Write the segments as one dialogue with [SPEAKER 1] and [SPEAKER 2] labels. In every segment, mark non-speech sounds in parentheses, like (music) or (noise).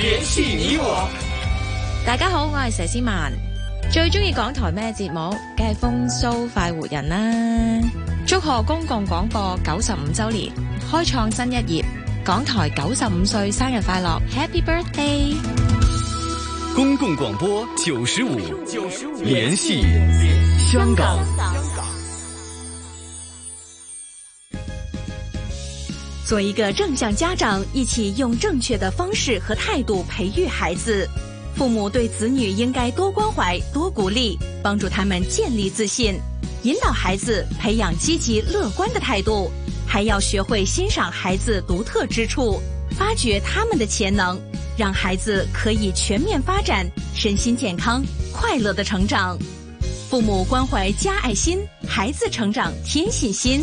[SPEAKER 1] 聯繫你我。
[SPEAKER 2] 大家好，我係佘詩曼，最中意港台咩節目？梗係《風騷快活人》啦！祝賀公共廣播九十五週年，開創新一頁，港台九十五歲生日快樂，Happy Birthday！
[SPEAKER 3] 公共廣播九十五，
[SPEAKER 1] 九十五
[SPEAKER 3] 聯繫香港。
[SPEAKER 4] 做一個正向家長，一起用正確的方式和態度培育孩子。父母對子女應該多關懷、多鼓勵，幫助他們建立自信，引導孩子培養積極樂觀的態度，還要學會欣賞孩子獨特之處，發掘他們的潛能，讓孩子可以全面發展，身心健康、快樂的成長。父母關懷加愛心，孩子成長添信心。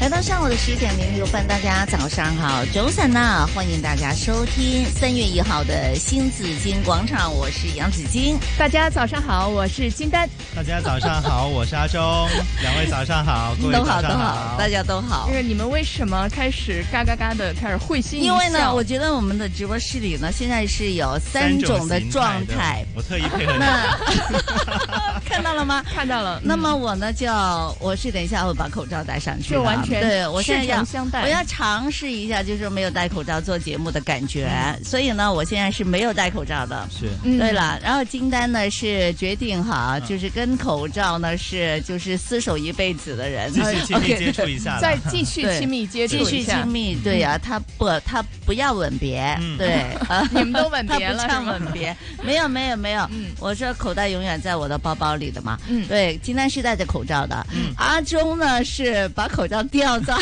[SPEAKER 5] 來到上午的十點零六分，大家早上好，早晨呐、歡迎大家收聽三月一號的新紫荊廣場，我是楊子矜。
[SPEAKER 6] 大家早上好，我是金丹。
[SPEAKER 7] 大家早上好，我是阿中，兩位早上好，各位
[SPEAKER 5] 都
[SPEAKER 7] 早
[SPEAKER 5] 好，
[SPEAKER 7] 上
[SPEAKER 5] 都好，大家都好
[SPEAKER 6] 那。個你們為什麼開始嘎嘎嘎的開始會心一
[SPEAKER 5] 因
[SPEAKER 6] 笑？
[SPEAKER 5] 為呢，我覺得我們的直播室裡呢，現在是有三種的狀態。
[SPEAKER 7] 我特意配合你。 (laughs)
[SPEAKER 5] 那 (laughs) 看到了嗎？
[SPEAKER 6] 看到了，嗯
[SPEAKER 5] 那么我呢，就要我是等一下我把口罩戴上去的，
[SPEAKER 6] 就完全
[SPEAKER 5] 对我现在
[SPEAKER 6] 赤
[SPEAKER 5] 要
[SPEAKER 6] 诚相待
[SPEAKER 5] 我要尝试一下，就是没有戴口罩做节目的感觉。所以呢，我现在是没有戴口罩的。
[SPEAKER 7] 是啊
[SPEAKER 6] 嗯
[SPEAKER 5] 对，了，然后金丹呢是决定哈，就是跟口罩呢是就是厮守一辈子的人，
[SPEAKER 7] 继續繼
[SPEAKER 5] OK，
[SPEAKER 7] 續接觸一下啦，
[SPEAKER 6] 哎再继續親密接
[SPEAKER 5] 继
[SPEAKER 6] 觸一
[SPEAKER 5] 续
[SPEAKER 6] 下
[SPEAKER 5] 亲，密，对呀、他不他不要吻别，
[SPEAKER 6] (laughs)
[SPEAKER 7] 嗯
[SPEAKER 5] 对，啊
[SPEAKER 6] 你们都吻
[SPEAKER 5] 他
[SPEAKER 6] 別
[SPEAKER 5] 不
[SPEAKER 6] 了
[SPEAKER 5] 唱
[SPEAKER 6] 是嗎
[SPEAKER 5] 吻别，没有没有没有
[SPEAKER 6] 嗯，
[SPEAKER 5] 我说口袋永遠在我的包包裡的嘛，
[SPEAKER 6] 嗯
[SPEAKER 5] 对，金丹是戴着口罩的，阿忠呢是把口罩掉
[SPEAKER 7] (laughs)
[SPEAKER 5] 在，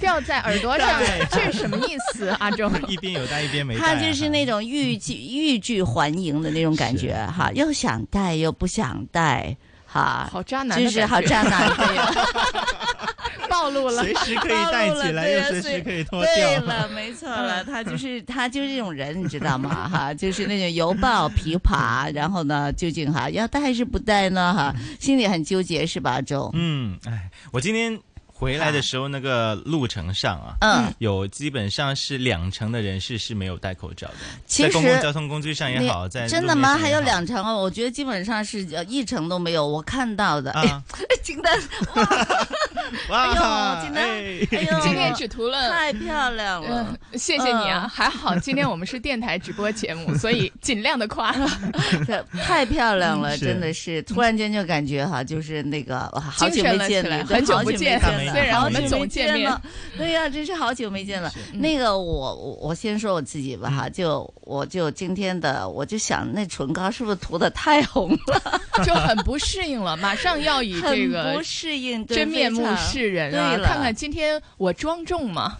[SPEAKER 6] 掉在耳朵上
[SPEAKER 7] 對，
[SPEAKER 6] 這是什麼意思？阿忠，
[SPEAKER 7] (laughs) 一邊有戴一邊沒戴
[SPEAKER 5] 他
[SPEAKER 7] 啊。
[SPEAKER 5] 就是那種欲拒欲拒還迎的那種感覺哈，又想戴又不想戴哈，
[SPEAKER 6] 好渣男的感覺，
[SPEAKER 5] 就是好渣男對呀。
[SPEAKER 6] 暴露了。
[SPEAKER 7] 隨時可以戴起來，又隨時可以脫
[SPEAKER 5] 对
[SPEAKER 7] 掉。 (laughs)
[SPEAKER 5] 了，没错了，他就是他就是这种人，你知道吗？哈，就是那种犹抱琵琶，然后呢，究竟哈要戴还是不戴呢？哈，心里很纠结，是吧，周？
[SPEAKER 7] 嗯，哎，我今天回来的时候，那个路程上啊。
[SPEAKER 5] 嗯，
[SPEAKER 7] 有基本上是两成的人士是没有戴口罩的，
[SPEAKER 5] 其
[SPEAKER 7] 在公共
[SPEAKER 5] 实
[SPEAKER 7] 交。通工具上
[SPEAKER 5] 你
[SPEAKER 7] 也好，在
[SPEAKER 5] 真
[SPEAKER 7] 路
[SPEAKER 5] 的
[SPEAKER 7] 面
[SPEAKER 5] 吗？
[SPEAKER 7] 上也
[SPEAKER 5] 还有
[SPEAKER 7] 好
[SPEAKER 5] 两成哦，我觉得基本上是呃一成都没有，我看到的。哎， (laughs)
[SPEAKER 7] 啊！
[SPEAKER 5] 金丹，
[SPEAKER 7] (laughs) 哇，
[SPEAKER 5] 哎呦今天
[SPEAKER 7] 哎 (laughs)
[SPEAKER 5] 哎呦，
[SPEAKER 6] 今天只圖了。
[SPEAKER 5] 太漂亮了
[SPEAKER 6] 嗯。，謝謝你啊！
[SPEAKER 5] 嗯
[SPEAKER 6] 還好今天我們是電台直播節目，所以盡量的
[SPEAKER 5] (laughs)
[SPEAKER 6] 誇。
[SPEAKER 5] 太太漂亮了，
[SPEAKER 7] 嗯是
[SPEAKER 5] 真的是，突然间就感觉哈，就是那个哇，好久
[SPEAKER 6] 精
[SPEAKER 5] 没
[SPEAKER 6] 神了起
[SPEAKER 5] 见
[SPEAKER 6] 来
[SPEAKER 5] 了，
[SPEAKER 6] 很久
[SPEAKER 5] 好
[SPEAKER 6] 不
[SPEAKER 5] 没
[SPEAKER 6] 见
[SPEAKER 5] 见了
[SPEAKER 7] 虽然
[SPEAKER 5] 好
[SPEAKER 7] 我们
[SPEAKER 5] 久
[SPEAKER 6] 总
[SPEAKER 5] 没
[SPEAKER 6] 见
[SPEAKER 5] 见
[SPEAKER 6] 面 (laughs)
[SPEAKER 5] 了，对呀，真是好久没见了。
[SPEAKER 6] 嗯
[SPEAKER 5] 那个我我我先说我自己吧哈，就我就今天的，我就想那唇膏是不是涂的太红了，
[SPEAKER 6] (laughs) 就很不適
[SPEAKER 7] (laughs)
[SPEAKER 6] 應了，馬上要以這
[SPEAKER 5] 很
[SPEAKER 6] 個
[SPEAKER 5] 不适应对
[SPEAKER 6] 真面目
[SPEAKER 5] 非常
[SPEAKER 6] 示人啊！
[SPEAKER 5] 对了
[SPEAKER 6] 看看今天我庄重吗？啊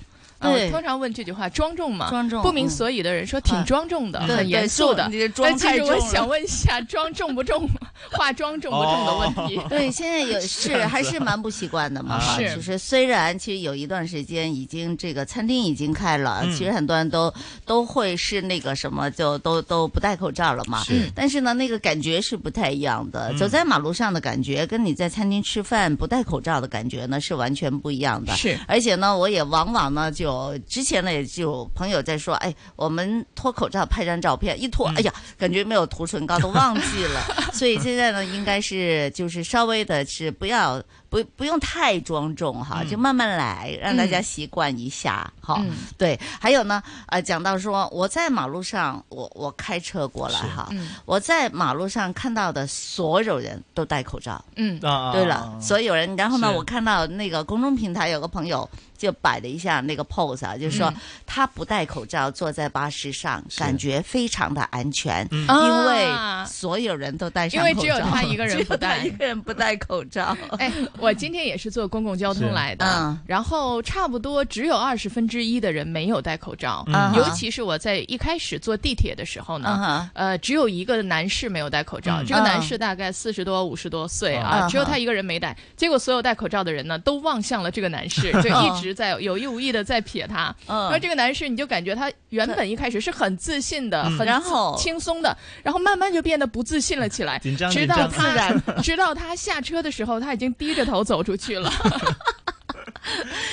[SPEAKER 5] 对
[SPEAKER 6] 我通常问这句话，庄重吗？
[SPEAKER 5] 庄重
[SPEAKER 6] 不明所以的人说挺
[SPEAKER 5] 嗯
[SPEAKER 6] 庄重的，
[SPEAKER 5] 对
[SPEAKER 6] 很严肃的
[SPEAKER 5] 对。说你这妆
[SPEAKER 6] 但其
[SPEAKER 5] 太
[SPEAKER 6] 实
[SPEAKER 5] 重
[SPEAKER 6] 我
[SPEAKER 5] 了。
[SPEAKER 6] 想问一下，妆重不重？ (laughs) 化妆
[SPEAKER 7] 哦
[SPEAKER 6] 重不重的问题？
[SPEAKER 5] 对，现在有
[SPEAKER 7] (laughs) 这
[SPEAKER 5] 是
[SPEAKER 7] 样子
[SPEAKER 5] 还是蛮不习惯的嘛，
[SPEAKER 7] 啊
[SPEAKER 5] 哈
[SPEAKER 6] 是
[SPEAKER 5] 就是虽然其实有一段时间已经这个餐厅已经开了，
[SPEAKER 7] 嗯
[SPEAKER 5] 其实很多人都都会是那个什么，就都都不戴口罩了嘛。
[SPEAKER 7] 是
[SPEAKER 5] 但是呢，那个感觉是不太一样的。
[SPEAKER 7] 嗯
[SPEAKER 5] 走在马路上的感觉，跟你在餐厅吃饭不戴口罩的感觉呢，是完全不一样的。
[SPEAKER 6] 是
[SPEAKER 5] 而且呢，我也往往呢，就之前呢，也就有朋友在说，哎，我们脱口罩拍张照片，一脱，
[SPEAKER 6] 嗯
[SPEAKER 5] 哎呀，感觉没有涂唇膏，都忘记
[SPEAKER 6] (laughs)
[SPEAKER 5] 了。所以现在呢，应该是就是稍微的是不要不不用太庄重哈，
[SPEAKER 7] 嗯
[SPEAKER 5] 就慢慢来，让大家
[SPEAKER 6] 嗯
[SPEAKER 5] 习惯一下哈。
[SPEAKER 6] 嗯
[SPEAKER 5] 对，还有呢，呃，讲到说我在马路上，我我开车过来
[SPEAKER 7] 是
[SPEAKER 5] 哈，
[SPEAKER 6] 嗯
[SPEAKER 5] 我在马路上看到的所有人都戴口罩。
[SPEAKER 6] 嗯，
[SPEAKER 7] 啊
[SPEAKER 5] 对了，所有人，然后呢，
[SPEAKER 7] 是
[SPEAKER 5] 我看到那个公众平台有个朋友就摆了一下那个 pose 啊，就是说
[SPEAKER 6] 嗯
[SPEAKER 5] 他不戴口罩坐在巴士上，
[SPEAKER 7] 是
[SPEAKER 5] 感觉非常的安全，
[SPEAKER 7] 嗯
[SPEAKER 5] 因为
[SPEAKER 6] 啊
[SPEAKER 5] 所有人都戴上
[SPEAKER 6] 因
[SPEAKER 5] 口罩， (laughs)
[SPEAKER 6] 为只有他一个人不戴
[SPEAKER 5] 只有他一个人不戴口罩。
[SPEAKER 6] (laughs) 哎，我今天也是坐公共交通
[SPEAKER 7] 是
[SPEAKER 6] 来的，
[SPEAKER 5] 嗯
[SPEAKER 6] 然后差不多只有二十分之一的人没有戴口罩，
[SPEAKER 5] 嗯
[SPEAKER 6] 尤其是我在一开始坐地铁的时候呢。
[SPEAKER 5] 嗯哼
[SPEAKER 6] 呃，只有一个男士没有戴口罩，
[SPEAKER 7] 嗯哦
[SPEAKER 6] 这个男
[SPEAKER 5] 嗯
[SPEAKER 6] 士大概四十多、五十多岁
[SPEAKER 5] 嗯
[SPEAKER 6] 啊，
[SPEAKER 5] 哼
[SPEAKER 6] 只有他一个人没戴。结果所有戴口罩的人呢，都望向了这个男士，就
[SPEAKER 5] 嗯
[SPEAKER 6] 一直在有意无意的在瞥他。
[SPEAKER 5] 嗯
[SPEAKER 6] 而这个男士，你就感觉他原本一开始是很自信的，
[SPEAKER 7] 嗯
[SPEAKER 6] 很
[SPEAKER 5] 然后
[SPEAKER 6] 轻松的，然后慢慢就变得不自信了起来，
[SPEAKER 7] 紧张
[SPEAKER 6] 直
[SPEAKER 7] 紧
[SPEAKER 6] 到
[SPEAKER 7] 张
[SPEAKER 6] 他直到他下车的时候，他已经低着头走出去
[SPEAKER 7] (laughs)
[SPEAKER 6] 了，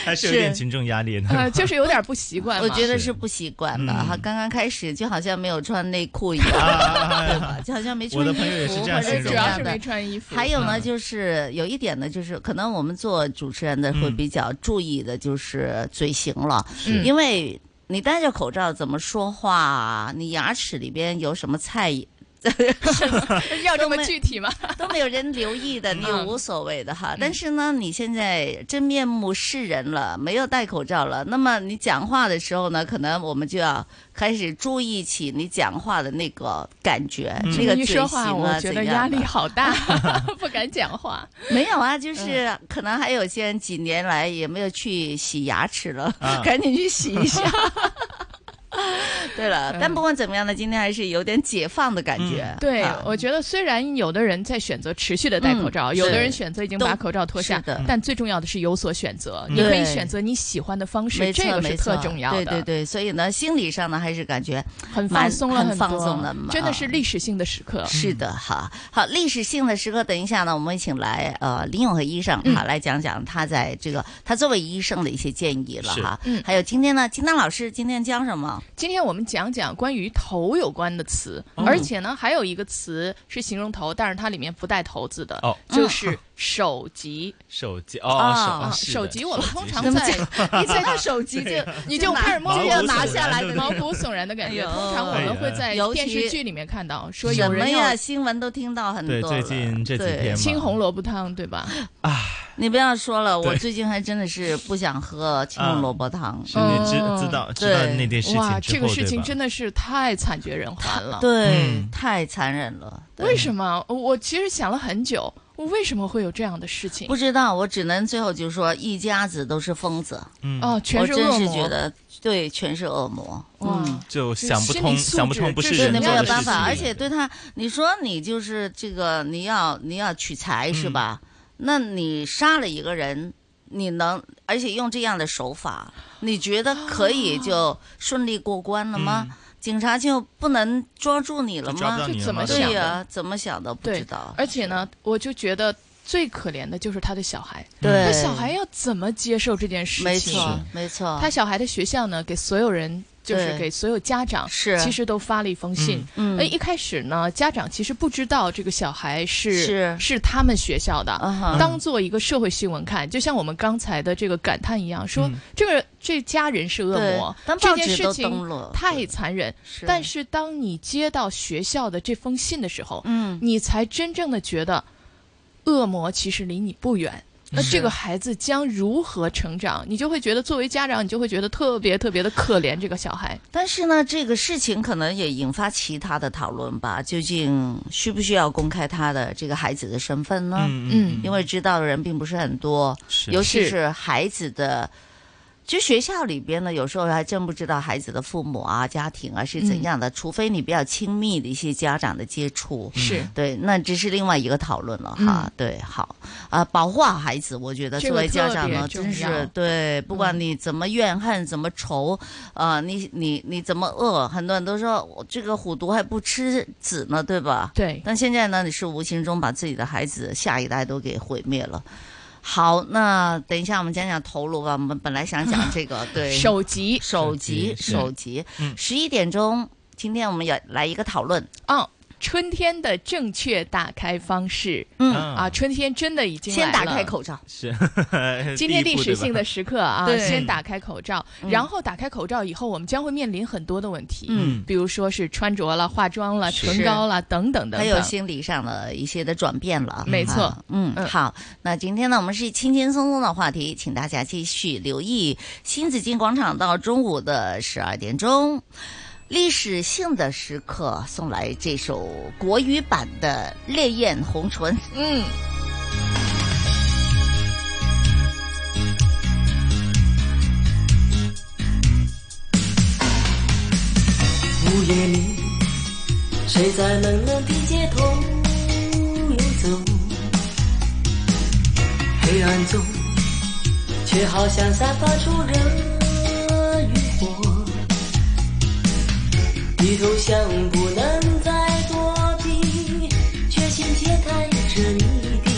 [SPEAKER 7] 还是有
[SPEAKER 5] 是
[SPEAKER 7] 点群众压力的。
[SPEAKER 6] 呃，就是有点不习惯嘛。
[SPEAKER 5] 我觉得
[SPEAKER 7] 是
[SPEAKER 5] 是不习惯吧，哈、
[SPEAKER 7] 嗯啊
[SPEAKER 5] 刚刚开始就好像没有穿内裤一样，对
[SPEAKER 7] (laughs)
[SPEAKER 5] 吧？就好像没
[SPEAKER 7] 我
[SPEAKER 5] 穿
[SPEAKER 7] 的
[SPEAKER 5] 衣
[SPEAKER 7] 朋友也是
[SPEAKER 5] 服
[SPEAKER 7] 这样
[SPEAKER 5] 或者
[SPEAKER 7] 形
[SPEAKER 5] 怎
[SPEAKER 7] 容
[SPEAKER 6] 主
[SPEAKER 7] 的
[SPEAKER 6] 要
[SPEAKER 5] 样
[SPEAKER 6] 是
[SPEAKER 5] 的
[SPEAKER 6] 没。穿衣服，
[SPEAKER 5] 还有呢，
[SPEAKER 7] 嗯
[SPEAKER 5] 就是有一点呢，就是可能我们做主持人的会
[SPEAKER 7] 嗯
[SPEAKER 5] 比较注意的，就是嘴型了，
[SPEAKER 6] 嗯
[SPEAKER 5] 因为你戴着口罩怎么说话啊？你牙齿里边有什么菜 (laughs)
[SPEAKER 6] 要这
[SPEAKER 5] 都
[SPEAKER 6] 么
[SPEAKER 5] 没
[SPEAKER 6] 具体吗？
[SPEAKER 5] 都没有人留意
[SPEAKER 6] 嗯
[SPEAKER 5] 的，你也无所谓的哈。但是呢，你现在真面目示人了，没有戴口罩了，那么你讲话的时候呢，可能我们就要开始注意起你讲话的那个感觉，
[SPEAKER 7] 嗯
[SPEAKER 5] 那个
[SPEAKER 6] 嗯你
[SPEAKER 5] 嘴
[SPEAKER 6] 一
[SPEAKER 5] 型
[SPEAKER 6] 说话，我
[SPEAKER 5] 啊，
[SPEAKER 6] 觉
[SPEAKER 5] 怎
[SPEAKER 6] 得
[SPEAKER 5] 样
[SPEAKER 6] 压力
[SPEAKER 5] 的
[SPEAKER 6] 好
[SPEAKER 7] (laughs)
[SPEAKER 6] 嗯大，不敢讲话。
[SPEAKER 5] 没有啊，就是可能还有些人几年来也没有去洗牙齿了，
[SPEAKER 7] 啊
[SPEAKER 5] (laughs) 赶紧去洗
[SPEAKER 6] (laughs)
[SPEAKER 5] 一下。对了，但
[SPEAKER 6] 嗯
[SPEAKER 5] 不管怎么样呢，今天还是有点解放的感
[SPEAKER 7] 嗯
[SPEAKER 5] 觉。
[SPEAKER 6] 对
[SPEAKER 5] 啊，
[SPEAKER 6] 我觉得虽然有的人在选择持续的戴口罩，
[SPEAKER 5] 嗯
[SPEAKER 6] 有的
[SPEAKER 5] 是
[SPEAKER 6] 人选择已经
[SPEAKER 5] 都
[SPEAKER 6] 把口罩脱下
[SPEAKER 5] 是的，
[SPEAKER 6] 但最重要的是有所选择，
[SPEAKER 7] 嗯
[SPEAKER 6] 你可以
[SPEAKER 5] 对
[SPEAKER 6] 选择你喜欢的方式
[SPEAKER 5] 没，错
[SPEAKER 6] 这个
[SPEAKER 5] 没
[SPEAKER 6] 是
[SPEAKER 5] 错
[SPEAKER 6] 特重要的。
[SPEAKER 5] 对对对，所以呢，心理上呢还是感觉
[SPEAKER 6] 很
[SPEAKER 5] 蛮
[SPEAKER 6] 放松了
[SPEAKER 5] 很
[SPEAKER 6] 多，
[SPEAKER 5] 放松了嘛啊
[SPEAKER 6] 真的是历史性的时刻。嗯
[SPEAKER 5] 是的哈。好，历史性的时刻，等一下呢，我们请来呃林永和医生
[SPEAKER 6] 嗯
[SPEAKER 5] 哈、来讲讲他在这个他作为医生的一些建议了
[SPEAKER 7] 是
[SPEAKER 5] 哈。
[SPEAKER 6] 嗯
[SPEAKER 5] 还有今天呢，金丹老师今天讲什么？
[SPEAKER 6] 今天我们讲讲关于头有关的词，
[SPEAKER 5] 嗯
[SPEAKER 6] 而且呢，还有一个词是形容头，但是它里面不带头字的，
[SPEAKER 7] 哦
[SPEAKER 6] 就是手级。
[SPEAKER 7] 手机
[SPEAKER 5] 嗯啊
[SPEAKER 7] 哦，手
[SPEAKER 5] 啊
[SPEAKER 7] 哦是的
[SPEAKER 6] 手级我们
[SPEAKER 7] 手
[SPEAKER 6] 通
[SPEAKER 7] 机
[SPEAKER 6] 常
[SPEAKER 7] 是的
[SPEAKER 6] 在
[SPEAKER 5] (laughs) 一讲到手机就
[SPEAKER 6] 你就开始摸
[SPEAKER 7] 毛
[SPEAKER 6] 摸
[SPEAKER 7] 骨
[SPEAKER 5] 拿
[SPEAKER 7] 悚
[SPEAKER 5] 下
[SPEAKER 7] 然
[SPEAKER 5] 来
[SPEAKER 7] 的哎
[SPEAKER 5] 的
[SPEAKER 6] 毛骨悚然的感觉。
[SPEAKER 5] 哎呦
[SPEAKER 6] 通常我们会在
[SPEAKER 5] 尤其
[SPEAKER 6] 电视剧里面看到，说
[SPEAKER 5] 什
[SPEAKER 6] 有
[SPEAKER 5] 么
[SPEAKER 6] 人要
[SPEAKER 5] 呀？新闻都听到很多
[SPEAKER 7] 对，
[SPEAKER 5] 了。
[SPEAKER 7] 最近这几
[SPEAKER 5] 对
[SPEAKER 7] 天嘛啊
[SPEAKER 6] 青红萝卜汤，对吧？
[SPEAKER 5] 你不要说了，我
[SPEAKER 7] 对
[SPEAKER 5] 最近还真的是不想喝青
[SPEAKER 7] 啊
[SPEAKER 5] 红萝卜汤。嗯
[SPEAKER 7] 是你知
[SPEAKER 6] 哦
[SPEAKER 7] 知道知道
[SPEAKER 5] 对
[SPEAKER 7] 那件事情之后，
[SPEAKER 6] 哇，这个事
[SPEAKER 7] 对
[SPEAKER 6] 情
[SPEAKER 7] 吧
[SPEAKER 6] 真的是太惨绝人寰了。
[SPEAKER 5] 对
[SPEAKER 7] 嗯，
[SPEAKER 5] 太残忍了。对
[SPEAKER 6] 为什么？我其实想了很久，我为什么会有这样的事情
[SPEAKER 5] 不？知道，我只能最后就说一家子都是疯子，
[SPEAKER 7] 嗯
[SPEAKER 6] 哦，全是
[SPEAKER 5] 我真
[SPEAKER 6] 恶
[SPEAKER 5] 是
[SPEAKER 6] 魔。
[SPEAKER 5] 觉得对，全是恶魔。
[SPEAKER 6] 哇
[SPEAKER 5] 嗯，
[SPEAKER 7] 就想不
[SPEAKER 6] 心理
[SPEAKER 7] 通，
[SPEAKER 6] 素
[SPEAKER 7] 想不
[SPEAKER 6] 质
[SPEAKER 7] 通不
[SPEAKER 6] 这
[SPEAKER 7] 是
[SPEAKER 6] 是
[SPEAKER 5] 对
[SPEAKER 7] 人
[SPEAKER 5] 你
[SPEAKER 7] 做
[SPEAKER 5] 没
[SPEAKER 7] 的
[SPEAKER 5] 有
[SPEAKER 7] 事
[SPEAKER 5] 办
[SPEAKER 7] 情
[SPEAKER 5] 法，而且对他，你说你就是这个，你要你要取
[SPEAKER 7] 嗯
[SPEAKER 5] 财是吧？那你杀了一个人，你能而且用这样的手法，你觉得可以就顺利过关了吗？
[SPEAKER 7] 嗯
[SPEAKER 5] 警察就不能抓住你了
[SPEAKER 7] 就抓不到
[SPEAKER 5] 吗？
[SPEAKER 7] 你了
[SPEAKER 6] 就怎么
[SPEAKER 7] 嘛
[SPEAKER 6] 想
[SPEAKER 5] 对
[SPEAKER 6] 的
[SPEAKER 5] 呀、怎么想的不
[SPEAKER 6] 对
[SPEAKER 5] 知道。
[SPEAKER 6] 而且呢，我就觉得最可怜的就是他的小孩，
[SPEAKER 5] 对，
[SPEAKER 6] 他小孩要怎么接受这件事情？
[SPEAKER 5] 没错，没错，
[SPEAKER 6] 他小孩的学校呢，给所有人就是
[SPEAKER 5] 对
[SPEAKER 6] 给所有家长，
[SPEAKER 5] 是
[SPEAKER 6] 其实都发了一封信。
[SPEAKER 5] 嗯
[SPEAKER 6] 哎，一开始呢，家长其实不知道这个小孩是
[SPEAKER 5] 是
[SPEAKER 6] 他们学校的，
[SPEAKER 5] 啊哈
[SPEAKER 6] 当做一个社会新闻看，就像我们刚才的这个感叹一样，说、这个这家人是恶
[SPEAKER 5] 嗯对
[SPEAKER 6] 魔，，
[SPEAKER 5] 当
[SPEAKER 6] 这
[SPEAKER 5] 报
[SPEAKER 6] 件
[SPEAKER 5] 纸
[SPEAKER 6] 事
[SPEAKER 5] 都登
[SPEAKER 6] 情
[SPEAKER 5] 了，
[SPEAKER 6] 太残忍。但是当你接到学校的这封信的时候，
[SPEAKER 5] 嗯，
[SPEAKER 6] 你才真正的觉得，恶魔其实离你不远。那这个孩子将如何成长？你就会觉得，作为家长，你就会觉得特别特别的可怜这个小孩。
[SPEAKER 5] 但是呢，这个事情可能也引发其他的讨论吧，究竟需不需要公开他的这个孩子的身份呢？
[SPEAKER 7] 嗯
[SPEAKER 6] 嗯
[SPEAKER 5] 因为知道的人并不是很多，
[SPEAKER 7] 是
[SPEAKER 5] 尤其
[SPEAKER 6] 是
[SPEAKER 5] 是孩子的。就学校里边呢，有时候还真不知道孩子的父母啊、家庭啊是
[SPEAKER 6] 嗯
[SPEAKER 5] 怎样的，除非你比较亲密的一些家长的接触，
[SPEAKER 6] 是
[SPEAKER 5] 对，那这是另外一个讨论了哈。
[SPEAKER 6] 嗯
[SPEAKER 5] 对，好，啊、保护好孩子，我觉得
[SPEAKER 6] 这
[SPEAKER 5] 作
[SPEAKER 6] 个
[SPEAKER 5] 为家
[SPEAKER 6] 特
[SPEAKER 5] 长
[SPEAKER 6] 别
[SPEAKER 5] 呢，
[SPEAKER 6] 重
[SPEAKER 5] 真是
[SPEAKER 6] 要嗯
[SPEAKER 5] 对，不管你怎么怨恨，怎么仇，啊，你你你怎么饿，很多人都说我这个虎毒还不吃子呢，对吧？
[SPEAKER 6] 对，
[SPEAKER 5] 但现在呢，你是无形中把自己的孩子下一代都给毁灭了。好，那等一下我们讲讲头颅吧。我们本来想讲这个，
[SPEAKER 6] (laughs)
[SPEAKER 5] 对，
[SPEAKER 6] 首级
[SPEAKER 5] 首
[SPEAKER 7] 手
[SPEAKER 5] 集
[SPEAKER 7] 集是
[SPEAKER 5] 首集
[SPEAKER 7] 嗯，
[SPEAKER 5] 十一点钟，今天我们要来一个讨论，
[SPEAKER 6] 哦，春天的正确打开方式
[SPEAKER 5] 嗯，
[SPEAKER 6] 啊，
[SPEAKER 7] 啊，
[SPEAKER 6] 春天真的已经
[SPEAKER 5] 先
[SPEAKER 6] 来
[SPEAKER 5] 打
[SPEAKER 6] 了
[SPEAKER 5] 开。口罩， (laughs)
[SPEAKER 7] 是
[SPEAKER 6] 今
[SPEAKER 7] 第
[SPEAKER 6] 天
[SPEAKER 7] 一
[SPEAKER 6] 历
[SPEAKER 7] 步
[SPEAKER 6] 史
[SPEAKER 7] 对吧
[SPEAKER 6] 性
[SPEAKER 7] (laughs)
[SPEAKER 6] 的时刻啊，
[SPEAKER 5] 对
[SPEAKER 6] 先打开口罩，
[SPEAKER 5] 嗯
[SPEAKER 6] 然后打开口罩以后，我们将会面临很多的问题，
[SPEAKER 5] 嗯
[SPEAKER 6] 比如说是穿着了、化妆了、
[SPEAKER 5] 是
[SPEAKER 6] 唇膏了等等等
[SPEAKER 5] 还有
[SPEAKER 6] 等。
[SPEAKER 5] 心理上的一些的转变了，
[SPEAKER 6] 没错
[SPEAKER 5] 啊嗯，
[SPEAKER 6] 嗯
[SPEAKER 5] 好，那今天呢，我们是轻轻松松的话题，请大家继续留意新紫金广场到中午的十二点钟。历史性的时刻送来这首国语版的《烈焰红唇》。
[SPEAKER 6] 嗯，
[SPEAKER 8] 夜里，谁在冷冷的街头游走？黑暗中，却好像散发出热与火。低头想不能再躲避，却先揭开这谜底。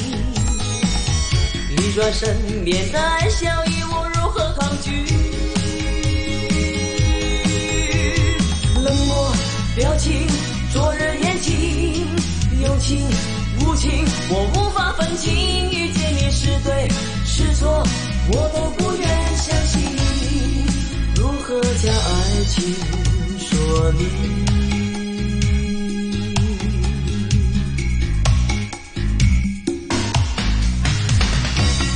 [SPEAKER 8] 一转身，面带笑意，我如何抗拒？冷漠表情，灼热眼睛，有情无情，我无法分清。遇见你是对是错，我都不愿相信。如何将爱情说明？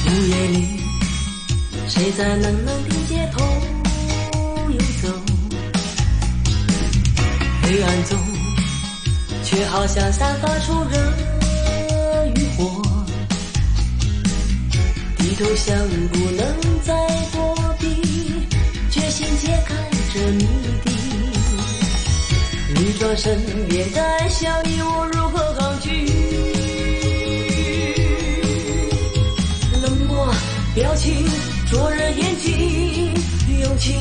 [SPEAKER 8] 午夜里，谁在冷冷的街头游走？黑暗中，却好像散发出热与火。低头想不能再躲避，决心揭开这谜底。你转身面带笑意，我如何抗拒？冷漠表情，灼热眼睛，有情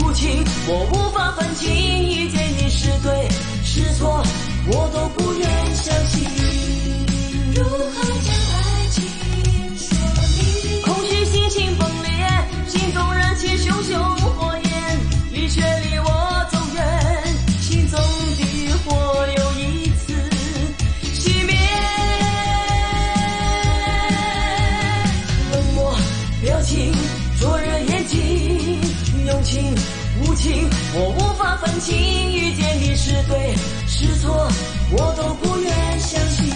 [SPEAKER 8] 无情，我无法分清，遇见你是对是错，我都不愿相信。如何将爱情说明？空虚心情崩裂，心中燃起熊熊火焰，你却离我走远，心中的火又一次熄灭。冷漠表情，灼热眼睛，有情无情，我无法分清，遇见你是对是错，我都不愿相信，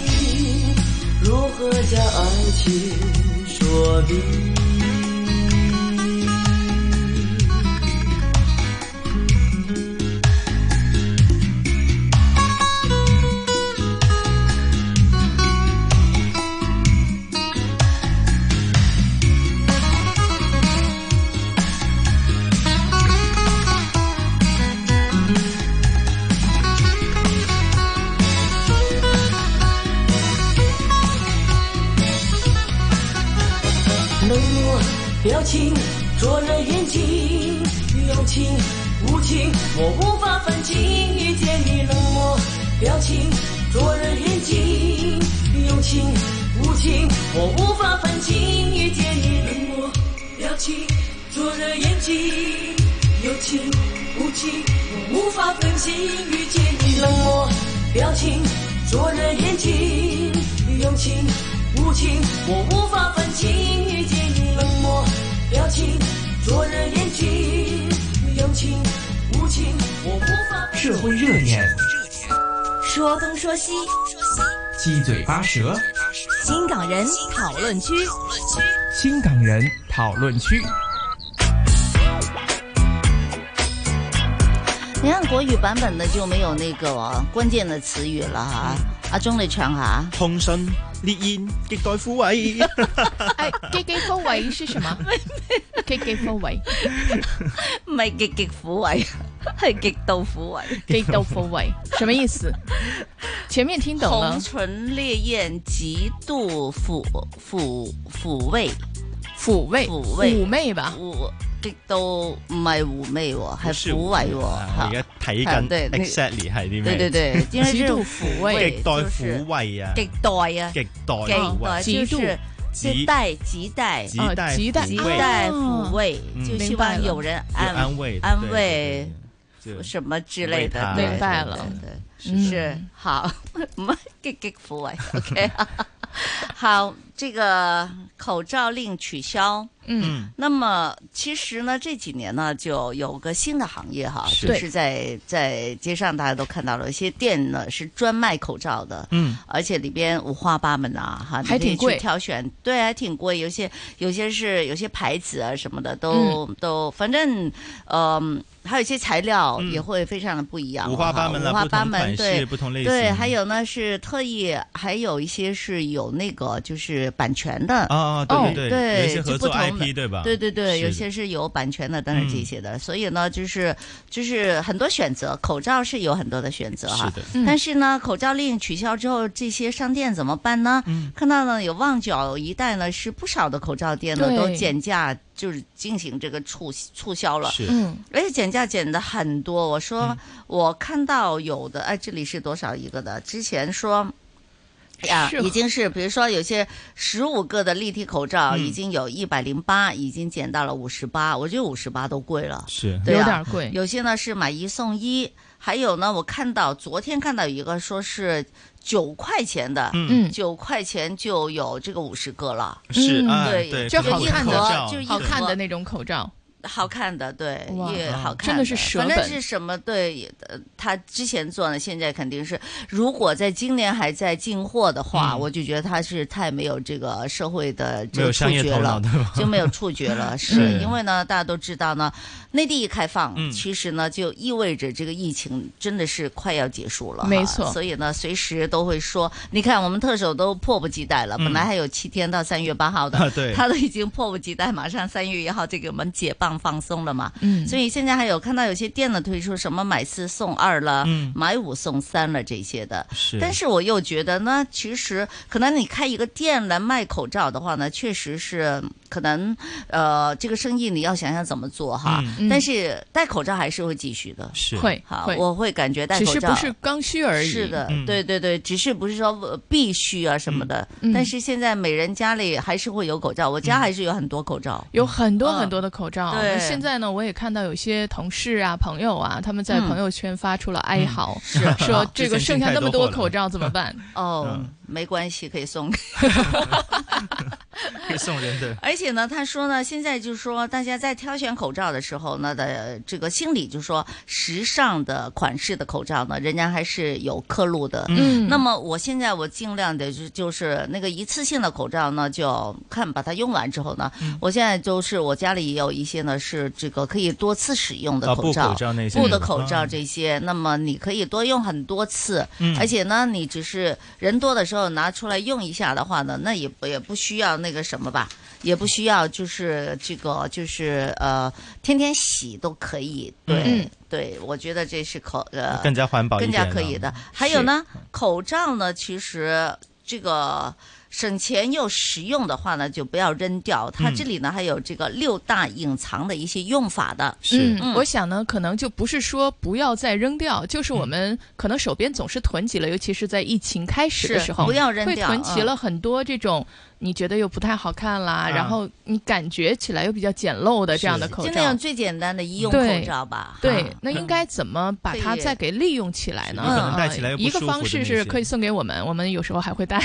[SPEAKER 8] 如何将爱情说明？冷漠表情，灼热眼睛，有情无情，我无法分清。遇见你冷漠表情，灼热眼睛，有情无情，我无法分清。遇见你冷漠表情，灼热眼睛，有情无情，我无法分清。遇见你冷漠表情，灼热眼睛，有情无情，我无法分清。遇见你冷漠表情，灼热眼睛，有情无情，我无法分清。
[SPEAKER 1] 社会热点，
[SPEAKER 4] 说东说西，
[SPEAKER 1] 七嘴八舌，
[SPEAKER 4] 新港人讨论区。
[SPEAKER 1] 新港人讨论区。
[SPEAKER 5] 你看国语版本的就没有那个、哦、关键的词语了哈。
[SPEAKER 6] 嗯
[SPEAKER 5] 阿钟，你唱啊下。
[SPEAKER 7] 通訊烈焰極待撫慰，
[SPEAKER 6] 哎，gay gay 氛围是什么？gay
[SPEAKER 5] (laughs)
[SPEAKER 6] gay 氛围
[SPEAKER 5] 唔係極極撫慰，係極度撫慰。
[SPEAKER 6] ，gay 豆氛围什么意思？前面听懂了
[SPEAKER 5] 红，唇烈焰，极度抚抚抚慰，
[SPEAKER 6] 抚慰，
[SPEAKER 5] 抚慰
[SPEAKER 6] 妩媚吧？
[SPEAKER 5] 抚極度唔係妩媚喎，係撫慰喎。
[SPEAKER 7] 啊我
[SPEAKER 5] 嚇
[SPEAKER 7] 而家睇
[SPEAKER 5] 啊
[SPEAKER 7] 緊
[SPEAKER 5] 對你
[SPEAKER 7] exactly 係啲咩？
[SPEAKER 5] 對對對，因為
[SPEAKER 6] 極
[SPEAKER 5] 這
[SPEAKER 6] 度
[SPEAKER 5] 種
[SPEAKER 6] 撫
[SPEAKER 5] 慰
[SPEAKER 6] 慰，
[SPEAKER 7] 極待
[SPEAKER 5] 就是
[SPEAKER 7] 撫慰啊，
[SPEAKER 5] 極待啊，
[SPEAKER 7] 極待哦
[SPEAKER 5] 極哦
[SPEAKER 7] 撫慰，
[SPEAKER 5] 待就
[SPEAKER 6] 極度
[SPEAKER 5] 是極待極待
[SPEAKER 7] 極
[SPEAKER 6] 啊
[SPEAKER 7] 待
[SPEAKER 6] 極待
[SPEAKER 5] 極
[SPEAKER 7] 撫慰，
[SPEAKER 5] 待
[SPEAKER 6] 哦
[SPEAKER 5] 撫慰，
[SPEAKER 7] 嗯
[SPEAKER 5] 就希
[SPEAKER 6] 明白
[SPEAKER 5] 望
[SPEAKER 6] 了
[SPEAKER 5] 有人
[SPEAKER 7] 就
[SPEAKER 5] 安
[SPEAKER 7] 安慰
[SPEAKER 5] 安
[SPEAKER 7] 對
[SPEAKER 5] 慰
[SPEAKER 7] 對對對
[SPEAKER 5] 什么之类的
[SPEAKER 7] 安，慰
[SPEAKER 5] 对
[SPEAKER 7] 他
[SPEAKER 6] 明白了
[SPEAKER 5] 对对
[SPEAKER 6] 嗯
[SPEAKER 5] 对，是好， (laughs) 唔係激激抚慰，OK，好，这个口罩令取消。
[SPEAKER 6] 嗯，
[SPEAKER 5] 那么其实呢，这几年呢，就有个新的行业哈，
[SPEAKER 7] 是
[SPEAKER 5] 就是在在街上大家都看到了，有些店呢是专卖口罩的，
[SPEAKER 7] 嗯，
[SPEAKER 5] 而且里边五花八门啊，哈，
[SPEAKER 6] 还
[SPEAKER 5] 你可以
[SPEAKER 6] 挺贵
[SPEAKER 5] 去挑选，对，还挺贵，有些有些是有些牌子啊什么的都、
[SPEAKER 6] 嗯
[SPEAKER 5] 都，反正嗯、还有一些材料
[SPEAKER 7] 嗯
[SPEAKER 5] 也会非常的不一样，
[SPEAKER 7] 五花八门
[SPEAKER 5] 哈
[SPEAKER 7] 了，
[SPEAKER 5] 五花
[SPEAKER 7] 不
[SPEAKER 5] 八
[SPEAKER 7] 同
[SPEAKER 5] 门，
[SPEAKER 7] 款
[SPEAKER 5] 对
[SPEAKER 7] 式，不同类型，
[SPEAKER 5] 对，还有呢是特意，还有一些是有那个就是是版权的。
[SPEAKER 7] 啊，
[SPEAKER 6] 哦
[SPEAKER 7] 对对
[SPEAKER 5] 对
[SPEAKER 7] 有一些合
[SPEAKER 5] 就
[SPEAKER 7] 作
[SPEAKER 5] 不同的
[SPEAKER 7] IP 对吧？
[SPEAKER 5] 对对对，
[SPEAKER 7] 是的嗯
[SPEAKER 5] 有些是有版权的，等等这些的，所以呢，就是就是很多选择，口罩是有很多的选择哈
[SPEAKER 7] 是。的，
[SPEAKER 6] 嗯
[SPEAKER 5] 但是呢，口罩令取消之后，这些商店怎么办呢？
[SPEAKER 7] 嗯
[SPEAKER 5] 看到呢，有旺角一带呢，是不少的口罩店呢
[SPEAKER 6] 对
[SPEAKER 5] 都减价，就是进行这个促促销了。
[SPEAKER 7] 是
[SPEAKER 6] 嗯，
[SPEAKER 5] 而且减价减的很多，我说、
[SPEAKER 7] 嗯
[SPEAKER 5] 我看到有的，哎，这里是多少一个的？之前说。呀，
[SPEAKER 6] 是
[SPEAKER 5] 已经是，比如说有些十五个的立体口罩，
[SPEAKER 7] 嗯
[SPEAKER 5] 已经有一百零八，已经减到了五十八，我觉得五十八都贵了。
[SPEAKER 7] 是
[SPEAKER 5] 对
[SPEAKER 6] 有
[SPEAKER 5] 啊
[SPEAKER 6] 点贵，
[SPEAKER 5] 有些呢是买一送一，还有呢，我看到昨天看到有一个说是九块钱的，
[SPEAKER 7] 嗯
[SPEAKER 6] 嗯，
[SPEAKER 5] 九、块钱就有这个五十个了，
[SPEAKER 7] 是
[SPEAKER 6] 嗯
[SPEAKER 7] 啊
[SPEAKER 5] 对
[SPEAKER 7] 对，
[SPEAKER 6] 就
[SPEAKER 7] 不同
[SPEAKER 6] 好
[SPEAKER 7] 的
[SPEAKER 6] 看
[SPEAKER 7] 口
[SPEAKER 6] 的
[SPEAKER 7] 罩
[SPEAKER 5] 就一
[SPEAKER 6] 好
[SPEAKER 5] 盒
[SPEAKER 6] 看的那种口罩，
[SPEAKER 5] 好看的，对，
[SPEAKER 6] 哇
[SPEAKER 5] 也好看，
[SPEAKER 6] 真的是舍
[SPEAKER 5] 反正
[SPEAKER 6] 本
[SPEAKER 5] 是什么对，呃，他之前做呢，现在肯定是，如果在今年还在进货的话，
[SPEAKER 7] 嗯
[SPEAKER 5] 我就觉得他是太没有这个社会的这
[SPEAKER 7] 没有
[SPEAKER 5] 个触
[SPEAKER 7] 商业
[SPEAKER 5] 觉
[SPEAKER 7] 头脑
[SPEAKER 5] 了。
[SPEAKER 7] 对吧？
[SPEAKER 5] 就没有触觉
[SPEAKER 7] (laughs)
[SPEAKER 5] 了，是因为呢，大家都知道呢，内地一开放，
[SPEAKER 7] 嗯
[SPEAKER 5] 其实呢就意味着这个疫情真的是快要结束了哈，
[SPEAKER 6] 没错
[SPEAKER 5] 所以呢，随时都会说，你看我们特首都迫不及待了，
[SPEAKER 7] 嗯
[SPEAKER 5] 本来还有七天到三月八号的，
[SPEAKER 7] 啊，
[SPEAKER 5] (laughs)
[SPEAKER 7] 对，
[SPEAKER 5] 他都已经迫不及待，马上三月一号这个我们解放放松了嘛。
[SPEAKER 6] 嗯，
[SPEAKER 5] 所以现在还有看到有些店呢推出什么买四送二了，
[SPEAKER 7] 嗯
[SPEAKER 5] 买五送三了这些的。
[SPEAKER 7] 是，
[SPEAKER 5] 但是我又觉得呢，其实可能你开一个店来卖口罩的话呢，确实是可能呃这个生意你要想想怎么做哈。
[SPEAKER 7] 嗯
[SPEAKER 6] 嗯
[SPEAKER 5] 但是戴口罩还是会继续的，
[SPEAKER 7] 是
[SPEAKER 6] 会
[SPEAKER 5] 好，
[SPEAKER 6] 会，
[SPEAKER 5] 我会感觉戴
[SPEAKER 6] 只
[SPEAKER 5] 口
[SPEAKER 6] 是
[SPEAKER 5] 罩
[SPEAKER 6] 不是刚需而已，
[SPEAKER 5] 是的，
[SPEAKER 7] 嗯
[SPEAKER 5] 对对对，只是不是说呃必须啊什么的，
[SPEAKER 6] 嗯
[SPEAKER 5] 但是现在每人家里还是会有口罩，我家还是有很多口罩。
[SPEAKER 6] 有很多
[SPEAKER 5] 嗯
[SPEAKER 6] 很多的口罩。
[SPEAKER 5] 对
[SPEAKER 6] 啊那现在呢，我也看到有些同事啊、朋友啊，他们在
[SPEAKER 5] 嗯
[SPEAKER 6] 朋友圈发出了哀嚎，
[SPEAKER 5] 是
[SPEAKER 6] 说这个
[SPEAKER 7] 嗯 (laughs) 之前
[SPEAKER 6] 剩
[SPEAKER 7] 进
[SPEAKER 6] 下
[SPEAKER 7] 太
[SPEAKER 6] 那么
[SPEAKER 7] 多
[SPEAKER 6] 多
[SPEAKER 7] 货了
[SPEAKER 6] 口罩怎么办？
[SPEAKER 5] 哦
[SPEAKER 7] 嗯，
[SPEAKER 5] 没关系，可以送。
[SPEAKER 7] (laughs) 可以送
[SPEAKER 5] (laughs)
[SPEAKER 7] 人的，
[SPEAKER 5] 而且呢，他说呢，现在就是说大家在挑选口罩的时候呢的这个心理，就是说时尚的款式的口罩呢，人家还是有刻录的。
[SPEAKER 6] 嗯
[SPEAKER 5] 那么我现在我尽量的就就是那个一次性的口罩呢，就看把它用完之后呢，
[SPEAKER 7] 嗯
[SPEAKER 5] 我现在就是我家里也有一些呢是这个可以多次使用的
[SPEAKER 7] 啊，
[SPEAKER 5] 口
[SPEAKER 7] 布
[SPEAKER 5] 罩
[SPEAKER 7] 口。罩那些，
[SPEAKER 5] 布的口罩
[SPEAKER 7] 啊，
[SPEAKER 5] 这些，那么你可以多用很多次，
[SPEAKER 7] 嗯
[SPEAKER 5] 而且呢，你只是人多的时候拿出来用一下的话呢，那也不也不需要那个什么吧，也不需要就是这个就是呃天天洗都可以，对、
[SPEAKER 6] 嗯
[SPEAKER 5] 对，我觉得这是口呃
[SPEAKER 7] 更加环保一
[SPEAKER 5] 更
[SPEAKER 7] 点，啊嗯
[SPEAKER 5] 加可以。的。还有呢，口罩呢，其实这个省钱又实用的话呢，就不要扔掉。它
[SPEAKER 7] 嗯
[SPEAKER 5] 这里呢还有这个六大隐藏的一些用法的。
[SPEAKER 7] 是，
[SPEAKER 6] 嗯，我想呢，可能就不是说不要再扔掉，就是我们
[SPEAKER 7] 嗯
[SPEAKER 6] 可能手边总是囤积了，尤其是在疫情开始的时候，
[SPEAKER 5] 不要扔掉，
[SPEAKER 6] 会囤积
[SPEAKER 5] 嗯
[SPEAKER 6] 了很多这种你觉得又不太好看啦，
[SPEAKER 7] 啊
[SPEAKER 6] 然
[SPEAKER 5] 嗯
[SPEAKER 6] 后你感觉起来又比较简陋的这样的
[SPEAKER 7] 是嗯
[SPEAKER 6] 口
[SPEAKER 5] 就那
[SPEAKER 6] 罩
[SPEAKER 5] 种。最简单的医用口
[SPEAKER 6] 对
[SPEAKER 5] 罩吧。
[SPEAKER 6] 对
[SPEAKER 5] 哈，嗯
[SPEAKER 6] 那应该怎么把它再给利用起来呢？
[SPEAKER 5] 是有可
[SPEAKER 7] 能戴起来又
[SPEAKER 6] 呃
[SPEAKER 7] 不
[SPEAKER 6] 一个
[SPEAKER 7] 舒服
[SPEAKER 6] 方
[SPEAKER 7] 的
[SPEAKER 6] 式
[SPEAKER 7] 那
[SPEAKER 6] 是
[SPEAKER 7] 些
[SPEAKER 6] 可以送给我们，我们有时候还会
[SPEAKER 5] (laughs)
[SPEAKER 6] 戴。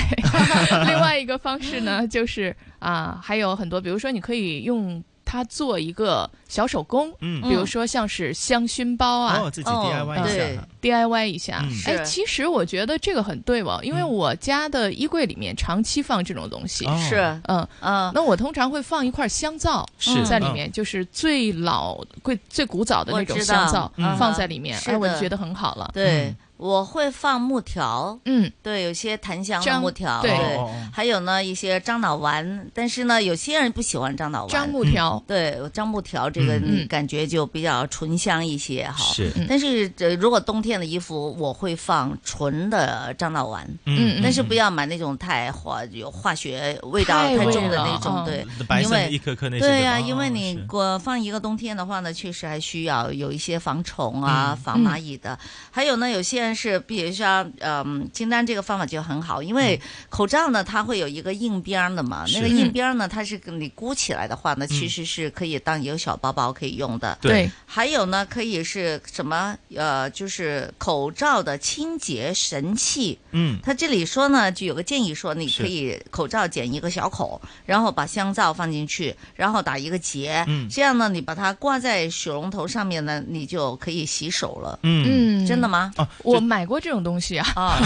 [SPEAKER 6] 另外一个方式呢，就是啊，还有很多，比如说你可以用它做一个小手工，
[SPEAKER 7] 嗯，
[SPEAKER 6] 比如说像是香薰包啊，
[SPEAKER 7] 哦，自己
[SPEAKER 5] 哦
[SPEAKER 7] DIY 一
[SPEAKER 5] 对
[SPEAKER 7] 下哈，
[SPEAKER 6] DIY 一下
[SPEAKER 7] 嗯。
[SPEAKER 6] 哎、
[SPEAKER 5] 是
[SPEAKER 6] 其实我觉得这个很对哦，因为
[SPEAKER 7] 嗯
[SPEAKER 6] 我家的衣柜里面长期放这种东西。
[SPEAKER 7] 哦
[SPEAKER 5] 是
[SPEAKER 6] 嗯，
[SPEAKER 5] 嗯，
[SPEAKER 6] 那我通常会放一块香皂
[SPEAKER 7] 是
[SPEAKER 6] 在里面，就是最老、最最古早的那种
[SPEAKER 5] 我知道
[SPEAKER 6] 香皂
[SPEAKER 5] 嗯
[SPEAKER 6] 放在里面，
[SPEAKER 5] 是的
[SPEAKER 6] 哎，我就觉得很好了。
[SPEAKER 5] 对，我会放木条，
[SPEAKER 6] 嗯，
[SPEAKER 5] 对，有些檀香的
[SPEAKER 6] 樟
[SPEAKER 5] 木条，
[SPEAKER 6] 对
[SPEAKER 7] 哦哦哦
[SPEAKER 5] 还有呢一些樟脑丸，但是呢，有些人不喜欢樟脑丸，嗯
[SPEAKER 6] 樟木条，
[SPEAKER 5] 对樟木条这个
[SPEAKER 6] 嗯
[SPEAKER 5] 你感觉就比较醇香一些哈。
[SPEAKER 7] 是，
[SPEAKER 6] 嗯
[SPEAKER 5] 但是呃如果冬天的衣服，我会放纯的樟脑丸，
[SPEAKER 6] 嗯
[SPEAKER 5] 但是不要买那种太化有化学味道
[SPEAKER 6] 太
[SPEAKER 5] 太重
[SPEAKER 6] 味
[SPEAKER 5] 的
[SPEAKER 6] 了
[SPEAKER 5] 那种，
[SPEAKER 6] 嗯
[SPEAKER 5] 对。
[SPEAKER 7] 白色的
[SPEAKER 5] 因为
[SPEAKER 7] 一颗颗那些的吧，
[SPEAKER 5] 对呀、因为
[SPEAKER 7] 哦
[SPEAKER 5] 你
[SPEAKER 7] 是
[SPEAKER 5] 过放一个冬天的话呢，确实还需要有一些防虫啊、
[SPEAKER 7] 嗯
[SPEAKER 5] 防蚂蚁的。还有呢，有些人是，比如说，嗯，金丹这个方法就很好，因为口罩呢，它会有一个硬边儿的嘛，那
[SPEAKER 7] 嗯是嗯
[SPEAKER 5] 个硬边儿呢，它是你箍起来的话呢，其实是可以当一个小包包可以用的。
[SPEAKER 7] 对，
[SPEAKER 5] 还有呢，可以是什么？呃，就是口罩的清洁神器。
[SPEAKER 7] 嗯，
[SPEAKER 5] 他这里说呢，就有个建议说，你
[SPEAKER 7] 是
[SPEAKER 5] 可以口罩剪一个小口，然后把香皂放进去，然后打一个结，
[SPEAKER 7] 嗯
[SPEAKER 5] 这样呢，你把它挂在水龙头上面呢，你就可以洗手了。
[SPEAKER 7] 嗯，
[SPEAKER 6] 嗯，
[SPEAKER 5] 真的，吗？
[SPEAKER 7] 哦，
[SPEAKER 6] 我买过这种东西啊，
[SPEAKER 5] 啊，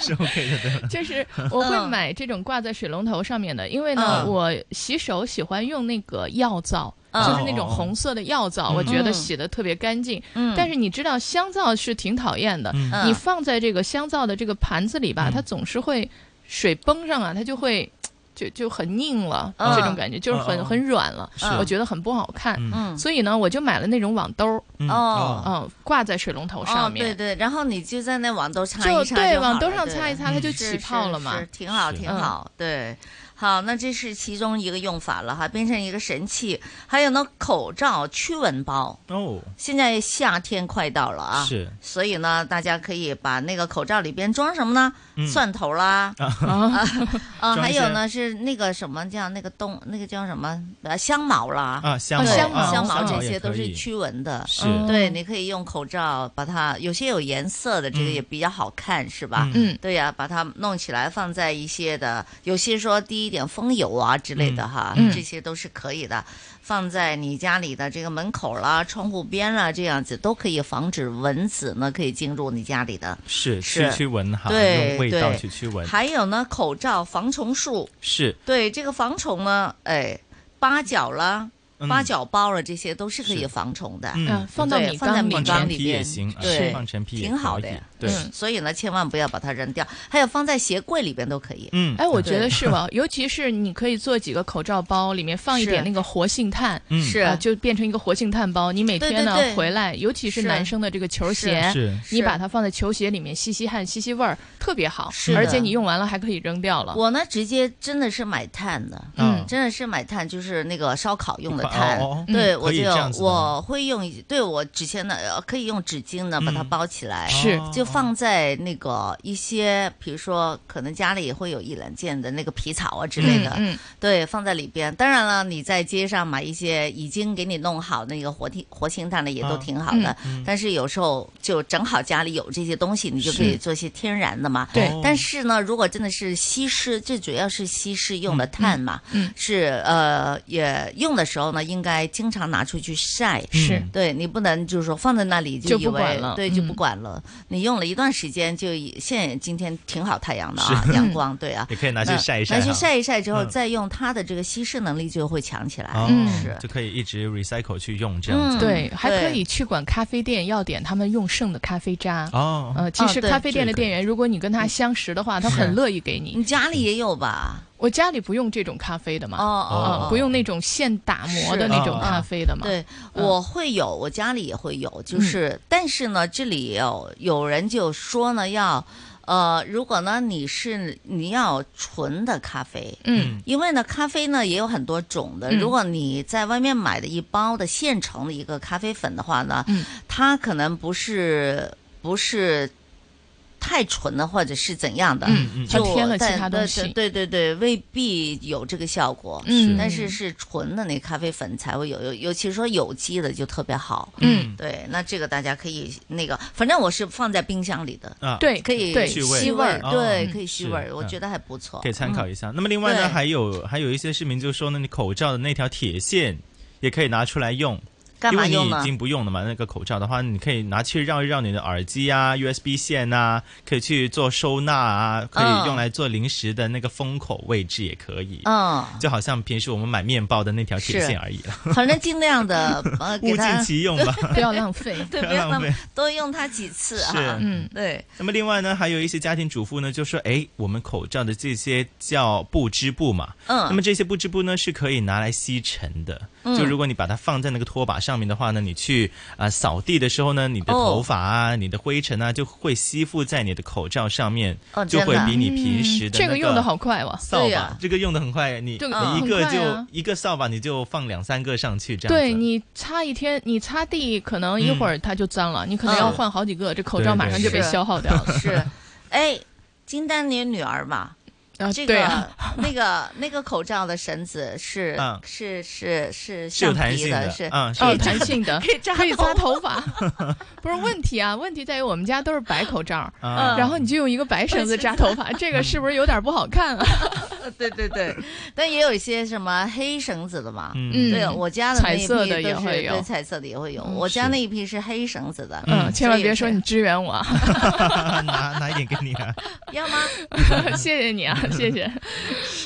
[SPEAKER 7] 是 OK 的，对吧，
[SPEAKER 5] (laughs)
[SPEAKER 6] 就是我会
[SPEAKER 5] 嗯
[SPEAKER 6] 买这种挂在水龙头上面的，因为呢，
[SPEAKER 5] 嗯
[SPEAKER 6] 我洗手喜欢用那个药皂，
[SPEAKER 5] 嗯
[SPEAKER 6] 就是那种红色的药皂，
[SPEAKER 7] 嗯
[SPEAKER 6] 我觉得
[SPEAKER 5] 嗯
[SPEAKER 6] 洗的特别干净。
[SPEAKER 5] 嗯，
[SPEAKER 6] 但是你知道香皂是挺讨厌的，
[SPEAKER 7] 嗯
[SPEAKER 5] 嗯
[SPEAKER 6] 你放在这个香皂的这个盘子里吧，
[SPEAKER 7] 嗯
[SPEAKER 6] 它总是会水崩上啊，它就会就就很硬了，
[SPEAKER 5] 嗯
[SPEAKER 6] 这种感觉就是很、
[SPEAKER 7] 嗯嗯
[SPEAKER 6] 很软了
[SPEAKER 7] 是，
[SPEAKER 6] 我觉得很不好看。
[SPEAKER 7] 嗯
[SPEAKER 5] 嗯，
[SPEAKER 6] 所以呢，我就买了那种网兜儿，
[SPEAKER 7] 嗯
[SPEAKER 5] 哦
[SPEAKER 7] 哦
[SPEAKER 6] 嗯，挂在水龙头
[SPEAKER 5] 哦
[SPEAKER 6] 上，
[SPEAKER 5] 对
[SPEAKER 6] 面，
[SPEAKER 5] 对，然后你就在那网兜擦
[SPEAKER 6] 就
[SPEAKER 5] 一擦
[SPEAKER 6] 对
[SPEAKER 5] 好了
[SPEAKER 6] 往兜上擦一
[SPEAKER 5] 对
[SPEAKER 6] 擦，它
[SPEAKER 7] 嗯
[SPEAKER 6] 就是起泡
[SPEAKER 5] 是
[SPEAKER 6] 了嘛嗯
[SPEAKER 5] 是。挺好，
[SPEAKER 7] 是
[SPEAKER 5] 挺好，对。好，那这是其中一个用法了哈，变成一个神器。还有呢，口罩、驱蚊包，
[SPEAKER 7] 哦，
[SPEAKER 5] 现在夏天快到了啊，
[SPEAKER 7] 是
[SPEAKER 5] 所以呢，大家可以把那个口罩里边装什么呢？
[SPEAKER 7] 嗯
[SPEAKER 5] 蒜头啦，
[SPEAKER 6] 啊，
[SPEAKER 5] 啊，
[SPEAKER 7] (laughs) 装
[SPEAKER 5] 还
[SPEAKER 7] 一些
[SPEAKER 5] 有呢是那个什么叫那个东，那个叫什么呃香茅啦，
[SPEAKER 7] 啊，香
[SPEAKER 6] 哦
[SPEAKER 5] 对
[SPEAKER 6] 香
[SPEAKER 7] 茅
[SPEAKER 6] 茅
[SPEAKER 7] 啊
[SPEAKER 5] 香
[SPEAKER 7] 茅
[SPEAKER 5] 这
[SPEAKER 7] 也
[SPEAKER 5] 些都
[SPEAKER 7] 可
[SPEAKER 5] 是
[SPEAKER 7] 以
[SPEAKER 5] 驱蚊的。
[SPEAKER 7] 是
[SPEAKER 6] 嗯
[SPEAKER 5] 对，你可以用口罩把它，有些有颜色的，这个
[SPEAKER 7] 嗯
[SPEAKER 5] 也比较好看，是吧？
[SPEAKER 7] 嗯
[SPEAKER 6] 嗯，
[SPEAKER 5] 对呀、把它弄起来放在一些的，有些说滴一点风油啊之类的哈，
[SPEAKER 6] 嗯
[SPEAKER 5] 这些都是可以的，放在你家里的这个门口啦、窗户边啦，这样子都可以防止蚊子呢可以进入你家里的。
[SPEAKER 7] 是
[SPEAKER 5] 是
[SPEAKER 7] 去驱蚊哈，
[SPEAKER 5] 对
[SPEAKER 7] 用味道
[SPEAKER 5] 对
[SPEAKER 7] 去驱蚊
[SPEAKER 5] 还有呢，口罩防虫术，
[SPEAKER 7] 是
[SPEAKER 5] 对这个防虫呢，哎，八角啦、
[SPEAKER 7] 嗯
[SPEAKER 5] 八角包啊了，这些都是可以
[SPEAKER 7] 是
[SPEAKER 5] 防虫的。
[SPEAKER 6] 嗯，
[SPEAKER 7] 嗯，
[SPEAKER 6] 放到
[SPEAKER 5] 对
[SPEAKER 6] 米
[SPEAKER 5] 放在
[SPEAKER 6] 缸
[SPEAKER 5] 米
[SPEAKER 6] 里
[SPEAKER 7] 放
[SPEAKER 6] 面
[SPEAKER 5] 缸
[SPEAKER 7] 陈
[SPEAKER 5] 里
[SPEAKER 7] 皮也
[SPEAKER 5] 边
[SPEAKER 7] 行，啊
[SPEAKER 5] 对
[SPEAKER 7] 放陈皮也
[SPEAKER 5] 挺好
[SPEAKER 7] 可
[SPEAKER 5] 的
[SPEAKER 7] 以
[SPEAKER 5] 呀
[SPEAKER 7] 对，
[SPEAKER 6] 嗯
[SPEAKER 5] 所以呢，千万不要把它扔掉。还有放在鞋柜里边都可以。
[SPEAKER 7] 嗯，
[SPEAKER 6] 哎，我觉得
[SPEAKER 7] (laughs)
[SPEAKER 6] 是吧？尤其是你可以做几个口罩包，里面放一
[SPEAKER 5] 是
[SPEAKER 6] 点那个活性炭，
[SPEAKER 7] 嗯
[SPEAKER 5] 是
[SPEAKER 6] 啊，就变成一个活性炭包。你每
[SPEAKER 5] 对
[SPEAKER 6] 天呢
[SPEAKER 5] 对对
[SPEAKER 6] 回来，尤其是
[SPEAKER 5] 是
[SPEAKER 6] 男生的这个球鞋，
[SPEAKER 7] 是
[SPEAKER 6] 你把它放在球鞋里面吸吸汗、吸吸味儿，特别好。
[SPEAKER 5] 是的
[SPEAKER 6] 而且你用完了还可以扔掉了。
[SPEAKER 5] 我呢，直接真的是买炭的，
[SPEAKER 6] 嗯
[SPEAKER 7] 啊
[SPEAKER 5] 真的是买炭，就是那个烧烤用的
[SPEAKER 7] 哦
[SPEAKER 5] 炭。
[SPEAKER 7] 哦哦
[SPEAKER 5] 对，
[SPEAKER 7] 嗯
[SPEAKER 5] 我
[SPEAKER 7] 可以
[SPEAKER 5] 就
[SPEAKER 7] 这样子的
[SPEAKER 5] 我会用一，对我之前的呃可以用纸巾呢把它
[SPEAKER 7] 嗯
[SPEAKER 5] 包起来，
[SPEAKER 6] 是
[SPEAKER 5] 就
[SPEAKER 7] 哦
[SPEAKER 5] 放在那个一些，比如说可能家里也会有一两件的那个皮草啊之类的，
[SPEAKER 6] 嗯，
[SPEAKER 5] 对，放在里边。当然了，你在街上买一些已经给你弄好那个活体活性炭的，也都
[SPEAKER 7] 啊
[SPEAKER 5] 挺好的。
[SPEAKER 7] 嗯
[SPEAKER 5] 但是有时候就正好家里有这些东西，你就可以
[SPEAKER 6] 是
[SPEAKER 5] 做一些天然的嘛。
[SPEAKER 6] 对
[SPEAKER 7] 哦
[SPEAKER 5] 但是呢，如果真的是稀释，最主要是稀释用的碳嘛，
[SPEAKER 6] 嗯嗯
[SPEAKER 5] 是呃，也用的时候呢，应该经常拿出去晒。
[SPEAKER 6] 嗯是
[SPEAKER 7] 嗯
[SPEAKER 5] 对你不能就是说放在那里
[SPEAKER 6] 就
[SPEAKER 5] 以
[SPEAKER 6] 不管
[SPEAKER 5] 为
[SPEAKER 6] 了
[SPEAKER 5] 对就不
[SPEAKER 6] 嗯
[SPEAKER 5] 管了，你用了一段时间就以现在今天挺好太阳的啊，
[SPEAKER 6] 嗯
[SPEAKER 5] 阳光对啊，
[SPEAKER 7] 也可以拿去
[SPEAKER 5] 那
[SPEAKER 7] 晒一晒
[SPEAKER 5] 拿
[SPEAKER 7] 哈，
[SPEAKER 5] 去晒一晒之后，
[SPEAKER 7] 嗯
[SPEAKER 5] 再用它的这个稀释能力就会强起来。
[SPEAKER 7] 哦
[SPEAKER 6] 嗯
[SPEAKER 5] 是
[SPEAKER 7] 就可以一直 recycle 去用这样
[SPEAKER 5] 嗯
[SPEAKER 7] 子
[SPEAKER 6] 对，还可
[SPEAKER 5] 对
[SPEAKER 6] 以去管咖啡店要点他们用剩的咖啡渣。
[SPEAKER 7] 哦
[SPEAKER 6] 呃，其
[SPEAKER 5] 哦
[SPEAKER 6] 实
[SPEAKER 5] 对
[SPEAKER 6] 咖啡店的
[SPEAKER 7] 这个嗯
[SPEAKER 6] 店员，如果你跟他相识的话，他
[SPEAKER 5] 是
[SPEAKER 6] 很乐意给你。
[SPEAKER 5] 你家里也有吧？
[SPEAKER 6] 我家里不用这种咖啡的
[SPEAKER 5] 哦
[SPEAKER 6] 嘛，
[SPEAKER 5] 哦
[SPEAKER 6] 呃，
[SPEAKER 5] 哦，
[SPEAKER 6] 不用那种现打磨的
[SPEAKER 5] 是
[SPEAKER 6] 那种
[SPEAKER 7] 啊
[SPEAKER 6] 咖啡的嘛。
[SPEAKER 5] 对，
[SPEAKER 6] 嗯
[SPEAKER 5] 我会有，我家里也会有，就是，但是呢，这里有有人就说呢，要，呃，如果呢你是你要纯的咖啡，
[SPEAKER 6] 嗯，
[SPEAKER 5] 因为呢咖啡呢也有很多种的，
[SPEAKER 6] 嗯
[SPEAKER 5] 如果你在外面买的一包的现成的一个咖啡粉的话呢，
[SPEAKER 6] 嗯
[SPEAKER 5] 它可能不是不是太纯的，或者是怎样的，
[SPEAKER 6] 嗯
[SPEAKER 7] 嗯
[SPEAKER 6] 它
[SPEAKER 5] 就
[SPEAKER 6] 添了其
[SPEAKER 5] 但
[SPEAKER 6] 他
[SPEAKER 5] 对
[SPEAKER 6] 东西。
[SPEAKER 5] 对对对，未必有这个效果。
[SPEAKER 6] 嗯，
[SPEAKER 5] 但是是纯的那咖啡粉才会有，尤尤其说有机的就特别好。
[SPEAKER 6] 嗯
[SPEAKER 5] 对，那这个大家可以那个，反正我是放在冰箱里的，
[SPEAKER 7] 啊，
[SPEAKER 6] 对，
[SPEAKER 5] 可以
[SPEAKER 6] 对
[SPEAKER 7] 去味
[SPEAKER 5] 吸味儿，
[SPEAKER 7] 哦
[SPEAKER 5] 对，
[SPEAKER 6] 嗯
[SPEAKER 5] 可以吸
[SPEAKER 7] 是
[SPEAKER 5] 味儿，我
[SPEAKER 7] 嗯
[SPEAKER 5] 觉得还不错，
[SPEAKER 7] 可以参考
[SPEAKER 5] 嗯。
[SPEAKER 7] 一下。那么另外呢，
[SPEAKER 5] 对
[SPEAKER 7] 还有还有一些市民就说呢，你口罩的那条铁线也可以拿出来用，
[SPEAKER 5] 干
[SPEAKER 7] 因
[SPEAKER 5] 嘛
[SPEAKER 7] 为
[SPEAKER 5] 用
[SPEAKER 7] 你已
[SPEAKER 5] 呢？
[SPEAKER 7] 经不用了嘛。那个口罩的话，你可以拿去绕一绕你的耳机啊、USB 线啊，可以去做收纳啊，可以用来做临时的那个封口位置也可以。
[SPEAKER 5] 嗯，
[SPEAKER 7] 就好像平时我们买面包的那条铁
[SPEAKER 5] 是
[SPEAKER 7] 线而已了，
[SPEAKER 5] 反正尽量
[SPEAKER 7] (laughs)
[SPEAKER 5] 的呃，给
[SPEAKER 7] 物尽
[SPEAKER 5] 它
[SPEAKER 7] 其用吧，
[SPEAKER 6] 不要浪费。
[SPEAKER 5] (laughs) 对，
[SPEAKER 7] 不
[SPEAKER 5] 不
[SPEAKER 7] 要
[SPEAKER 5] 要那
[SPEAKER 7] 浪
[SPEAKER 5] 么
[SPEAKER 7] 费。
[SPEAKER 5] 多用它几次啊
[SPEAKER 7] 是。
[SPEAKER 6] 嗯，
[SPEAKER 5] 对，
[SPEAKER 7] 那么另外呢，还有一些家庭主妇呢，就说，哎，我们口罩的这些叫布织布嘛，那
[SPEAKER 5] 嗯
[SPEAKER 7] 么这些布织布呢是可以拿来吸尘的，
[SPEAKER 5] 嗯
[SPEAKER 7] 就如果你把它放在那个拖把上面的话呢，你去啊、呃扫地的时候呢，你的
[SPEAKER 5] 哦
[SPEAKER 7] 头发啊、你的灰尘啊就会吸附在你的口罩上面，
[SPEAKER 5] 哦
[SPEAKER 7] 就
[SPEAKER 5] 真
[SPEAKER 7] 会
[SPEAKER 5] 的啊
[SPEAKER 7] 比你平时的、那
[SPEAKER 6] 嗯这个用的好快啊哇。
[SPEAKER 7] 扫
[SPEAKER 5] 对
[SPEAKER 7] 把、
[SPEAKER 5] 呀
[SPEAKER 7] 这个用的很快，你
[SPEAKER 6] 这
[SPEAKER 7] 你
[SPEAKER 6] 个
[SPEAKER 7] 一
[SPEAKER 6] 很
[SPEAKER 7] 个
[SPEAKER 6] 快
[SPEAKER 7] 就、
[SPEAKER 6] 啊
[SPEAKER 7] 一个扫把你就放两三个上去这样子。嗯
[SPEAKER 6] 对你擦一天，你擦地可能一会儿它就脏了，你可能要
[SPEAKER 5] 嗯
[SPEAKER 6] 换好几个，这口罩
[SPEAKER 7] 对
[SPEAKER 6] 马上就被
[SPEAKER 5] 是
[SPEAKER 6] 消耗掉了。
[SPEAKER 7] (laughs)
[SPEAKER 5] 是，哎，金丹你女儿嘛，
[SPEAKER 6] 啊，
[SPEAKER 5] 这
[SPEAKER 6] 对
[SPEAKER 5] 个、
[SPEAKER 6] 啊，
[SPEAKER 5] 那个那个口罩的绳子是、
[SPEAKER 7] 嗯
[SPEAKER 5] 是是 (laughs) 是
[SPEAKER 7] 是有
[SPEAKER 5] 橡
[SPEAKER 7] 弹
[SPEAKER 5] 皮
[SPEAKER 7] 性的，
[SPEAKER 5] 是
[SPEAKER 7] 嗯，是
[SPEAKER 6] 哦，
[SPEAKER 7] 有弹
[SPEAKER 6] 弹性的
[SPEAKER 5] 可以扎
[SPEAKER 6] 可以
[SPEAKER 5] 头
[SPEAKER 6] 扎头发，
[SPEAKER 7] (laughs)
[SPEAKER 6] 不是问题啊，问题在于我们家都是白口罩。
[SPEAKER 7] 啊嗯 (laughs)
[SPEAKER 6] 然后你就用一个白绳子扎头发，这个是不是有点不好看啊？
[SPEAKER 5] 对对对，但也有一些什么黑绳子的嘛，
[SPEAKER 7] 嗯
[SPEAKER 6] 嗯，
[SPEAKER 5] 对我家的那一批
[SPEAKER 6] 彩色的
[SPEAKER 5] 都
[SPEAKER 6] 也
[SPEAKER 5] 是
[SPEAKER 6] 会有
[SPEAKER 5] 对彩色的也会有。
[SPEAKER 6] 嗯
[SPEAKER 5] 我家
[SPEAKER 7] 是
[SPEAKER 5] 那一批是黑绳子的，
[SPEAKER 6] 嗯，千万别
[SPEAKER 5] 所
[SPEAKER 6] 说
[SPEAKER 5] 以也
[SPEAKER 6] 你支援我，啊，
[SPEAKER 7] (laughs) 拿拿一点给你啊，
[SPEAKER 5] 是要吗？
[SPEAKER 6] (laughs) 谢谢你啊，谢谢。嗯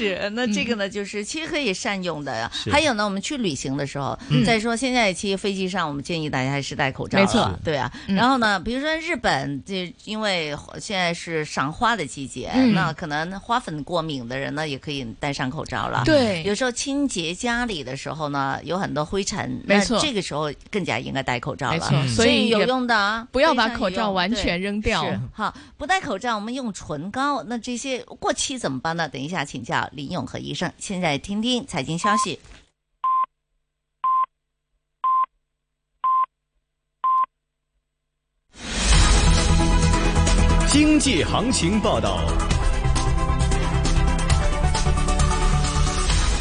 [SPEAKER 5] 是，那这个呢，就是其实可以善用的。
[SPEAKER 7] 是
[SPEAKER 5] 还有呢，我们去旅行的时候，再说现在其实飞机上，我们建议大家还是戴口罩了，
[SPEAKER 6] 没错
[SPEAKER 5] 对啊。
[SPEAKER 6] 嗯
[SPEAKER 5] 然后呢，比如说日本，这因为呃现在是赏花的季节，
[SPEAKER 6] 嗯
[SPEAKER 5] 那可能花粉过敏的人呢，也可以戴上口罩了。有
[SPEAKER 6] 对，
[SPEAKER 5] 时候清洁家里的时候呢，有很多灰尘，
[SPEAKER 6] 没
[SPEAKER 5] 那
[SPEAKER 6] 错
[SPEAKER 5] 这个时候更加应该戴口罩
[SPEAKER 6] 没
[SPEAKER 5] 了。
[SPEAKER 6] 错，
[SPEAKER 7] 嗯
[SPEAKER 5] 所
[SPEAKER 6] 所
[SPEAKER 5] 以
[SPEAKER 6] 以
[SPEAKER 5] 有
[SPEAKER 6] 也
[SPEAKER 5] 用的啊，
[SPEAKER 6] 不要
[SPEAKER 5] 非
[SPEAKER 6] 把
[SPEAKER 5] 常
[SPEAKER 6] 口
[SPEAKER 5] 有
[SPEAKER 6] 罩
[SPEAKER 5] 用
[SPEAKER 6] 完
[SPEAKER 5] 对
[SPEAKER 6] 全扔掉。
[SPEAKER 5] 是好，不戴口罩，我们用唇膏。那这些过期怎么办呢？等一下请教林永和医生。现在听听财经消息。
[SPEAKER 3] 经济行情报道。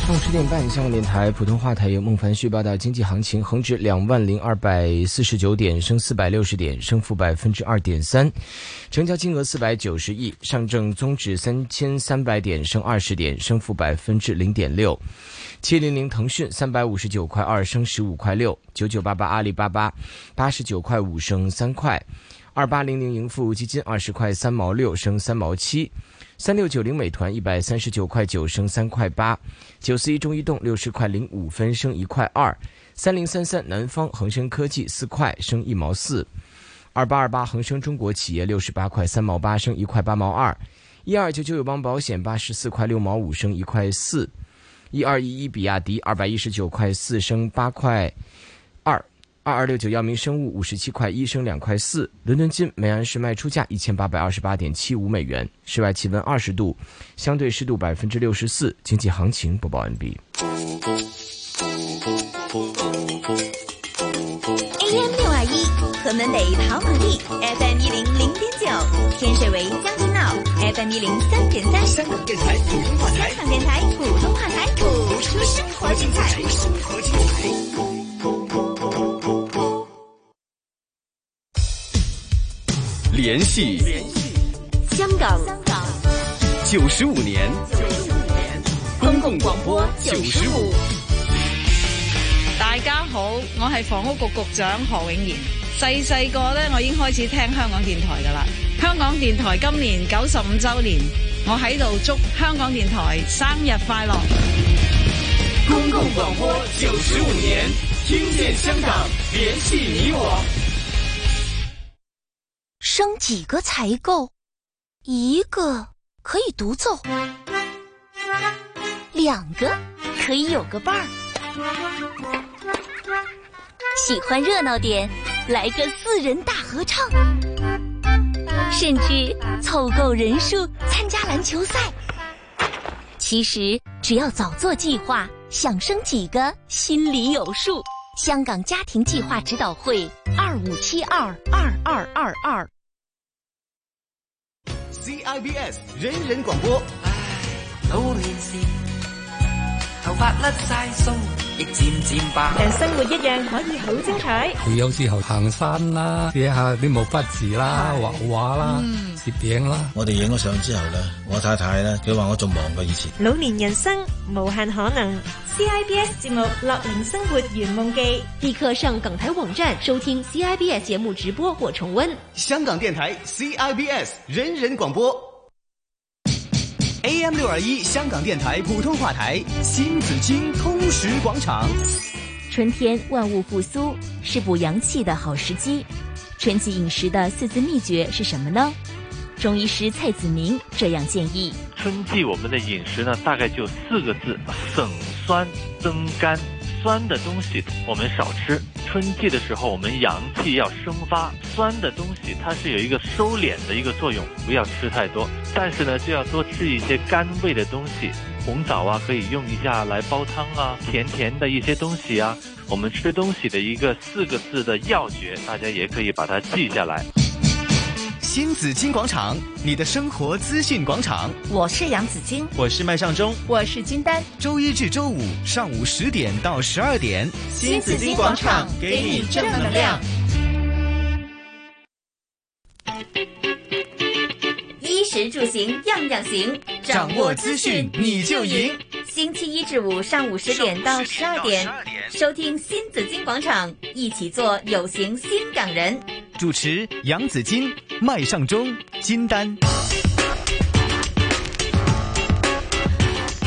[SPEAKER 9] 上午十点半，香港电台普通话台由孟凡旭报道经济行情：恒指两万零二百四十九点，升四百六十点，升幅百分之二点三，成交金额四百九十亿；上证综指三千三百点，升二十点，升幅百分之零点六。七零零腾讯三百五十九块二升十五块六，九九八八阿里巴巴八十九块五升三块，二八零零盈富基金二十块三毛六升三毛七，三六九零美团一百三十九块九升三块八，九四一中移动六十块零五分升一块二，三零三三南方恒生科技四块升一毛四，二八二八恒生中国企业六十八块三毛八升一块八毛二，一二九九友邦保险八十四块六毛五升一块四。一二一一，比亚迪二百一十九块四升八块二，二二六九药明生物五十七块一升两块四，伦敦金每安士卖出价一千八百二十八点七五美元，室外气温二十度，相对湿度百分之六十四，经济行情播报完毕。
[SPEAKER 4] AM 六二一，河门北跑马地，FM 一零零点九，天水围将军澳，FM 一零三点三。香港电台普通话台，香港电台普通话台，谱出生活精彩。
[SPEAKER 3] 联系
[SPEAKER 4] 香港
[SPEAKER 3] 九十五年，公共广播九十五。
[SPEAKER 10] 大家好，我系房屋局局長何永賢。細細個呢，我已經開始聽香港電台噶啦。香港電台今年九十五週年，我喺度祝香港電台生日快樂。
[SPEAKER 3] 公共广播九十五年，听见香港，联系你我。
[SPEAKER 11] 生几个才够？一个可以独奏，两个可以有个伴儿。喜欢热闹点，来个四人大合唱，甚至凑够人数参加篮球赛。其实只要早做计划，想生几个心里有数。香港家庭计划指导会二五七二二二二二。
[SPEAKER 3] CIBS 人人广播，
[SPEAKER 8] 老年時，頭髮甩晒鬚，亦漸漸白。
[SPEAKER 12] 哎
[SPEAKER 13] 退休之後行山啦，寫下啲毛筆字啦，畫畫啦，攝影啦。
[SPEAKER 14] 我哋影咗相之後咧，我太太咧，佢話我仲忙過以前。
[SPEAKER 11] 老年人生
[SPEAKER 7] 嗯
[SPEAKER 11] 无限可能。CIBS 节目《乐龄生活圆梦记》，立刻上港台网站收听 CIBS 节目直播或重温。
[SPEAKER 3] 香港电台 CIBS 人人广播。AM 六二一，香港电台普通话台，新紫金通识广场。
[SPEAKER 11] 春天万物复苏是补阳气的好时机。春季饮食的四字秘诀是什么呢？中医师蔡子明这样建议：
[SPEAKER 13] 春季我们的饮食呢，大概就四个字：省酸增甘。酸的东西我们少吃。春季的时候，我们阳气要生发，酸的东西它是有一个收敛的一个作用，不要吃太多。但是呢，就要多吃一些甘味的东西，红枣啊，可以用一下来煲汤啊，甜甜的一些东西啊。我们吃东西的一个四个字的要诀，大家也可以把它记下来。
[SPEAKER 3] 新紫金广场，你的生活资讯广场，
[SPEAKER 5] 我是杨紫金，
[SPEAKER 7] 我是麦尚中，
[SPEAKER 5] 我是金丹。
[SPEAKER 3] 周一至周五上午十点到十二点，
[SPEAKER 7] 新
[SPEAKER 5] 紫金广场给你正能量。
[SPEAKER 11] 衣食住行样样行，
[SPEAKER 3] 掌握资讯你就赢。
[SPEAKER 15] 星期一至五上午十点到十二点，收听新紫金广场，一起做有型新港人。
[SPEAKER 3] 主持杨紫金、麦尚中、金丹。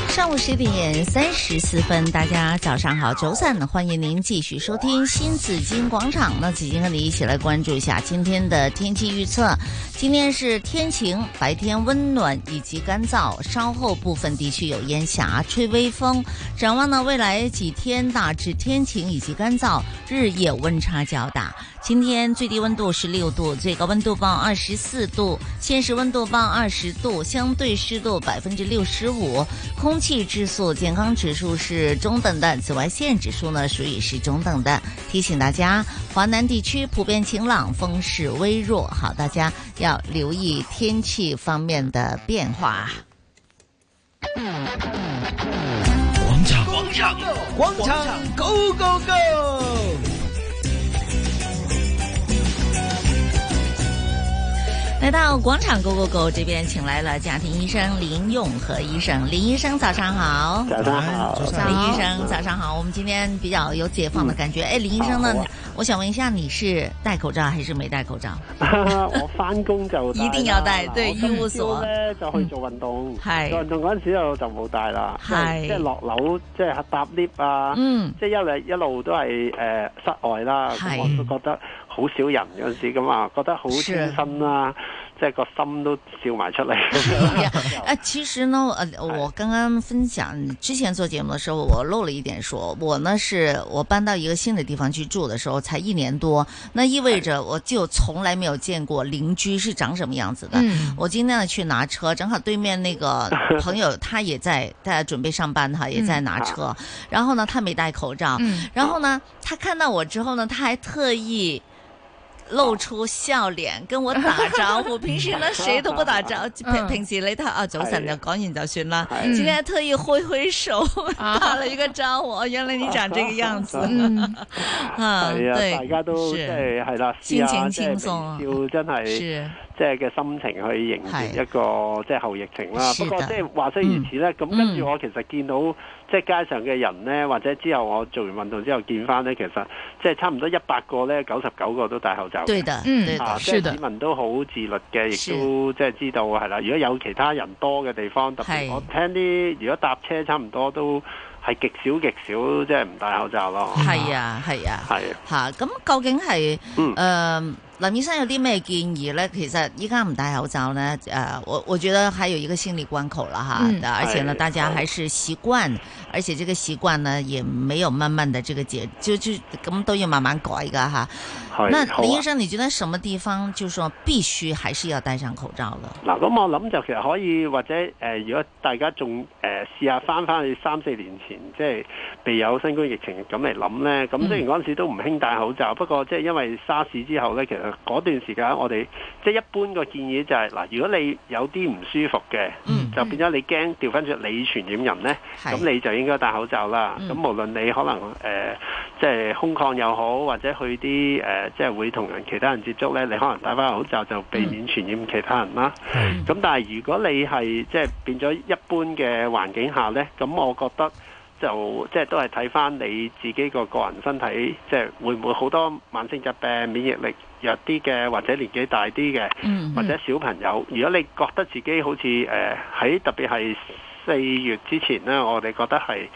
[SPEAKER 5] 上午十点三十四分，大家早上好，周三呢，欢迎您继续收听新紫金广场。那紫金和你一起来关注一下今天的天气预测。今天是天晴，白天温暖以及干燥，稍后部分地区有烟霞，吹微风。展望呢，未来几天大致天晴以及干燥，日夜温差较大。今天最低温度十六度，最高温度报二十四度，现实温度报二十度，相对湿度百分之六十五，空气质素健康指数是中等的，紫外线指数呢属于是中等的。提醒大家，华南地区普遍晴朗，风势微弱。好，大家要留意天气方面的变化。
[SPEAKER 3] 广场，广场，广场，Go Go Go！
[SPEAKER 5] 来到广场 Go Go Go 这边，请来了家庭医生林永和医生。林医生，早上好。
[SPEAKER 16] 早上好
[SPEAKER 5] 早
[SPEAKER 16] 早
[SPEAKER 5] 林医生，早上好。我们今天比较有解放的感觉。哎，林医生呢
[SPEAKER 16] 好啊？
[SPEAKER 5] 我想问一下，你是戴口罩还是没戴口 (laughs) 罩？
[SPEAKER 16] 我翻工就戴啦
[SPEAKER 5] (laughs) 一定要戴啊對
[SPEAKER 16] 我今
[SPEAKER 5] 醫護所嗯
[SPEAKER 16] 朝咧就去做運動，
[SPEAKER 5] 係
[SPEAKER 16] 做運動嗰陣時就就冇戴啦，即
[SPEAKER 5] 係
[SPEAKER 16] 係即係落樓即係搭 lift 啊，
[SPEAKER 5] 嗯
[SPEAKER 16] 即係一嚟一路都係誒、呃室外啦，咁
[SPEAKER 5] 係
[SPEAKER 16] 我都覺得好少人嗰陣時咁啊，覺得好天真啦，即係個心都笑埋出嚟。
[SPEAKER 17] (laughs)
[SPEAKER 5] 哎，其实呢，呃，我刚刚分享之前做节目的时候，我漏了一点说，我呢是我搬到一个新的地方去住的时候，才一年多，那意味着我就从来没有见过邻居是长什么样子的。
[SPEAKER 17] 嗯
[SPEAKER 5] 我今天呢去拿车，正好对面那个朋友他也在，他准备上班哈，也在拿车，然后呢他没戴口罩，
[SPEAKER 17] 嗯
[SPEAKER 5] 然后呢他看到我之后呢，他还特意。露出笑脸跟我打
[SPEAKER 17] (laughs)
[SPEAKER 5] 招呼，平时呢谁都不打招呼，
[SPEAKER 11] 嗯
[SPEAKER 5] 平平時你睇啊早晨就講完就算啦，
[SPEAKER 4] 嗯
[SPEAKER 17] 係
[SPEAKER 5] 今天特意揮揮手打了一個招呼，哦原來你長這個樣子，
[SPEAKER 17] 嗯
[SPEAKER 5] 啊
[SPEAKER 16] 係
[SPEAKER 5] 對
[SPEAKER 16] 啊，大家都
[SPEAKER 5] 是
[SPEAKER 16] 即係係啦，
[SPEAKER 5] 心
[SPEAKER 16] 試
[SPEAKER 5] 情
[SPEAKER 16] 下即係
[SPEAKER 5] 輕鬆啊
[SPEAKER 16] 微笑真係
[SPEAKER 5] 是
[SPEAKER 16] 即係嘅心情去迎
[SPEAKER 5] 係
[SPEAKER 16] 接一個即係後疫情啦。
[SPEAKER 5] 是
[SPEAKER 16] 不過
[SPEAKER 5] 的嗯
[SPEAKER 16] 即係話雖如此咧，咁跟住我其實見到即係街上嘅人咧，或者之後我做完運動之後見翻咧，其實即係差唔多一百個咧，九十九個都戴口罩嘅。
[SPEAKER 5] 對的嗯對的
[SPEAKER 16] 啊即
[SPEAKER 5] 是
[SPEAKER 16] 係
[SPEAKER 5] 的
[SPEAKER 16] 市民都好自律嘅，亦都即係知道係啦。如果有其他人多嘅地方，特別
[SPEAKER 5] 係
[SPEAKER 16] 我聽啲如果搭車差唔多都係極少極少，即係唔戴口罩咯。
[SPEAKER 5] 係啊係啊，
[SPEAKER 16] 係啊。
[SPEAKER 5] 吓咁究竟係誒林醫生有啲咩建議咧？其實依家唔戴口罩咧，誒、我我覺得還有一個心理關口了哈，啊
[SPEAKER 17] 嗯
[SPEAKER 5] 而且呢，
[SPEAKER 17] 哎
[SPEAKER 5] 大家還是習慣，而且這個習慣呢也沒有慢慢的這個解，就就咁都要慢慢改噶哈。
[SPEAKER 16] 係
[SPEAKER 5] 那
[SPEAKER 16] 好啊
[SPEAKER 5] 林醫生，你覺得什麼地方就說必須還是要戴上口罩了？
[SPEAKER 16] 嗱，咁我諗就其實可以或者誒、呃如果大家仲誒試下翻翻去三四年前，即係未有新冠疫情咁嚟諗咧，咁雖然嗰陣時都唔興戴口罩，不過即係因為沙士之後咧，其實嗰段時間我哋即係一般個建議就係、嗱，如果你有啲唔舒服嘅，就變咗你驚調翻轉你傳染人咧，
[SPEAKER 5] 係
[SPEAKER 16] 咁你就應該戴口罩啦。咁、無論你可能誒、呃即係空曠又好，或者去啲誒、呃即係會同人其他人接觸咧，你可能戴翻口罩就避免傳染其他人啦。咁但係如果你係即係變咗一般嘅環境下呢，咁我覺得就即係都係睇翻你自己個個人身體，即係會唔會好多慢性疾病、免疫力弱啲嘅，或者年紀大啲嘅，
[SPEAKER 5] 嗯
[SPEAKER 16] 或者小朋友，如果你覺得自己好似誒喺特別係四月之前呢，我哋覺得係。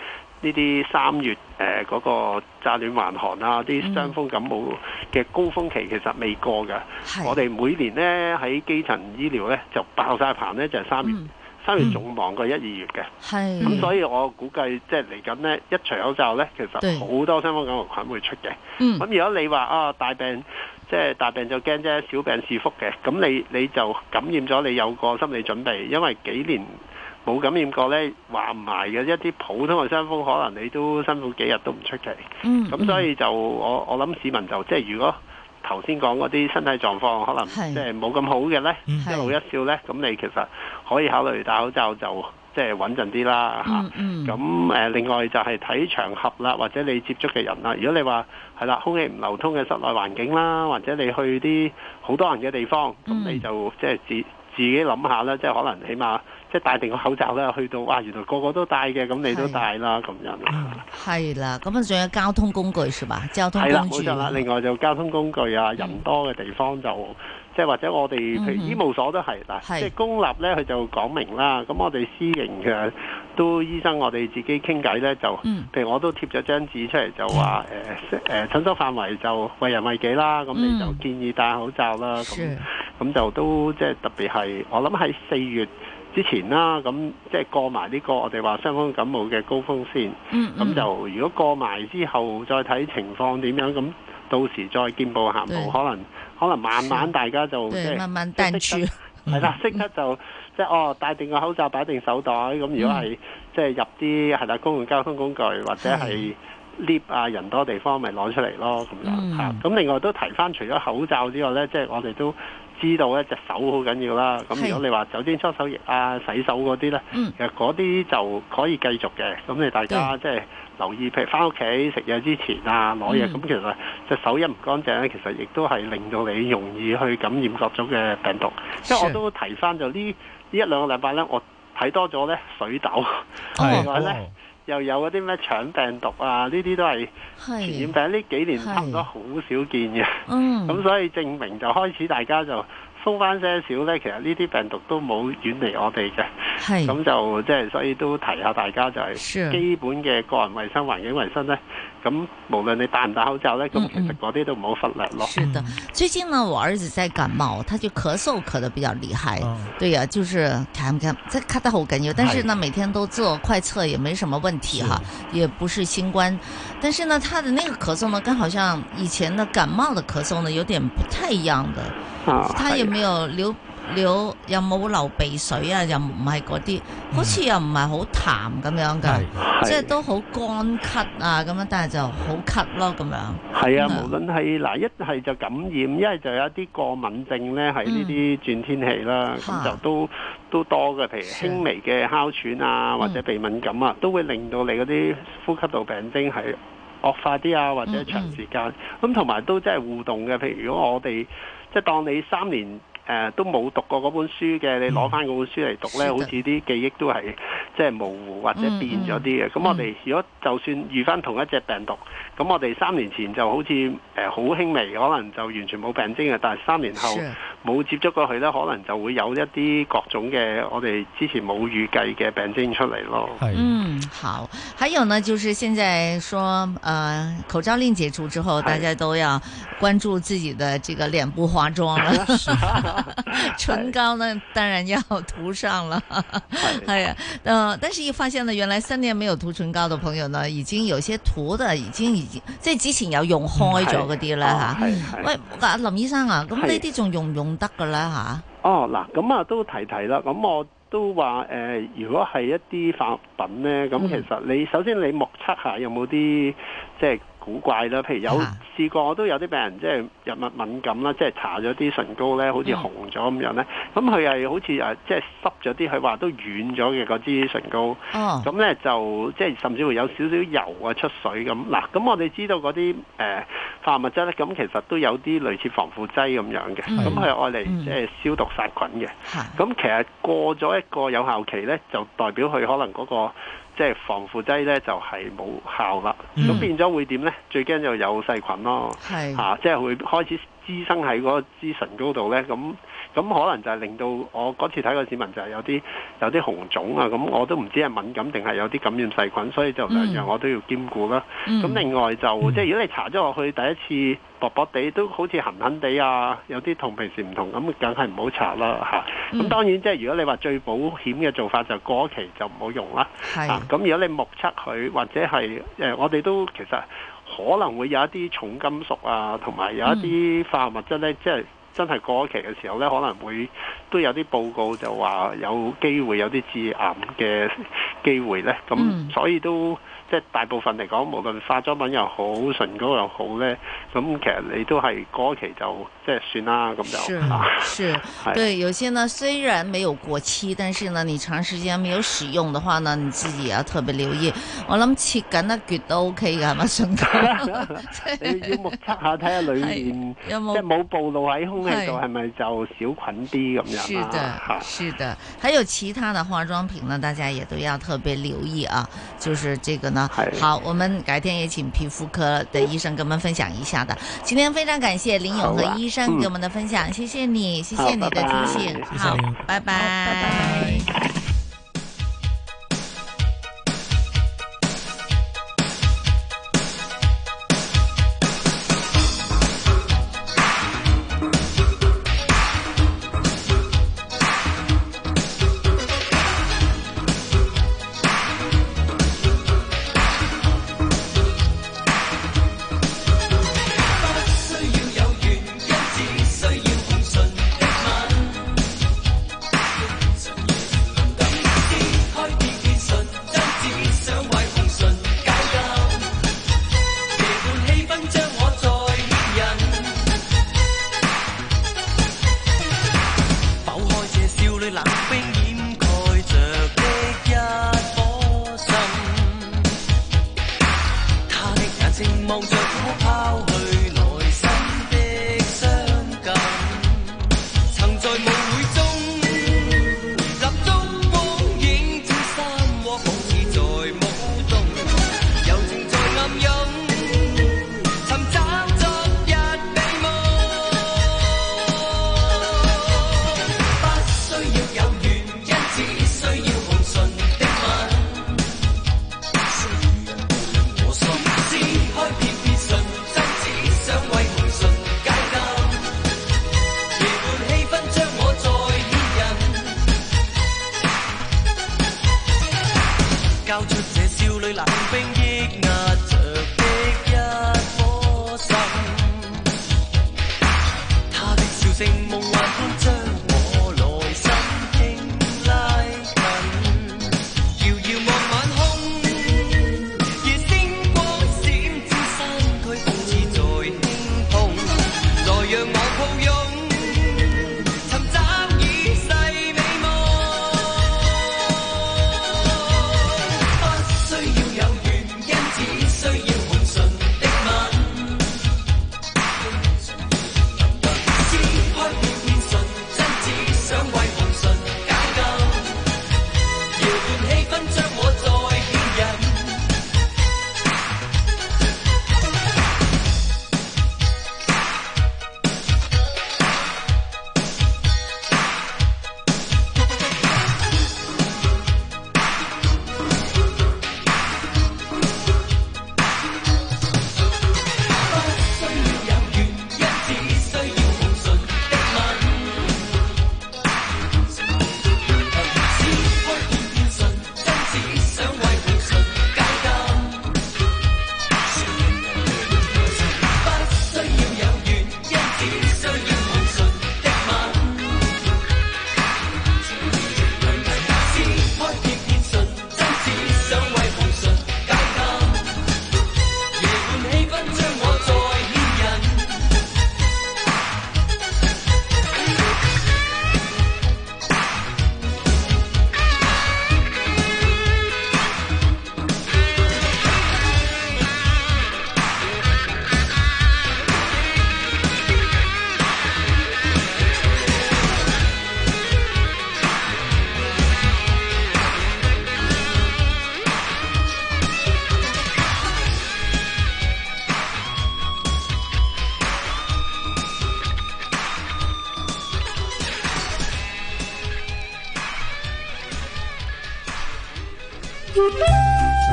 [SPEAKER 16] 呢啲三月誒嗰、個乍暖還寒啊，
[SPEAKER 5] 嗯
[SPEAKER 16] 啲傷風感冒嘅高峰期其實未過㗎。我哋每年呢喺基層醫療呢就爆晒棚呢，就係、三月，三月仲忙過一二月嘅。
[SPEAKER 5] 嗯係
[SPEAKER 16] 咁所以我估計即係嚟緊呢，一除口罩呢，其
[SPEAKER 5] 對
[SPEAKER 16] 實好多傷風感冒菌會出嘅。
[SPEAKER 5] 嗯
[SPEAKER 16] 咁如果你話啊大病，即係大病就驚啫，小病是福嘅。咁你你就感染咗，你有個心理準備，因為幾年冇感染過呢，話唔埋嘅一啲普通嘅傷風，可能你都辛苦幾日都唔出奇。
[SPEAKER 5] 嗯
[SPEAKER 16] 咁所以就我我諗市民就即係如果頭先講嗰啲身體狀況可
[SPEAKER 5] 係
[SPEAKER 16] 能
[SPEAKER 5] 嗯
[SPEAKER 16] 即係冇咁好嘅呢，一路一笑呢，咁你其實可以考慮戴口罩就即係穩陣啲啦嚇。
[SPEAKER 5] 嗯嗯，
[SPEAKER 16] 咁誒、呃另外就係睇場合啦，或者你接觸嘅人啦。如果你話係啦，空氣唔流
[SPEAKER 5] 嗯
[SPEAKER 16] 通嘅室內環境啦，或者你去啲好多人嘅地方，咁你就即係自自己諗下啦，即係可能起碼即係戴定個口罩啦，去到哇原來個個都戴嘅，咁你都戴啦咁樣。
[SPEAKER 5] 嗯係啦，咁啊仲有交通工具是吧？交通
[SPEAKER 16] 係啦，
[SPEAKER 5] 工
[SPEAKER 16] 冇
[SPEAKER 5] 具
[SPEAKER 16] 錯啦。另外就交通工具啊，人多嘅地方就即係或者我哋譬如
[SPEAKER 5] 嗯嗯哼
[SPEAKER 16] 醫務所都係嗱，
[SPEAKER 5] 係
[SPEAKER 16] 即係公立咧佢就講明啦。咁我哋私營嘅都醫生，我哋自己傾偈咧就，
[SPEAKER 6] 嗯
[SPEAKER 5] 嗯
[SPEAKER 16] 譬如我都貼咗張紙出嚟就話誒誒診所範圍就為人為己啦，咁你就
[SPEAKER 17] 嗯
[SPEAKER 16] 建議戴口罩啦咁。咁就都即係特別係，我諗喺四月之前啦，咁即係過埋呢個我哋話傷風感冒嘅高峰先。
[SPEAKER 5] 嗯
[SPEAKER 16] 咁就如果過埋之後再睇情況點樣，咁到時再見步行
[SPEAKER 5] 對
[SPEAKER 16] 步，可能可能慢慢大家就即
[SPEAKER 5] 對，
[SPEAKER 16] 係
[SPEAKER 5] 慢慢淡去。
[SPEAKER 16] 係啦，識得就即係哦，戴定個口罩，擺定手袋。咁如果
[SPEAKER 5] 嗯
[SPEAKER 16] 係即係入啲係啦公共交通工具或者係 lift 啊人多地方，咪攞出嚟咯咁樣
[SPEAKER 5] 嗯
[SPEAKER 16] 嚇。咁另外都提翻，除咗口罩之外咧，即係我哋都知道咧隻手好緊要啦。咁
[SPEAKER 5] 係
[SPEAKER 16] 如果你話酒精搓手液啊、洗手嗰啲咧，
[SPEAKER 5] 嗯
[SPEAKER 16] 其實嗰啲就可以繼續嘅。咁你大家即係留意，譬如翻屋企食嘢之前啊，攞嘢
[SPEAKER 5] 嗯
[SPEAKER 16] 咁，其實隻手一唔乾淨咧，其實亦都係令到你容易去感染各種嘅病毒。因為我
[SPEAKER 5] 是
[SPEAKER 16] 都提翻就呢呢一兩個禮拜咧，我睇多咗咧水痘，
[SPEAKER 5] 哦
[SPEAKER 16] 另外咧又有嗰啲咩腸病毒啊，呢啲都係
[SPEAKER 5] 係
[SPEAKER 16] 傳染病，呢幾年
[SPEAKER 5] 係
[SPEAKER 16] 差唔多好少見嘅。
[SPEAKER 5] 嗯
[SPEAKER 16] 咁所以證明就開始大家就鬆翻些少咧，其實呢啲病毒都冇遠離我哋嘅。
[SPEAKER 5] 係
[SPEAKER 16] 咁就即係所以都提下大家就係
[SPEAKER 5] 是
[SPEAKER 16] 基本嘅個人衞生、環境衞生咧。咁無論你戴唔戴口罩咧，咁其實嗰啲都唔好忽略咯。
[SPEAKER 5] 嗯是的，最近呢，我兒子在感冒，他就咳嗽咳得比較厲害。
[SPEAKER 16] 哦
[SPEAKER 5] 對呀、就是咳唔咳，這咳得好緊要。但是呢，每天都做快測也沒什麼問題哈，也不是新冠。但是呢，他的那個咳嗽呢，跟好像以前的感冒的咳嗽呢，有點不太一樣的。
[SPEAKER 16] 啊
[SPEAKER 5] 他有沒有流流有冇流鼻水啊？又唔係嗰啲，
[SPEAKER 16] 嗯
[SPEAKER 5] 好似又唔係好痰咁樣噶，即係都好乾咳啊咁樣，但係就好咳咯咁樣。
[SPEAKER 16] 係啊，
[SPEAKER 5] 嗯
[SPEAKER 16] 無論係嗱，一係就感染，一係就有一啲過敏症咧，
[SPEAKER 5] 嗯
[SPEAKER 16] 係呢啲轉天氣啦，咁、就都都多嘅，譬如輕微嘅哮喘
[SPEAKER 5] 嗯
[SPEAKER 16] 啊，或者鼻敏感啊，都會令到你嗰啲呼吸道病徵係惡化啲啊，
[SPEAKER 5] 嗯
[SPEAKER 16] 或者長時間，咁同埋都真係互動嘅，譬如如果我哋即係當你三年誒、呃都冇讀過嗰本書嘅，你攞翻嗰本書嚟讀
[SPEAKER 5] 嗯是
[SPEAKER 16] 咧，
[SPEAKER 5] 的嗯
[SPEAKER 16] 好似啲記憶都係即係模糊或者變咗啲嘅。咁、我哋如果就算遇翻同一隻病毒，咁我哋三年前就好似誒好輕微，可能就完全冇病徵嘅，但係三年後
[SPEAKER 5] 是
[SPEAKER 16] 冇接觸過佢咧，可能就會有一啲各種嘅我哋之前冇預計嘅病徵出嚟咯。
[SPEAKER 5] 嗯，好。还有呢，就是现在说，呃，口罩令解除之后，大家都要关注自己的这个脸部化啊妆了。唇膏呢，当然要涂上了。哎呀，呃，但是一发现呢， (laughs) 原来三年没有涂唇膏的朋友呢，已经有些涂的已经已经即係之前有用開咗嗰啲啦
[SPEAKER 16] 嗯係
[SPEAKER 5] 吓。喂，阿林醫生啊，咁呢啲仲用唔用得㗎啦吓？
[SPEAKER 16] 哦，嗱，咁啊都提提啦，咁我都話誒、呃如果係一啲化學品咧，咁
[SPEAKER 5] 嗯
[SPEAKER 16] 其實你首先你目測下有冇啲即係古怪啦，譬如有
[SPEAKER 5] 啊
[SPEAKER 16] 試過我都有啲病人即係藥物敏感啦，即係搽咗啲唇膏咧，好似
[SPEAKER 5] 嗯
[SPEAKER 16] 紅咗咁樣咧，咁佢係好似誒即係濕咗啲，佢話都軟咗嘅嗰支唇膏。
[SPEAKER 5] 哦
[SPEAKER 16] 咁咧就即係甚至會有少少油啊出水咁嗱，咁我哋知道嗰啲誒化學物質咧，咁其實都有啲類似防腐劑咁樣嘅，
[SPEAKER 5] 嗯
[SPEAKER 16] 咁佢愛嚟即係消毒殺菌嘅。咁其實過咗一個有效期咧，就代表佢可能嗰、個即係防腐劑咧就係、冇效啦。咁、變咗會點咧？最驚就有細菌咯，
[SPEAKER 5] 嗯係
[SPEAKER 16] 啊即係會開始滋生喺嗰支唇膏度咧。咁咁可能就係令到我嗰次睇個市民就係有啲有啲紅腫啊。咁我都唔知係敏感定係有啲感染細菌，所以就兩樣
[SPEAKER 13] 嗯
[SPEAKER 16] 我都要兼顧啦。
[SPEAKER 13] 嗯
[SPEAKER 16] 咁、另外就、即係如果你搽咗落去第一次薄薄地都好似痕痕地啊，有啲同平時唔同，咁梗係唔好搽啦嚇。咁、
[SPEAKER 13] 嗯
[SPEAKER 16] 當然即係如果你話最保險嘅做法就過期就唔好用啦。
[SPEAKER 5] 係
[SPEAKER 16] 啊咁、如果你目測佢或者係誒、呃我哋都其實可能會有一啲重金屬啊，同埋有一啲化學物質咧，即係。真係過期嘅時候咧，可能會都有啲報告就話有機會有啲致癌嘅機會咧，咁所以都即係大部分嚟講，無論化妝品又好，唇膏又好咧，咁其實你都係過期就即係算啦，咁
[SPEAKER 5] 是
[SPEAKER 16] 就啊，
[SPEAKER 5] 是
[SPEAKER 16] 係
[SPEAKER 5] 对，有些呢虽然没有过期，但是呢你长时间没有使用的话呢，你自己也要特别留意。我谂切紧一橛都 OK 噶，系咪唇 (laughs) 膏？
[SPEAKER 16] 你要目測下睇下裏面
[SPEAKER 5] 有冇
[SPEAKER 16] 即係冇暴露喺空氣度
[SPEAKER 5] 係
[SPEAKER 16] 係咪就少菌啲咁
[SPEAKER 5] 是
[SPEAKER 16] 樣啊啦
[SPEAKER 5] 的，是的，还有其他的化妆品呢，大家也都要特别留意啊。就是这个呢，好，我们改天也请皮肤科的医生跟我们分享一下的。今天非常感谢林
[SPEAKER 18] 好
[SPEAKER 5] 勇和
[SPEAKER 18] 啊
[SPEAKER 5] 医生
[SPEAKER 18] 嗯
[SPEAKER 5] 给我们的分享，谢谢你，谢
[SPEAKER 18] 好
[SPEAKER 5] 谢你的
[SPEAKER 18] 拜拜
[SPEAKER 5] 提醒，
[SPEAKER 18] 谢谢
[SPEAKER 5] 好
[SPEAKER 18] 林勇，
[SPEAKER 5] 拜拜。
[SPEAKER 18] 望着我抛去内心的伤感。曾在舞會中集中光影，照山窩好似在舞動，柔情在暗湧，尋找昨日美夢。不需要有原因，只需要紅唇的吻。我心撕開片片純真，只想為紅唇解禁。夜半氣氛將我再牽引，交出這少女冷冰抑壓着的一顆心，她的笑聲夢幻般將我內心輕拉近，遙遙望晚空，夜星光閃照山區，好似在輕碰，來讓我抱擁。尋找已逝美夢，不需要有原因，只需要紅唇的吻。撕開片片純真，只想為紅唇解救。搖換氣氛，將我再牽引。不需要有原因，只需要紅唇的吻。撕開片片純真，只想為紅唇解禁。夜半氣氛將我再牽引。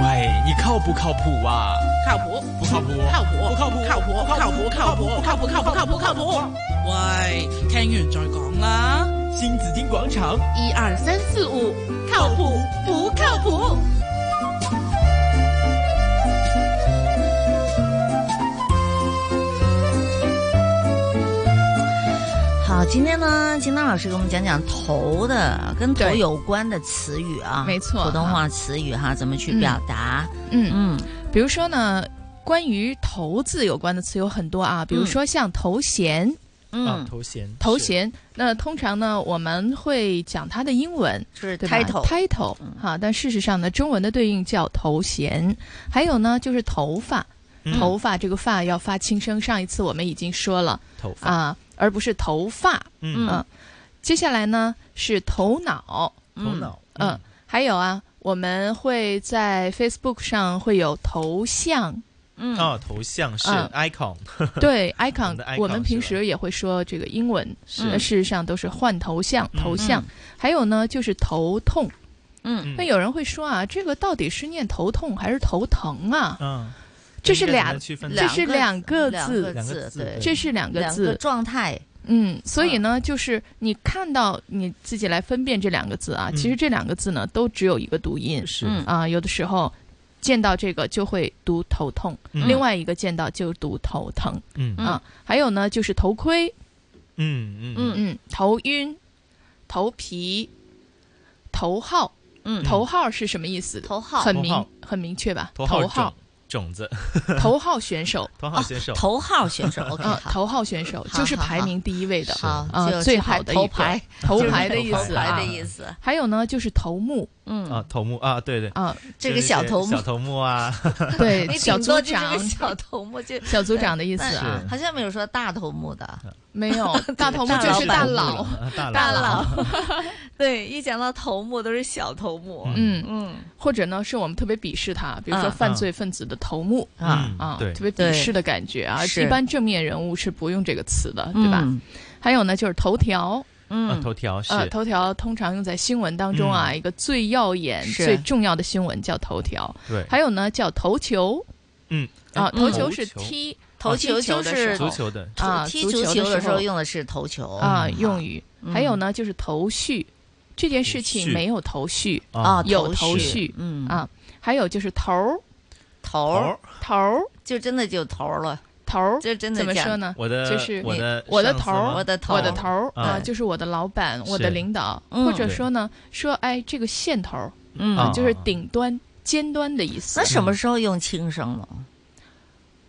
[SPEAKER 3] 喂，你靠不靠谱啊？
[SPEAKER 4] 靠谱，不靠谱，靠谱，不靠谱，靠谱，靠谱，靠谱，靠谱，靠谱，靠谱，靠谱。喂，听完再讲啦。新紫荆广场，一二三四五，靠谱不靠谱？
[SPEAKER 5] 好，啊，今天呢，金丹老师给我们讲讲头的跟头
[SPEAKER 6] 对
[SPEAKER 5] 有关的词语啊，
[SPEAKER 6] 没错
[SPEAKER 5] 普通话词语哈，怎么去表达？
[SPEAKER 6] 嗯 (laughs) 嗯，比如说呢，关于头字有关的词有很多啊，
[SPEAKER 7] 嗯
[SPEAKER 6] 比如说像头衔，
[SPEAKER 5] 嗯
[SPEAKER 7] 啊，头衔，
[SPEAKER 6] 头衔。那通常呢，我们会讲它的英文，
[SPEAKER 5] 是 title
[SPEAKER 6] title
[SPEAKER 7] 嗯
[SPEAKER 6] 哈，但事实上呢，中文的对应叫头衔。还有呢，就是头发，
[SPEAKER 7] 嗯
[SPEAKER 6] 头发这个发要发轻声，上一次我们已经说了，
[SPEAKER 7] 头发
[SPEAKER 6] 啊，而不是头发，
[SPEAKER 7] 嗯
[SPEAKER 6] 啊接下来呢是头脑，
[SPEAKER 7] 头脑
[SPEAKER 6] 嗯，嗯，还有啊，我们会在 Facebook 上会有头像。
[SPEAKER 5] 嗯
[SPEAKER 7] 哦，头像是
[SPEAKER 6] 嗯
[SPEAKER 7] icon， (laughs)
[SPEAKER 6] 对
[SPEAKER 7] 我们的
[SPEAKER 6] icon，我们
[SPEAKER 7] icon
[SPEAKER 6] 平时也会说这个英文，
[SPEAKER 7] 是
[SPEAKER 6] 呃事实上都是换头像、头像
[SPEAKER 7] 嗯，
[SPEAKER 6] 还有呢就是头痛。
[SPEAKER 5] 嗯
[SPEAKER 6] 那有人会说啊，这个到底是念头痛还是头疼啊？
[SPEAKER 7] 嗯，
[SPEAKER 6] 这是
[SPEAKER 7] 应该怎
[SPEAKER 6] 俩，
[SPEAKER 7] 么去分
[SPEAKER 6] 这是
[SPEAKER 5] 两
[SPEAKER 6] 个
[SPEAKER 5] 个
[SPEAKER 6] 字，
[SPEAKER 5] 两个字对
[SPEAKER 6] 这是两个
[SPEAKER 5] 两
[SPEAKER 6] 字
[SPEAKER 5] 个状态。
[SPEAKER 6] 嗯，所以呢，就是你看到你自己来分辨这两个字啊，
[SPEAKER 5] 嗯
[SPEAKER 6] 其实这两个字呢都只有一个读音，
[SPEAKER 5] 是嗯
[SPEAKER 6] 啊，有的时候见到这个就会读头痛，
[SPEAKER 7] 嗯
[SPEAKER 6] 另外一个见到就读头疼，
[SPEAKER 18] Ừ.
[SPEAKER 7] 嗯
[SPEAKER 6] 啊，还有呢就是头盔，
[SPEAKER 18] ừ,
[SPEAKER 7] 嗯嗯
[SPEAKER 6] 嗯嗯，头晕、头皮、头号，
[SPEAKER 5] 嗯
[SPEAKER 6] 头号是什么意思？
[SPEAKER 5] 头号
[SPEAKER 6] 很
[SPEAKER 7] 头
[SPEAKER 6] 明
[SPEAKER 7] 号
[SPEAKER 6] 很明确吧？
[SPEAKER 7] 头
[SPEAKER 6] 头
[SPEAKER 7] 号
[SPEAKER 6] 号
[SPEAKER 7] 种种子， (laughs)
[SPEAKER 6] 头号选手，
[SPEAKER 7] 头号选手，
[SPEAKER 5] 头号
[SPEAKER 6] (laughs)
[SPEAKER 5] 选手，OK，
[SPEAKER 6] 嗯，
[SPEAKER 5] 好
[SPEAKER 6] 头号选手就是排名第一位的，
[SPEAKER 5] 是好
[SPEAKER 6] 啊
[SPEAKER 5] 就，
[SPEAKER 6] 最好的一
[SPEAKER 5] 头
[SPEAKER 6] 个
[SPEAKER 5] 牌
[SPEAKER 6] 头
[SPEAKER 5] 就是
[SPEAKER 6] 牌的意
[SPEAKER 5] 头
[SPEAKER 6] 思啊，
[SPEAKER 5] 牌的意思
[SPEAKER 6] 还有呢，就是头目，
[SPEAKER 5] 嗯，
[SPEAKER 7] 啊，头目啊，对对
[SPEAKER 6] 啊
[SPEAKER 5] 这
[SPEAKER 7] 就
[SPEAKER 5] 个
[SPEAKER 7] 是
[SPEAKER 5] 小
[SPEAKER 7] 些
[SPEAKER 5] 头目
[SPEAKER 7] 小头目 (laughs) 啊，
[SPEAKER 6] 对
[SPEAKER 5] 你
[SPEAKER 6] 小
[SPEAKER 5] 哎顶
[SPEAKER 6] 组
[SPEAKER 5] 多就是个
[SPEAKER 6] 长
[SPEAKER 5] 小头目就
[SPEAKER 6] (laughs) 小组长的意思啊
[SPEAKER 5] 但好像没有说大头目的，
[SPEAKER 6] 没
[SPEAKER 5] (laughs)
[SPEAKER 6] 有大头目
[SPEAKER 5] 大
[SPEAKER 6] 就是大
[SPEAKER 5] 老
[SPEAKER 6] (laughs) 佬
[SPEAKER 5] 板，
[SPEAKER 7] 大
[SPEAKER 5] 大
[SPEAKER 6] 佬
[SPEAKER 5] 佬， (laughs) 对，一讲到头目都是小头目，
[SPEAKER 6] 嗯
[SPEAKER 5] 嗯，
[SPEAKER 6] 或者呢是我们特别鄙视他，比如说
[SPEAKER 5] 嗯
[SPEAKER 6] 犯罪分子的头目
[SPEAKER 5] 啊
[SPEAKER 6] 啊啊，
[SPEAKER 5] 对
[SPEAKER 6] 特别鄙视的感觉啊。
[SPEAKER 5] 是
[SPEAKER 6] 一般正面人物是不用这个词的，对吧？
[SPEAKER 5] 嗯
[SPEAKER 6] 还有呢就是头条。
[SPEAKER 7] 啊头条是
[SPEAKER 6] 呃，头条通常用在新闻当中啊，
[SPEAKER 7] 嗯
[SPEAKER 6] 一个最耀眼、
[SPEAKER 7] 是
[SPEAKER 6] 最重要的新闻叫头条。
[SPEAKER 7] 对
[SPEAKER 6] 还有呢叫头球，
[SPEAKER 7] 嗯
[SPEAKER 6] 啊，
[SPEAKER 5] 嗯
[SPEAKER 6] 头球是踢，
[SPEAKER 5] 头
[SPEAKER 6] 球
[SPEAKER 5] 球
[SPEAKER 6] 踢
[SPEAKER 5] 就
[SPEAKER 6] 的时
[SPEAKER 5] 是
[SPEAKER 6] 候啊，
[SPEAKER 5] 踢足
[SPEAKER 6] 球
[SPEAKER 5] 球的时候用
[SPEAKER 6] 的
[SPEAKER 5] 的是头球
[SPEAKER 6] 啊用语。
[SPEAKER 5] 嗯
[SPEAKER 6] 还有呢，就是头绪，这件事
[SPEAKER 5] 头
[SPEAKER 6] 情
[SPEAKER 5] 绪
[SPEAKER 6] 没有头绪
[SPEAKER 5] 啊
[SPEAKER 6] 有
[SPEAKER 5] 头
[SPEAKER 6] 头
[SPEAKER 5] 绪
[SPEAKER 6] 绪，
[SPEAKER 5] 嗯
[SPEAKER 6] 啊，还有就是头儿，
[SPEAKER 5] 头
[SPEAKER 6] 儿
[SPEAKER 5] 儿
[SPEAKER 6] 头儿，
[SPEAKER 5] 就真的就头儿了，
[SPEAKER 6] 头儿
[SPEAKER 5] 就真的
[SPEAKER 6] 怎么
[SPEAKER 5] 讲
[SPEAKER 6] 说呢？
[SPEAKER 7] 我的
[SPEAKER 6] 就是
[SPEAKER 7] 我的
[SPEAKER 6] 我的
[SPEAKER 7] 上司
[SPEAKER 6] 头儿，
[SPEAKER 7] 吗我的头
[SPEAKER 6] 我的头儿
[SPEAKER 7] 嗯
[SPEAKER 6] 啊，
[SPEAKER 7] 对
[SPEAKER 6] 就是我的老板，我
[SPEAKER 7] 是
[SPEAKER 6] 的领导，
[SPEAKER 5] 嗯
[SPEAKER 6] 或者说呢，说哎这个线头儿，
[SPEAKER 5] 嗯
[SPEAKER 6] 啊就是顶端、尖端的意思。
[SPEAKER 5] 那
[SPEAKER 7] 嗯
[SPEAKER 5] 什么时候用轻声
[SPEAKER 6] 哦
[SPEAKER 5] 了？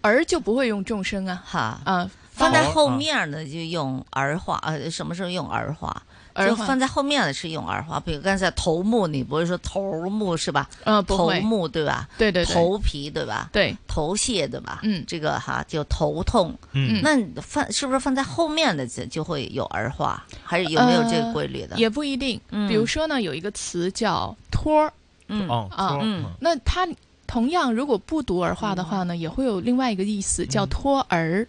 [SPEAKER 6] 儿就不会用重声啊？
[SPEAKER 5] 哈
[SPEAKER 6] 啊，
[SPEAKER 5] 放在后
[SPEAKER 6] 面。
[SPEAKER 5] 面的就用儿化，呃，什么时候用儿化？
[SPEAKER 6] 儿
[SPEAKER 5] 就
[SPEAKER 6] 化
[SPEAKER 5] 放在后面的是用儿化，比如刚才头目，你不会说头目是吧？
[SPEAKER 6] 呃不
[SPEAKER 5] 头
[SPEAKER 6] 会
[SPEAKER 5] 目对吧？
[SPEAKER 6] 对对对
[SPEAKER 5] 头皮对吧？
[SPEAKER 6] 对，
[SPEAKER 5] 头屑对吧？
[SPEAKER 6] 嗯，
[SPEAKER 5] 这个哈就头痛。
[SPEAKER 6] 嗯
[SPEAKER 5] 那你放是不是放在后面的就就会有儿化？还是有没有这个规律的？
[SPEAKER 6] 呃也不一定。
[SPEAKER 5] 嗯
[SPEAKER 6] 比如说呢，有一个词叫托儿，
[SPEAKER 5] 嗯嗯
[SPEAKER 7] 哦
[SPEAKER 6] 啊
[SPEAKER 7] 托儿，嗯
[SPEAKER 6] 那它同样如果不读儿化的话呢，也会有另外一个意
[SPEAKER 7] 嗯
[SPEAKER 6] 思叫托儿，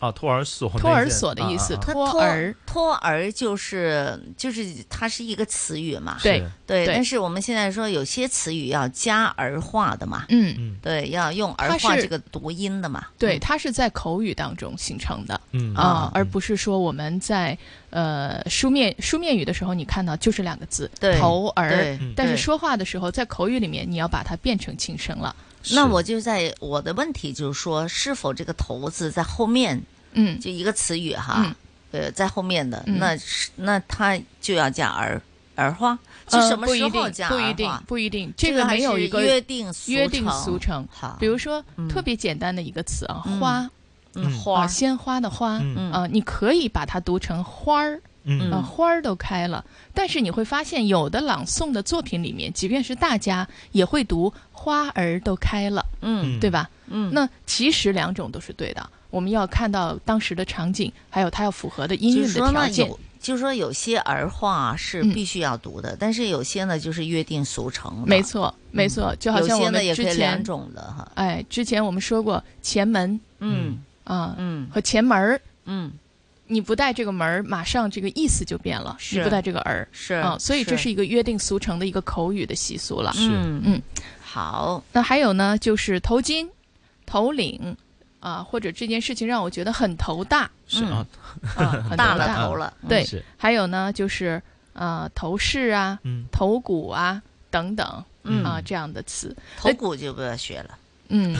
[SPEAKER 7] 哦，托儿所那些，
[SPEAKER 6] 托儿所的意思
[SPEAKER 7] 啊啊啊
[SPEAKER 5] 它
[SPEAKER 6] 托
[SPEAKER 5] 托
[SPEAKER 6] 儿
[SPEAKER 5] 托儿就是就是它是一个词语嘛，
[SPEAKER 6] 对
[SPEAKER 5] 对。
[SPEAKER 6] 对
[SPEAKER 5] 但是我们现在说有些词语要加儿化的嘛，
[SPEAKER 6] 嗯嗯，
[SPEAKER 5] 对，要用儿
[SPEAKER 6] 它
[SPEAKER 5] 化
[SPEAKER 6] 是
[SPEAKER 5] 这个读音的嘛，嗯
[SPEAKER 6] 对，它是在口语当中形成的，
[SPEAKER 7] 嗯
[SPEAKER 6] 啊，而不是说我们在呃书面书面语的时候，你看到就是两个字
[SPEAKER 5] 对
[SPEAKER 6] 头儿
[SPEAKER 5] 对嗯，
[SPEAKER 6] 但是
[SPEAKER 5] 对
[SPEAKER 6] 说话的时候，在口语里面你要把它变成轻声了，
[SPEAKER 5] 那我就在我的问题就是说，是否这个头字在后面，
[SPEAKER 6] 嗯
[SPEAKER 5] 就一个词语哈，呃，在后面的、
[SPEAKER 6] 嗯
[SPEAKER 5] 那是那它就要加儿儿化，就
[SPEAKER 6] 呃
[SPEAKER 5] 什么时候加儿
[SPEAKER 6] 不
[SPEAKER 5] 化？
[SPEAKER 6] 一定，不一定，不一定，
[SPEAKER 5] 这
[SPEAKER 6] 这个没有
[SPEAKER 5] 还是
[SPEAKER 6] 一个
[SPEAKER 5] 约定俗
[SPEAKER 6] 约定俗
[SPEAKER 5] 成。
[SPEAKER 6] 成。比如说特别简单的一个词啊，
[SPEAKER 5] 嗯
[SPEAKER 6] 花，
[SPEAKER 5] 嗯花
[SPEAKER 6] 啊鲜花的花
[SPEAKER 5] 嗯，
[SPEAKER 6] 啊，你可以把它读成花儿。
[SPEAKER 5] 嗯
[SPEAKER 6] 啊花儿都开了，但是你会发现，有的朗诵的作品里面，即便是大家也会读“花儿都开了”，
[SPEAKER 5] 嗯
[SPEAKER 6] 对吧？
[SPEAKER 5] 嗯
[SPEAKER 6] 那其实两种都是对的，我们要看到当时的场景，还有它要符合的音
[SPEAKER 5] 就
[SPEAKER 6] 韵
[SPEAKER 5] 是
[SPEAKER 6] 的嗯
[SPEAKER 5] 说
[SPEAKER 6] 条
[SPEAKER 5] 呢，
[SPEAKER 6] 件
[SPEAKER 5] 有。就是说有些儿化啊是必须要读的，但是有些呢就是约定俗成的。
[SPEAKER 6] 没错，没错，就好
[SPEAKER 5] 有
[SPEAKER 6] 像
[SPEAKER 5] 些
[SPEAKER 6] 我
[SPEAKER 5] 呢
[SPEAKER 6] 们
[SPEAKER 5] 也
[SPEAKER 6] 之
[SPEAKER 5] 可以
[SPEAKER 6] 前
[SPEAKER 5] 两种的哈。
[SPEAKER 6] 哎，之前我们说过前门，
[SPEAKER 5] 嗯
[SPEAKER 6] 啊，
[SPEAKER 5] 嗯
[SPEAKER 6] 和前门儿，
[SPEAKER 5] 嗯，
[SPEAKER 6] 你不带这个门儿，马上这个意思就变了，
[SPEAKER 5] 是
[SPEAKER 6] 你不带这个儿
[SPEAKER 5] 是
[SPEAKER 6] 啊，所以这
[SPEAKER 5] 是
[SPEAKER 6] 是一个约定俗成的一个口语的习俗了。
[SPEAKER 5] 是嗯
[SPEAKER 6] 嗯，
[SPEAKER 5] 好。
[SPEAKER 6] 那还有呢，就是头巾、头领啊，或者这件事情让我觉得很头大，
[SPEAKER 7] 是
[SPEAKER 6] 嗯
[SPEAKER 7] 啊， (laughs)
[SPEAKER 6] 很
[SPEAKER 5] 大
[SPEAKER 6] 头
[SPEAKER 5] 了头了嗯
[SPEAKER 6] 对
[SPEAKER 5] 是，
[SPEAKER 6] 还有呢，就是呃头饰啊、
[SPEAKER 7] 嗯
[SPEAKER 6] 头骨啊等等，
[SPEAKER 5] 嗯
[SPEAKER 6] 啊这样的词，
[SPEAKER 5] 头骨就不要学了。
[SPEAKER 6] 嗯，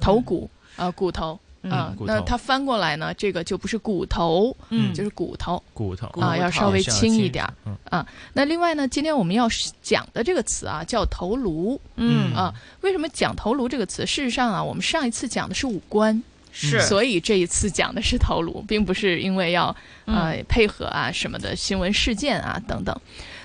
[SPEAKER 6] 头骨啊、呃骨头
[SPEAKER 7] 嗯
[SPEAKER 6] 啊
[SPEAKER 7] 骨
[SPEAKER 6] 那
[SPEAKER 7] 头
[SPEAKER 6] 它翻过来呢，这个就不是骨头，
[SPEAKER 7] 嗯
[SPEAKER 6] 就是骨头，
[SPEAKER 7] 骨头
[SPEAKER 6] 啊，要稍微轻一点儿。
[SPEAKER 7] 嗯
[SPEAKER 6] 啊。那另外呢，今天我们要是讲的这个词啊，叫头颅。
[SPEAKER 7] 嗯
[SPEAKER 6] 啊，为什么讲头颅这个词？事实上啊，我们上一次讲的是五官，嗯
[SPEAKER 7] 是
[SPEAKER 6] 所以这一次讲的是头颅，并不是因为要呃配合啊什么的新闻事件啊等等。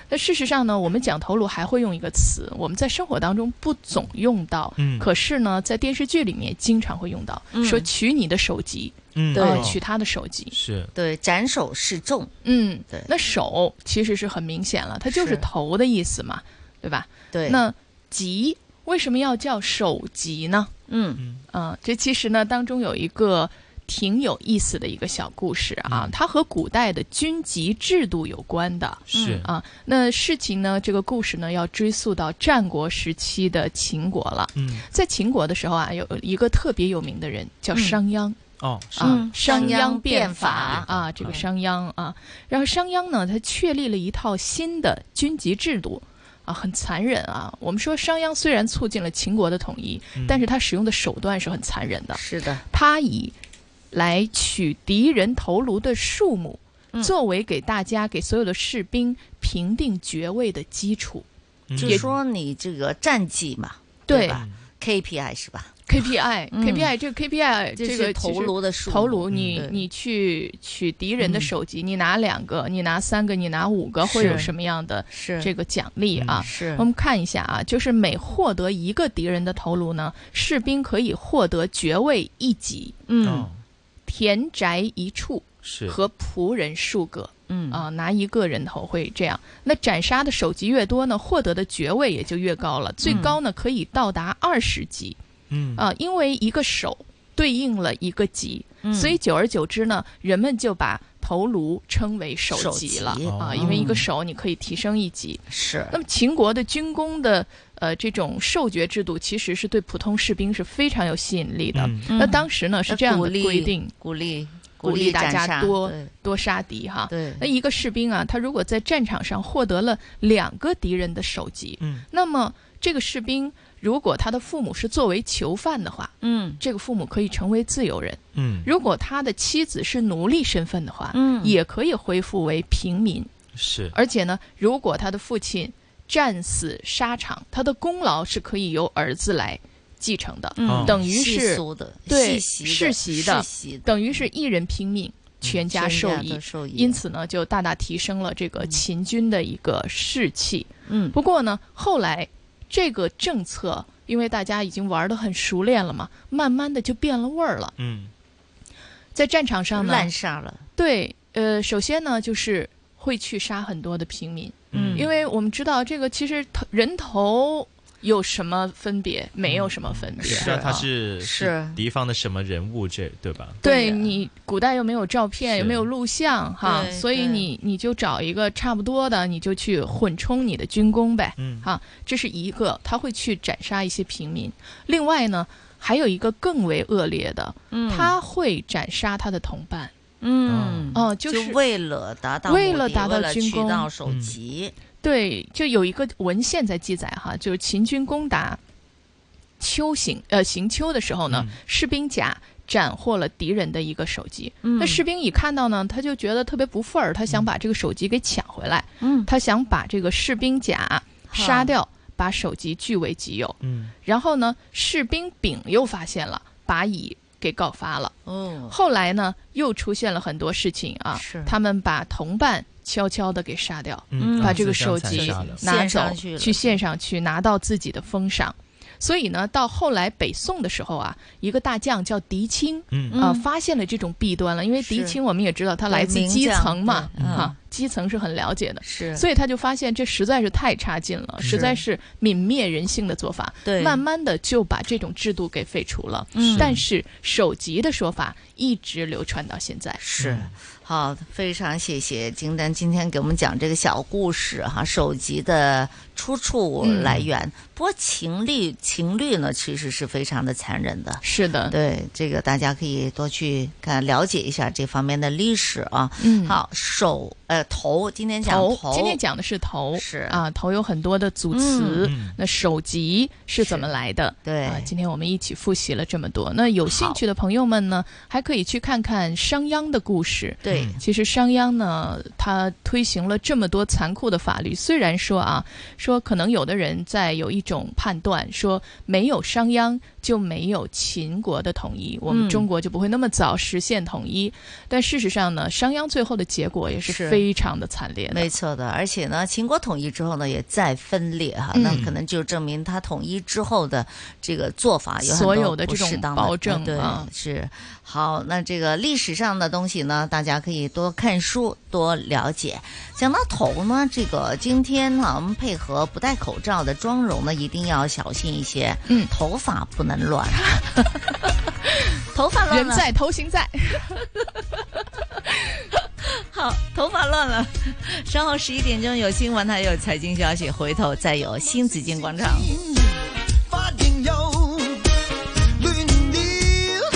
[SPEAKER 6] 那事实上呢，我们讲头颅还会用一个词，我们在生活当中不总用到，
[SPEAKER 7] 嗯
[SPEAKER 6] 可是呢，在电视剧里面经常会用到，
[SPEAKER 5] 嗯
[SPEAKER 6] 说取你的首级，
[SPEAKER 5] 嗯
[SPEAKER 6] 呃
[SPEAKER 5] 对
[SPEAKER 6] 取他的首级，
[SPEAKER 7] 是
[SPEAKER 5] 对，斩首示众。
[SPEAKER 6] 嗯，
[SPEAKER 5] 对
[SPEAKER 6] 那手其实是很明显了，它就是
[SPEAKER 5] 是
[SPEAKER 6] 头的意思嘛，对吧？
[SPEAKER 5] 对
[SPEAKER 6] 那级为什么要叫首级呢？
[SPEAKER 5] 嗯
[SPEAKER 6] 嗯、这其实呢当中有一个挺有意思的一个小故事啊，
[SPEAKER 7] 嗯
[SPEAKER 6] 它和古代的军籍制度有关的。
[SPEAKER 7] 是
[SPEAKER 6] 啊，那事情呢，这个故事呢要追溯到战国时期的秦国了。
[SPEAKER 18] Ừ.
[SPEAKER 7] 嗯
[SPEAKER 6] 在秦国的时候啊，有一个特别有名的人叫
[SPEAKER 7] 嗯
[SPEAKER 6] 商鞅。
[SPEAKER 18] Ừ.
[SPEAKER 7] 哦，
[SPEAKER 6] 啊
[SPEAKER 7] 是，
[SPEAKER 6] 商鞅变
[SPEAKER 5] 嗯变
[SPEAKER 6] 法
[SPEAKER 5] 法
[SPEAKER 6] 啊，这个商鞅啊，然后商鞅呢，他确立了一套新的军籍制度。啊，很残忍啊！我们说商鞅虽然促进了秦国的统一，
[SPEAKER 5] 嗯
[SPEAKER 6] 但是他使用的手段是很残忍的。
[SPEAKER 5] 是的，
[SPEAKER 6] 他以来取敌人头颅的数目，
[SPEAKER 5] 嗯
[SPEAKER 6] 作为给大家、给所有的士兵评定爵位的基础。
[SPEAKER 5] 就
[SPEAKER 6] 也
[SPEAKER 5] 说你这个战绩嘛，
[SPEAKER 6] 对
[SPEAKER 5] 吧？KPI 是吧？
[SPEAKER 6] KPI
[SPEAKER 5] 嗯
[SPEAKER 6] KPI 这个 KPI
[SPEAKER 5] 这
[SPEAKER 6] 这
[SPEAKER 5] 是
[SPEAKER 6] 个其
[SPEAKER 5] 头
[SPEAKER 6] 实
[SPEAKER 5] 颅的数
[SPEAKER 6] 头
[SPEAKER 5] 目嗯
[SPEAKER 6] 颅，你
[SPEAKER 5] 对嗯
[SPEAKER 6] 你去取敌人的首级，你拿两个，你拿三个，你拿五个，会
[SPEAKER 5] 是
[SPEAKER 6] 有什么样的
[SPEAKER 5] 是嗯
[SPEAKER 6] 这个奖励啊？
[SPEAKER 5] 是
[SPEAKER 6] 我们看一下啊，就是每获得一个敌人的头颅呢，士兵可以获得爵位一级，
[SPEAKER 5] 嗯，
[SPEAKER 6] 田宅一处
[SPEAKER 7] 是
[SPEAKER 6] 和仆人数个。
[SPEAKER 5] 嗯
[SPEAKER 6] 啊、拿一个人头会这样。那斩杀的首级越多呢，获得的爵位也就越高了，
[SPEAKER 5] 嗯
[SPEAKER 6] 最高呢可以到达二十级。
[SPEAKER 7] 嗯
[SPEAKER 6] 啊，因为一个手对应了一个级，
[SPEAKER 5] 嗯
[SPEAKER 6] 所以久而久之呢，人们就把头颅称为首级了
[SPEAKER 5] 首级
[SPEAKER 6] 啊，
[SPEAKER 5] 哦嗯
[SPEAKER 6] 因为一个手你可以提升一级。
[SPEAKER 5] 是
[SPEAKER 6] 那么秦国的军功的呃这种授爵制度，其实是对普通士兵是非常有吸引力的。
[SPEAKER 5] 嗯
[SPEAKER 6] 那当时呢是这样的规定，
[SPEAKER 5] 鼓励
[SPEAKER 6] 鼓
[SPEAKER 5] 励
[SPEAKER 6] 励大
[SPEAKER 5] 斩
[SPEAKER 6] 家
[SPEAKER 5] 杀
[SPEAKER 6] 多
[SPEAKER 5] 对
[SPEAKER 6] 多杀敌哈。
[SPEAKER 5] 对
[SPEAKER 6] 那一个士兵啊，他如果在战场上获得了两个敌人的首级，
[SPEAKER 5] 嗯
[SPEAKER 6] 那么这个士兵如果他的父母是作为囚犯的话，
[SPEAKER 5] 嗯，
[SPEAKER 6] 这个父母可以成为自由人。
[SPEAKER 7] 嗯
[SPEAKER 6] 如果他的妻子是奴隶身份的话，
[SPEAKER 5] 嗯
[SPEAKER 6] 也可以恢复为平民。
[SPEAKER 7] 是，
[SPEAKER 6] 而且呢，如果他的父亲战死沙场，他的功劳是可以由儿子来继承的，
[SPEAKER 5] 嗯
[SPEAKER 6] 等于
[SPEAKER 5] 世
[SPEAKER 6] 是
[SPEAKER 5] 俗的
[SPEAKER 6] 对
[SPEAKER 5] 世袭的
[SPEAKER 6] 世袭的，
[SPEAKER 5] 世袭的嗯
[SPEAKER 6] 等于是一人拼命。全家受
[SPEAKER 5] 全家
[SPEAKER 6] 益
[SPEAKER 5] 都，受益
[SPEAKER 6] 因此呢，就大大提升了这个秦军的一个士气。
[SPEAKER 5] 嗯
[SPEAKER 6] 不过呢，后来这个政策，因为大家已经玩得很熟练了嘛，慢慢的就变了味儿了。
[SPEAKER 18] Ừ.
[SPEAKER 7] 嗯，
[SPEAKER 6] 在战场上呢，
[SPEAKER 5] 滥杀了。
[SPEAKER 6] 对，呃，首先呢，就是会去杀很多的平民，
[SPEAKER 5] 嗯
[SPEAKER 6] 因为我们知道这个其实头人头有什么分别，没有什么分别，
[SPEAKER 7] 知道他
[SPEAKER 6] 啊
[SPEAKER 7] 嗯是
[SPEAKER 6] 是
[SPEAKER 7] 敌方的什么人物，这对吧？
[SPEAKER 6] 对你古代又没有照片，
[SPEAKER 7] 是
[SPEAKER 6] 又没有录像哈，
[SPEAKER 7] 对
[SPEAKER 6] 所以你你就找一个差不多的，你就去混充你的军功呗，
[SPEAKER 7] 嗯
[SPEAKER 6] 哈，这是一个，他会去斩杀一些平民。另外呢，还有一个更为恶劣的，
[SPEAKER 5] 嗯
[SPEAKER 6] 他会斩杀他的同伴，
[SPEAKER 5] 嗯
[SPEAKER 6] 哦，就是
[SPEAKER 5] 为了达到
[SPEAKER 6] 为
[SPEAKER 5] 目
[SPEAKER 6] 了
[SPEAKER 5] 的
[SPEAKER 6] 达到
[SPEAKER 5] 为了
[SPEAKER 6] 军
[SPEAKER 5] 取
[SPEAKER 6] 功
[SPEAKER 5] 到首级，
[SPEAKER 6] 对，就有一个文献在记载哈，就是秦军攻打丘行呃行丘的时候呢，士兵甲斩获了敌人的一个首级。
[SPEAKER 5] 嗯
[SPEAKER 6] 那士兵乙看到呢，他就觉得特别不忿儿，他想把这个首级给抢回来。
[SPEAKER 5] 嗯，
[SPEAKER 6] 他想把这个士兵甲杀掉，把首级据为己有。
[SPEAKER 7] 嗯，
[SPEAKER 6] 然后呢，士兵丙又发现了，把乙给告发了。
[SPEAKER 5] 哦，
[SPEAKER 6] 后来呢，又出现了很多事情啊，
[SPEAKER 5] 是
[SPEAKER 6] 他们把同伴悄悄的给杀掉，
[SPEAKER 5] 嗯
[SPEAKER 6] 把
[SPEAKER 5] 嗯
[SPEAKER 6] 这个
[SPEAKER 5] 自
[SPEAKER 6] 首
[SPEAKER 5] 相残
[SPEAKER 6] 级
[SPEAKER 5] 杀了
[SPEAKER 6] 拿
[SPEAKER 5] 献
[SPEAKER 6] 走
[SPEAKER 5] 上去了
[SPEAKER 6] 献上去，拿到自己的封赏。所以呢，到后来北宋的时候啊，一个大将叫狄青，
[SPEAKER 7] 嗯
[SPEAKER 6] 啊、
[SPEAKER 5] 嗯
[SPEAKER 6] 发现了这种弊端了。因为
[SPEAKER 5] 是
[SPEAKER 6] 狄青我们也知道他
[SPEAKER 5] 对
[SPEAKER 6] 来自
[SPEAKER 5] 名
[SPEAKER 6] 基
[SPEAKER 5] 将
[SPEAKER 6] 层嘛，
[SPEAKER 5] 对嗯
[SPEAKER 6] 啊，基层是很了解的，
[SPEAKER 5] 是
[SPEAKER 6] 所以他就发现这实在是太差劲了，
[SPEAKER 5] 是
[SPEAKER 6] 实在是泯灭人性的做法。
[SPEAKER 5] 对
[SPEAKER 6] 慢慢的就把这种制度给废除了。
[SPEAKER 5] 嗯
[SPEAKER 6] 但是首级的说法一直流传到现在。
[SPEAKER 5] 是，
[SPEAKER 6] 嗯
[SPEAKER 5] 好，非常谢谢金丹今天给我们讲这个小故事哈，首集的出处
[SPEAKER 6] 嗯
[SPEAKER 5] 来源。不过情律情律呢，其实是非常的残忍的。
[SPEAKER 6] 是的，
[SPEAKER 5] 对这呃个大家可以多去看了解一下这方面的历史啊。
[SPEAKER 6] 嗯
[SPEAKER 5] 好，首呃，头，今天讲
[SPEAKER 6] 头
[SPEAKER 5] 头，
[SPEAKER 6] 今天讲的是头，
[SPEAKER 5] 是
[SPEAKER 6] 啊，头有很多的组词
[SPEAKER 5] 嗯，
[SPEAKER 6] 那首级是怎么来的？
[SPEAKER 5] 对
[SPEAKER 6] 啊，今天我们一起复习了这么多，那有兴趣的朋友们呢，还可以去看看商鞅的故事。
[SPEAKER 5] 对嗯
[SPEAKER 6] 其实商鞅呢，他推行了这么多残酷的法律，虽然说啊，说可能有的人在有一种判断，说没有商鞅就没有秦国的统一，我们
[SPEAKER 5] 嗯
[SPEAKER 6] 中国就不会那么早实现统一。但事实上呢，商鞅最后的结果也
[SPEAKER 5] 是
[SPEAKER 6] 是非常的惨烈的。
[SPEAKER 5] 没错的，而且呢，秦国统一之后呢，也再分裂哈，
[SPEAKER 6] 嗯
[SPEAKER 5] 那可能就证明他统一之后的这个做法有很
[SPEAKER 6] 所
[SPEAKER 5] 多
[SPEAKER 6] 有的
[SPEAKER 5] 不
[SPEAKER 6] 这种
[SPEAKER 5] 适当
[SPEAKER 6] 暴政
[SPEAKER 5] 对
[SPEAKER 6] 啊，
[SPEAKER 5] 是好。那这个历史上的东西呢，大家可以多看书，多了解。讲到头呢，这个今天呢，我们配合不戴口罩的妆容呢，一定要小心一些，
[SPEAKER 6] 嗯，
[SPEAKER 5] 头发不能乱。头发乱
[SPEAKER 6] 人
[SPEAKER 5] 了
[SPEAKER 6] 在头型在，
[SPEAKER 5] 好，头发乱了。 (laughs) 稍后十一点钟有新闻，还有财经消息，回头再有新紫金广场。
[SPEAKER 17] 髮型又亂了，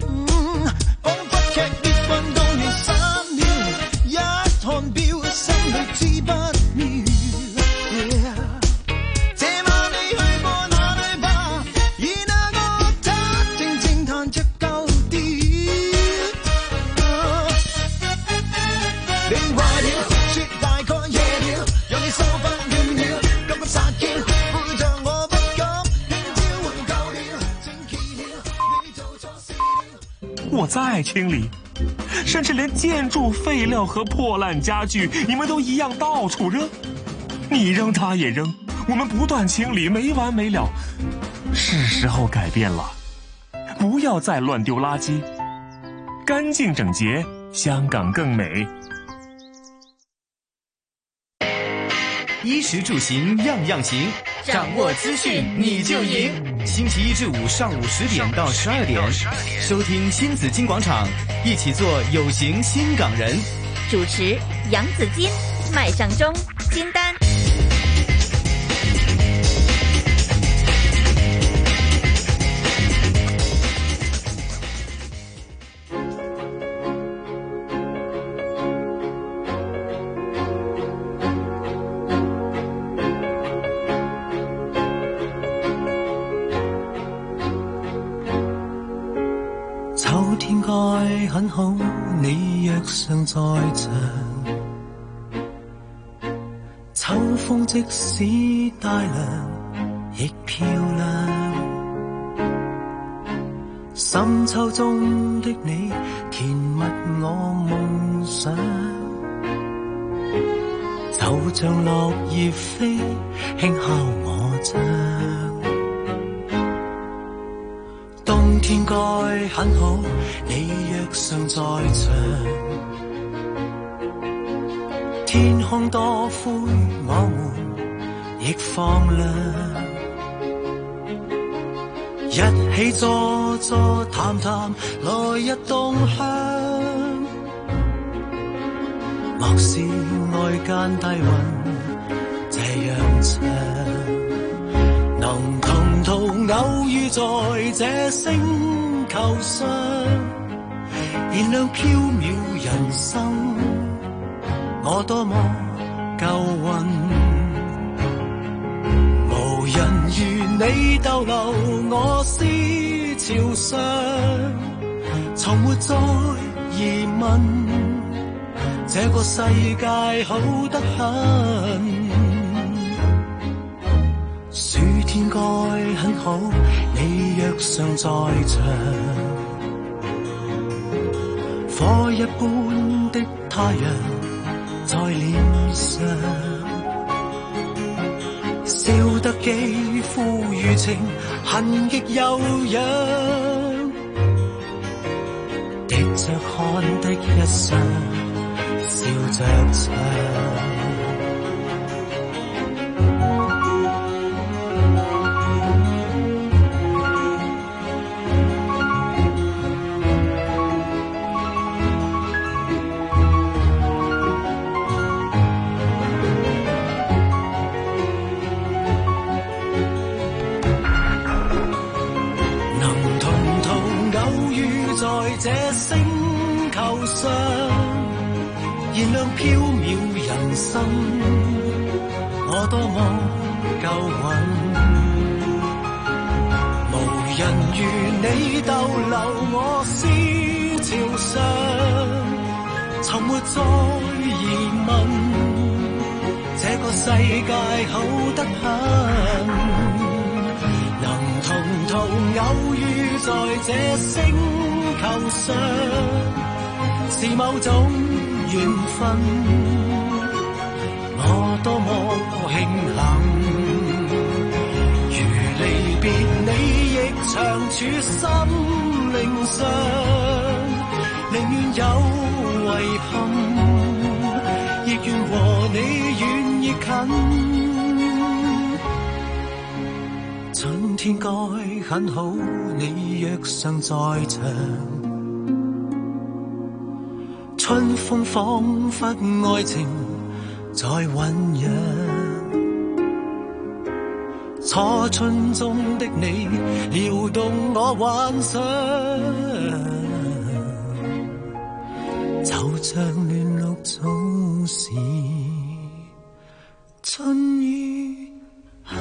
[SPEAKER 17] 嗯，彷彿劇烈運動完三秒，一看表心裏知不妙。Yeah 這晚你去過哪裏吧？而那個他正正彈着舊調。啊你話了，說大概夜了，讓你收翻亂了，急急撒嬌，背着我不敢聽朝換舊了，正奇妙，你做錯事了。
[SPEAKER 19] 我再清理，甚至连建筑废料和破烂家具，你们都一样到处扔，你扔他也扔，我们不断清理，没完没了。是时候改变了，不要再乱丢垃圾，干净整洁，香港更美。
[SPEAKER 3] 衣食住行样样行，掌握资讯你就赢。星期一至五上午十点到十二点，收听新紫金广场，一起做有型新港人。
[SPEAKER 15] 主持杨紫金、麦尚中、金丹。
[SPEAKER 17] 秋天該很好，你若尚在場。秋風即使帶涼，亦漂亮。深秋中的你，填密我夢想。就像落葉飛，輕敲我窗。冬天該很好，你若尚在場，天空多灰，我們亦放亮。一起坐坐談談，來日動向。莫是外間低溫這樣長。能同途偶遇在這星球上，燃亮飄渺人生，我多麼夠運。無人如你逗留我思潮上，從沒再疑問，這個世界好得很。暑天該很好，你若尚在場，火一般的太陽在臉上，笑得幾乎如情，痕極有樣，滴着汗的一雙，笑着唱。能同途偶遇在這星球上，燃亮飄渺人生，我多麼夠穩。無人如你逗留我思潮上，沉沒再疑問，這個世界好得很。能同途偶遇在這星球上，是某種緣分，我多麼慶幸。如離別你，亦長處心靈上，寧願有遺憾，亦願和你遠亦近。春天該很好，你若尚在場。春風彷彿愛情在醞釀，初春中的你撩動我幻想，就像嫩綠草時春意香。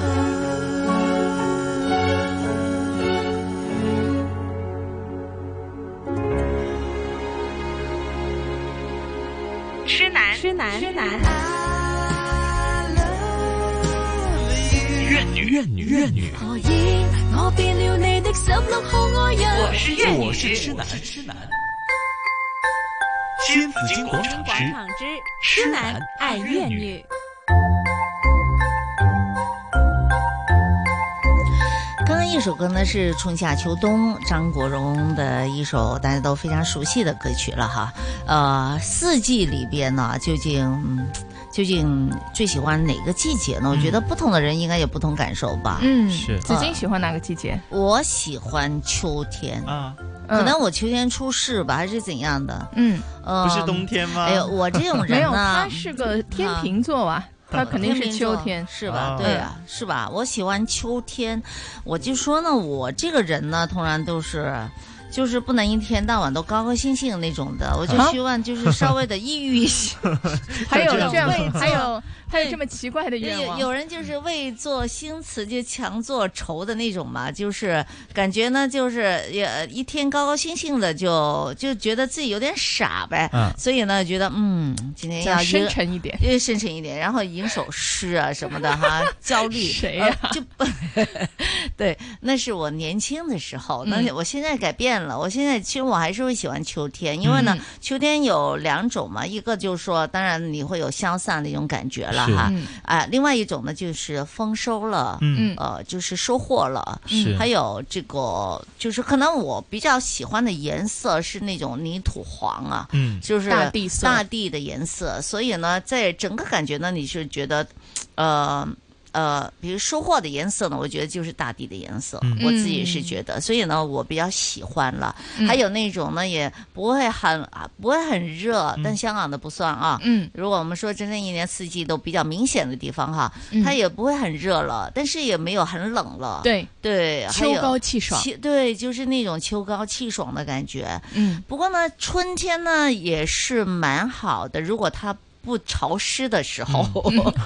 [SPEAKER 20] 痴男，痴男，痴男。
[SPEAKER 1] 怨女，怨女，怨女。
[SPEAKER 20] 何以我變了你的十六號愛人？我是怨女，
[SPEAKER 1] 我是痴男，痴男。新紫金广场之
[SPEAKER 20] 广场之痴男爱怨女。
[SPEAKER 5] 刚刚一首歌呢是《春夏秋冬》，张国荣的一首大家都非常熟悉的歌曲了哈。呃，四季里边呢，究竟嗯究竟最喜欢哪个季节呢？我觉得不同的人应该有不同感受吧。
[SPEAKER 6] 嗯，
[SPEAKER 5] 嗯是
[SPEAKER 6] 紫金喜欢哪个季节？
[SPEAKER 5] 我喜欢秋天啊，
[SPEAKER 6] 嗯
[SPEAKER 5] 可能我秋天出世吧，还是怎样的？
[SPEAKER 6] 嗯，
[SPEAKER 5] 呃，哎呦，我这种
[SPEAKER 6] (laughs) 没
[SPEAKER 5] 人
[SPEAKER 6] 有，
[SPEAKER 5] 呢
[SPEAKER 6] 他，是个天秤座啊， (laughs) 他肯定是秋天，
[SPEAKER 5] 是吧？对啊，是吧？我喜欢秋天，我就说呢，我这个人呢，通常都是。就是不能一天到晚都高高兴兴那种的，我就
[SPEAKER 6] 啊
[SPEAKER 5] 希望就是稍微的抑郁一些。
[SPEAKER 6] 还有这样
[SPEAKER 5] 为，
[SPEAKER 6] 还有还有这
[SPEAKER 5] 么。
[SPEAKER 6] 么奇怪的愿望。嗯
[SPEAKER 5] 有有人就是为做新词就强做愁的那种嘛，就是感觉呢，就是也一天高高兴兴的就，就觉得自己有点傻呗，
[SPEAKER 6] 嗯
[SPEAKER 5] 所以呢，觉得嗯，今天要
[SPEAKER 6] 想深
[SPEAKER 5] 吟
[SPEAKER 6] 沉一点，
[SPEAKER 5] 对，深沉一点，然后吟首诗啊什么的
[SPEAKER 6] (laughs)
[SPEAKER 5] 哈，焦虑，
[SPEAKER 6] 谁
[SPEAKER 5] 呃
[SPEAKER 6] 呀
[SPEAKER 5] 就不 (laughs) 对，那是我年轻的时候，那
[SPEAKER 6] 嗯
[SPEAKER 5] 我现在改变了，我现在其实我还是会喜欢秋天，因为呢，
[SPEAKER 6] 嗯
[SPEAKER 5] 秋天有两种嘛，一个就是说，当然你会有消散的一种感觉了
[SPEAKER 6] 是
[SPEAKER 5] 哈
[SPEAKER 6] 嗯，
[SPEAKER 5] 啊，另外一种呢就是丰收了，
[SPEAKER 6] 嗯
[SPEAKER 5] 呃，就是收获了，
[SPEAKER 6] 是
[SPEAKER 5] 还有这个就是可能我比较喜欢的颜色是那种泥土黄啊，
[SPEAKER 17] 嗯
[SPEAKER 5] 就是
[SPEAKER 17] 大地色
[SPEAKER 5] 大地的颜色，所以呢，在整个感觉呢，你是觉得，呃。呃，比如收获的颜色呢，我觉得就是大地的颜色，
[SPEAKER 17] 嗯
[SPEAKER 5] 我自己是觉得，所以呢，我比较喜欢了。
[SPEAKER 17] 嗯
[SPEAKER 5] 还有那种呢，也不会很啊，不会很热，但香港的不算啊。
[SPEAKER 17] 嗯
[SPEAKER 5] 如果我们说真正一年四季都比较明显的地方哈，
[SPEAKER 17] 嗯
[SPEAKER 5] 它也不会很热了，但是也没有很冷了。
[SPEAKER 6] 对
[SPEAKER 5] 对，还有
[SPEAKER 6] 秋高气爽
[SPEAKER 5] 气对，就是那种秋高气爽的感觉。
[SPEAKER 6] 嗯，
[SPEAKER 5] 不过呢，春天呢也是蛮好的，如果它不潮湿的时候，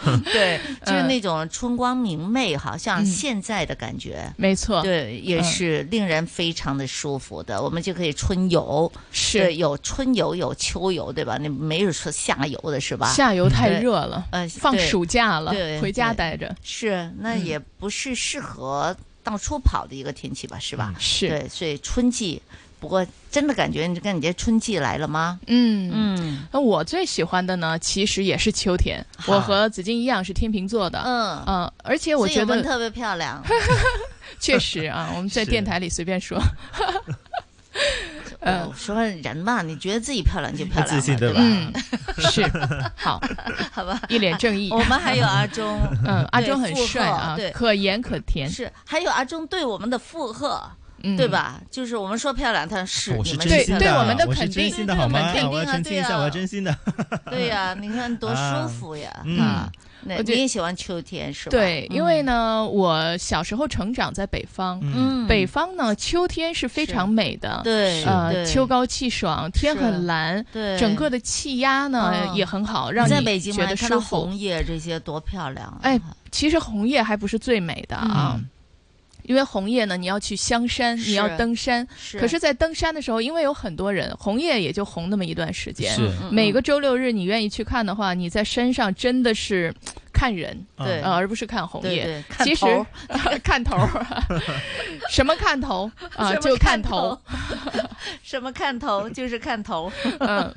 [SPEAKER 6] 嗯
[SPEAKER 5] (laughs) 对，就是那种春光明媚，好像
[SPEAKER 6] 嗯
[SPEAKER 5] 现在的感觉。
[SPEAKER 6] 没错，
[SPEAKER 5] 对，也
[SPEAKER 6] 嗯
[SPEAKER 5] 是令人非常的舒服的。我们就可以春游，
[SPEAKER 6] 是
[SPEAKER 5] 对有春游有秋游，对吧？你没有说夏游的是吧？
[SPEAKER 6] 下游太
[SPEAKER 5] 对
[SPEAKER 6] 热了，
[SPEAKER 5] 呃，
[SPEAKER 6] 放
[SPEAKER 5] 对
[SPEAKER 6] 暑假了
[SPEAKER 5] 对，
[SPEAKER 6] 回家
[SPEAKER 5] 对
[SPEAKER 6] 待着。
[SPEAKER 5] 是，那
[SPEAKER 6] 嗯
[SPEAKER 5] 也不是适合到处跑的一个天气吧，是吧？
[SPEAKER 6] 嗯是
[SPEAKER 5] 对，所以春季，不过真的感觉你跟你这春季来了吗？
[SPEAKER 6] 嗯
[SPEAKER 5] 嗯，
[SPEAKER 6] 那我最喜欢的呢，其实也是秋天。
[SPEAKER 5] 好
[SPEAKER 6] 我和紫金一样是天秤座的，
[SPEAKER 5] 嗯
[SPEAKER 6] 呃，而且我
[SPEAKER 5] 所以
[SPEAKER 6] 觉
[SPEAKER 5] 们特
[SPEAKER 6] 得
[SPEAKER 5] 别漂
[SPEAKER 6] (laughs)
[SPEAKER 5] 亮，
[SPEAKER 6] 确实啊，我们在
[SPEAKER 5] 是
[SPEAKER 6] 电台里随便说，嗯
[SPEAKER 5] 呃，说人嘛，你觉得自己漂亮就漂亮了，
[SPEAKER 6] 自信
[SPEAKER 5] 对
[SPEAKER 6] 对
[SPEAKER 5] 吧？ (laughs)
[SPEAKER 6] 嗯是
[SPEAKER 7] (laughs)
[SPEAKER 6] 好，
[SPEAKER 5] 好 (laughs) 吧，
[SPEAKER 6] 一脸正义。
[SPEAKER 5] 啊我们还有阿忠
[SPEAKER 6] (laughs) ，嗯，阿
[SPEAKER 5] 对
[SPEAKER 6] 忠很
[SPEAKER 5] 附和
[SPEAKER 6] 帅啊
[SPEAKER 5] 对，，
[SPEAKER 6] 可盐可甜。
[SPEAKER 5] 是还有阿忠对我们的附和，
[SPEAKER 6] 嗯
[SPEAKER 5] 对吧？就是我们说漂亮，但是
[SPEAKER 7] 哦我
[SPEAKER 5] 你
[SPEAKER 7] 是
[SPEAKER 5] 们
[SPEAKER 7] 真心的，啊
[SPEAKER 5] 对我们的
[SPEAKER 7] 我是
[SPEAKER 5] 肯
[SPEAKER 7] 真
[SPEAKER 5] 定，
[SPEAKER 7] 心的好吗？
[SPEAKER 5] 肯定啊
[SPEAKER 7] 我要澄清一
[SPEAKER 5] 对
[SPEAKER 7] 下，
[SPEAKER 5] 啊
[SPEAKER 7] 我要真心的。 (laughs)
[SPEAKER 5] 对呀，你看多舒服呀
[SPEAKER 7] 啊！嗯
[SPEAKER 5] 啊，那
[SPEAKER 6] 我
[SPEAKER 5] 你
[SPEAKER 6] 觉
[SPEAKER 5] 也喜欢秋天是吧？
[SPEAKER 6] 对，因
[SPEAKER 5] 嗯
[SPEAKER 6] 为呢，我小时候成长在北方，
[SPEAKER 5] 嗯
[SPEAKER 6] 北方呢秋天是非常美的，
[SPEAKER 5] 对
[SPEAKER 6] 呃，
[SPEAKER 5] 对
[SPEAKER 6] 秋高气爽，天
[SPEAKER 5] 是
[SPEAKER 6] 很蓝，
[SPEAKER 5] 对
[SPEAKER 6] 整个的气压呢
[SPEAKER 5] 嗯
[SPEAKER 6] 也很好，让
[SPEAKER 5] 你在
[SPEAKER 6] 你
[SPEAKER 5] 北京
[SPEAKER 6] 觉
[SPEAKER 5] 嘛
[SPEAKER 6] 得
[SPEAKER 5] 看
[SPEAKER 6] 舒
[SPEAKER 5] 到
[SPEAKER 6] 服
[SPEAKER 5] 红。叶这些多漂亮啊！
[SPEAKER 6] 哎，其实红叶还不是最美的 (laughs) 啊。
[SPEAKER 5] 嗯
[SPEAKER 6] 因为红叶呢，你要去香山，
[SPEAKER 5] 是
[SPEAKER 6] 你要登山。
[SPEAKER 5] 是
[SPEAKER 6] 可是，在登山的时候，因为有很多人，红叶也就红那么一段时间。
[SPEAKER 5] 是嗯
[SPEAKER 6] 每个周六日你愿意去看的话，你在山上真的是看人，
[SPEAKER 5] 对
[SPEAKER 6] 呃而不是看红
[SPEAKER 5] 对
[SPEAKER 6] 叶。
[SPEAKER 5] 对看
[SPEAKER 6] 其实
[SPEAKER 5] 头
[SPEAKER 6] (laughs) 看头
[SPEAKER 5] 嗯
[SPEAKER 6] 儿，
[SPEAKER 7] 嗯
[SPEAKER 6] 什么看头啊、
[SPEAKER 5] (laughs) 什么
[SPEAKER 6] 就
[SPEAKER 5] 看
[SPEAKER 6] 头。
[SPEAKER 5] (laughs) 什么看头就是看
[SPEAKER 6] (laughs)
[SPEAKER 5] 头，
[SPEAKER 6] 嗯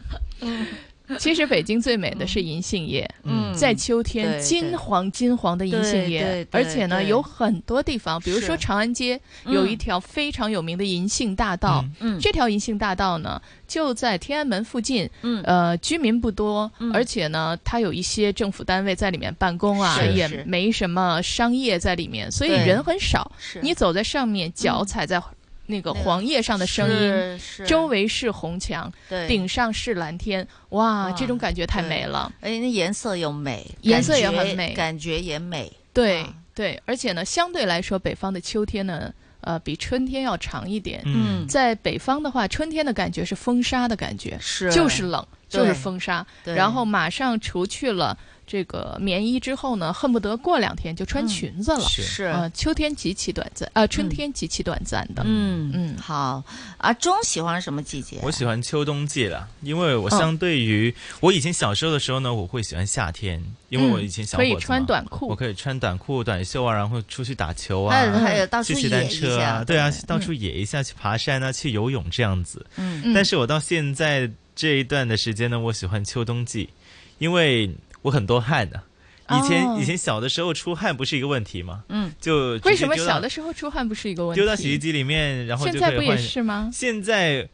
[SPEAKER 6] (laughs) 其实北京最美的是银杏叶，
[SPEAKER 5] 嗯
[SPEAKER 6] 在秋天
[SPEAKER 5] 对
[SPEAKER 6] 金黄金黄的银杏
[SPEAKER 5] 对对
[SPEAKER 6] 叶
[SPEAKER 5] 对，
[SPEAKER 6] 而且呢
[SPEAKER 5] 对
[SPEAKER 6] 有很多地方，比如说
[SPEAKER 5] 是
[SPEAKER 6] 长安街
[SPEAKER 5] 嗯
[SPEAKER 6] 有一条非常有名的银杏大道，
[SPEAKER 5] 嗯嗯
[SPEAKER 6] 这条银杏大道呢就在天安门附近，
[SPEAKER 5] 嗯
[SPEAKER 6] 呃居民不多，
[SPEAKER 5] 嗯
[SPEAKER 6] 而且呢它有一些政府单位在里面办公啊，
[SPEAKER 5] 是
[SPEAKER 6] 也
[SPEAKER 5] 是
[SPEAKER 6] 没什么商业在里面，所以
[SPEAKER 5] 对
[SPEAKER 6] 人很少
[SPEAKER 5] 是，
[SPEAKER 6] 你走在上面，脚
[SPEAKER 5] 嗯
[SPEAKER 6] 踩在。那个
[SPEAKER 5] 那个
[SPEAKER 6] 黄叶上的声
[SPEAKER 5] 是
[SPEAKER 6] 音
[SPEAKER 5] 是，
[SPEAKER 6] 周围是红墙，
[SPEAKER 5] 对
[SPEAKER 6] 顶上是蓝天，哇，
[SPEAKER 5] 哇
[SPEAKER 6] 这种感觉太美了。
[SPEAKER 5] 哎，那颜色又美，
[SPEAKER 6] 颜色
[SPEAKER 5] 感
[SPEAKER 6] 也
[SPEAKER 5] 觉
[SPEAKER 6] 很美
[SPEAKER 5] 感觉也美。
[SPEAKER 6] 对
[SPEAKER 5] 啊
[SPEAKER 6] 对，而且呢，相对来说，北方的秋天呢，呃，比春天要长一点。
[SPEAKER 5] 嗯
[SPEAKER 6] 在北方的话，春天的感觉是风沙的感觉，
[SPEAKER 5] 是
[SPEAKER 6] 就是冷，就
[SPEAKER 5] 对
[SPEAKER 6] 是风沙。
[SPEAKER 5] 对
[SPEAKER 6] 然后马上除去了这个棉衣之后呢，恨不得过两天就穿裙子了。
[SPEAKER 5] 是嗯是
[SPEAKER 6] 呃，秋天极其短暂，呃，春天极其短暂的。
[SPEAKER 5] 嗯
[SPEAKER 6] 嗯，
[SPEAKER 5] 好啊，
[SPEAKER 7] 嗯
[SPEAKER 5] 钟喜欢什么季节？
[SPEAKER 7] 我喜欢秋冬季了，因为我相对于我以前小时候的时候呢，我会喜欢夏天，因为我以前小
[SPEAKER 6] 可
[SPEAKER 7] 伙
[SPEAKER 6] 以
[SPEAKER 7] 子嘛
[SPEAKER 6] 穿短裤
[SPEAKER 7] 我可以穿短裤、短袖啊，然后出去打球
[SPEAKER 5] 还
[SPEAKER 7] 啊
[SPEAKER 5] 有，还有到
[SPEAKER 7] 去
[SPEAKER 5] 处
[SPEAKER 7] 骑单
[SPEAKER 5] 野一
[SPEAKER 7] 车
[SPEAKER 5] 下
[SPEAKER 7] 啊，对啊，
[SPEAKER 5] 对
[SPEAKER 7] 到
[SPEAKER 6] 嗯
[SPEAKER 7] 处野一下，去爬山啊，去游泳这样子。
[SPEAKER 5] 嗯
[SPEAKER 7] 但是我到现在这一段的时间呢，我喜欢秋冬季，因为我很多汗的、以前、
[SPEAKER 6] 哦
[SPEAKER 7] 以前小的时候出汗不是一个问题吗？
[SPEAKER 5] 嗯，
[SPEAKER 7] 就直
[SPEAKER 6] 为
[SPEAKER 7] 接
[SPEAKER 6] 什么
[SPEAKER 7] 丢到
[SPEAKER 6] 小的时候出汗不是一个问题？
[SPEAKER 7] 丢到洗衣机里面，然后
[SPEAKER 6] 现
[SPEAKER 7] 就
[SPEAKER 6] 在
[SPEAKER 7] 可以
[SPEAKER 6] 不也
[SPEAKER 7] 换
[SPEAKER 6] 是吗
[SPEAKER 7] 现在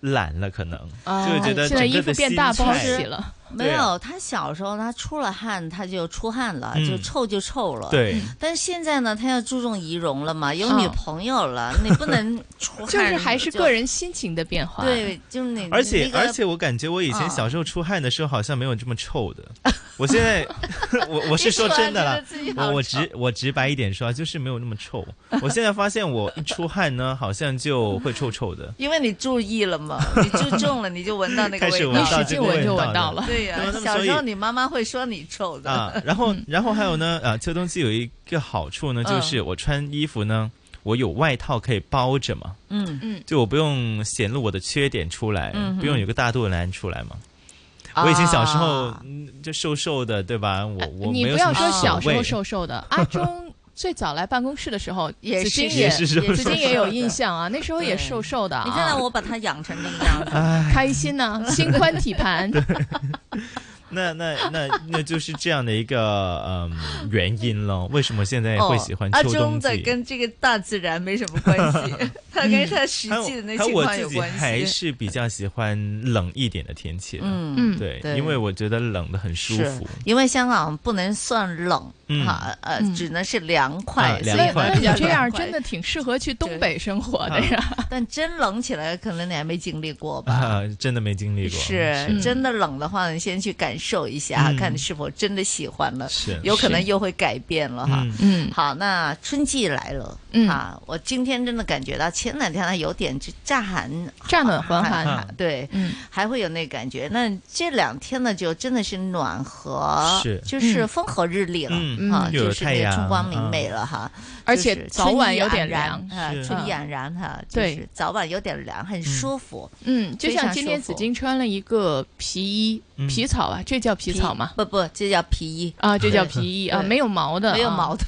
[SPEAKER 7] 懒了，可能、
[SPEAKER 5] 哦
[SPEAKER 7] 就觉得
[SPEAKER 6] 现在
[SPEAKER 7] 整个
[SPEAKER 6] 衣服
[SPEAKER 7] 的
[SPEAKER 6] 变
[SPEAKER 7] 心
[SPEAKER 6] 大不好
[SPEAKER 7] 态啊
[SPEAKER 6] 洗了。
[SPEAKER 5] 没有，他小时候他出了汗，他就出汗了，
[SPEAKER 7] 嗯
[SPEAKER 5] 就臭就臭了。
[SPEAKER 7] 对，
[SPEAKER 5] 但是现在呢，他要注重仪容了嘛，有
[SPEAKER 6] 嗯
[SPEAKER 5] 女朋友了，你不能出汗。
[SPEAKER 6] 就是还是个人心情的变化。
[SPEAKER 5] 对，就是你。
[SPEAKER 7] 而且
[SPEAKER 5] 你那个啊
[SPEAKER 7] 而且，我感觉我以前小时候出汗的时候好像没有这么臭的。 (laughs) 我现在， (laughs) 我我是说真的
[SPEAKER 5] 你说
[SPEAKER 7] 啦
[SPEAKER 5] 完觉得自己，好
[SPEAKER 7] 我我
[SPEAKER 5] 臭
[SPEAKER 7] 直我直白一点说啊，就是没有那么臭。我现在发现
[SPEAKER 5] (laughs)
[SPEAKER 7] 我一出汗呢，好像就会臭臭的。
[SPEAKER 5] 因为你注意了
[SPEAKER 7] (laughs)
[SPEAKER 5] 嘛，你注重了，你就闻到那个
[SPEAKER 7] 开
[SPEAKER 5] 味
[SPEAKER 7] 始
[SPEAKER 5] 道，
[SPEAKER 7] 闻到这个味道了你使劲闻就闻到了
[SPEAKER 5] 对呀、
[SPEAKER 7] 对那么
[SPEAKER 5] 小
[SPEAKER 7] 所以
[SPEAKER 5] 时候你妈妈会说你臭的。 (laughs)
[SPEAKER 7] 啊，然
[SPEAKER 5] 嗯
[SPEAKER 7] 后然后还有呢，啊，秋冬季有一个好处呢，就是我穿衣服呢，我有外套可以包着嘛，
[SPEAKER 5] 嗯
[SPEAKER 6] 嗯，
[SPEAKER 7] 就我不用显露我的缺点出来
[SPEAKER 5] 嗯，哼
[SPEAKER 7] 不用有个大肚腩出来嘛。
[SPEAKER 6] 啊
[SPEAKER 7] 我以前小时候嗯就瘦瘦的，对吧？我
[SPEAKER 5] 哎
[SPEAKER 7] 我
[SPEAKER 6] 你
[SPEAKER 7] 没有
[SPEAKER 6] 不
[SPEAKER 7] 什
[SPEAKER 6] 要
[SPEAKER 7] 么
[SPEAKER 6] 说小时
[SPEAKER 7] 所
[SPEAKER 6] 候
[SPEAKER 7] 谓
[SPEAKER 6] 瘦瘦
[SPEAKER 7] (laughs)
[SPEAKER 6] 的，阿忠最早来办公室的时候，
[SPEAKER 5] 也
[SPEAKER 6] 紫金
[SPEAKER 5] 是
[SPEAKER 6] 也
[SPEAKER 5] 也是瘦瘦的
[SPEAKER 6] 紫金也有印象啊，那时候也瘦瘦的啊。
[SPEAKER 5] 你看看我把它养成这个样子，
[SPEAKER 6] 开心呢，心宽体
[SPEAKER 7] (laughs)
[SPEAKER 6] 盘。
[SPEAKER 7] 那那那那就是这样的一个嗯原因了。为什么现在哎会喜欢
[SPEAKER 5] 哦、阿
[SPEAKER 7] 秋冬
[SPEAKER 5] 忠
[SPEAKER 7] 季？嗯
[SPEAKER 5] 的跟这个大自然没什么关
[SPEAKER 7] (laughs)
[SPEAKER 5] 系，他跟他实际的那
[SPEAKER 7] 还有
[SPEAKER 5] 情
[SPEAKER 7] 我
[SPEAKER 5] 况
[SPEAKER 7] 自
[SPEAKER 5] 有
[SPEAKER 7] 己
[SPEAKER 5] 关
[SPEAKER 7] 还
[SPEAKER 5] 系。
[SPEAKER 7] 是比较喜欢冷一点的天气的。
[SPEAKER 5] 嗯嗯
[SPEAKER 7] 对，
[SPEAKER 5] 对
[SPEAKER 7] 因为我觉得冷的很舒
[SPEAKER 5] 是
[SPEAKER 7] 服。
[SPEAKER 5] 因为香港不能算冷
[SPEAKER 7] 嗯
[SPEAKER 5] 哈，呃，
[SPEAKER 6] 嗯
[SPEAKER 5] 只能是凉快
[SPEAKER 7] 啊，
[SPEAKER 5] 所以
[SPEAKER 7] 凉快
[SPEAKER 5] 比较
[SPEAKER 6] 那你这样
[SPEAKER 5] 凉快
[SPEAKER 6] 真的挺适合去东北生活的
[SPEAKER 5] 对
[SPEAKER 6] 呀。
[SPEAKER 5] 但真冷起来，可能你还没经历过吧？
[SPEAKER 7] 啊， (laughs) 真的没经历过。
[SPEAKER 5] 是真的冷的话，你先去感受一下，
[SPEAKER 7] 嗯
[SPEAKER 5] 看你是否真的喜欢了，
[SPEAKER 7] 是
[SPEAKER 5] 有可能
[SPEAKER 7] 是
[SPEAKER 5] 又会改变了哈
[SPEAKER 7] 嗯。
[SPEAKER 6] 嗯，
[SPEAKER 5] 好，那春季来了，
[SPEAKER 6] 嗯
[SPEAKER 5] 啊，我今天真的感觉到前两天它有点这乍寒，
[SPEAKER 6] 乍暖还寒
[SPEAKER 5] 寒，对，
[SPEAKER 6] 嗯，
[SPEAKER 5] 还会有那感觉。那这两天呢，就真的是暖和，
[SPEAKER 6] 是
[SPEAKER 5] 就是
[SPEAKER 6] 嗯
[SPEAKER 5] 风和日丽了
[SPEAKER 6] 嗯
[SPEAKER 5] 啊，
[SPEAKER 6] 嗯又有
[SPEAKER 5] 就是
[SPEAKER 6] 太
[SPEAKER 5] 那个
[SPEAKER 6] 阳
[SPEAKER 5] 春光明媚了哈，
[SPEAKER 6] 而
[SPEAKER 5] 就
[SPEAKER 6] 且
[SPEAKER 5] 是
[SPEAKER 6] 早
[SPEAKER 5] 春
[SPEAKER 6] 晚
[SPEAKER 5] 意
[SPEAKER 6] 有
[SPEAKER 5] 盎
[SPEAKER 6] 点
[SPEAKER 5] 然
[SPEAKER 6] 凉
[SPEAKER 5] 啊，
[SPEAKER 6] 是
[SPEAKER 5] 春意
[SPEAKER 6] 啊
[SPEAKER 5] 盎然哈，
[SPEAKER 6] 对
[SPEAKER 5] 就是早晚有点凉，很舒服，
[SPEAKER 6] 嗯，就
[SPEAKER 5] 非常
[SPEAKER 6] 像今天
[SPEAKER 5] 舒服
[SPEAKER 6] 紫金穿了一个皮衣，
[SPEAKER 7] 嗯
[SPEAKER 6] 皮草啊，这叫皮草吗？
[SPEAKER 5] 不不，这叫皮衣
[SPEAKER 6] 啊，这叫皮衣啊，
[SPEAKER 5] 对
[SPEAKER 6] 没有毛的，
[SPEAKER 5] 没有毛的，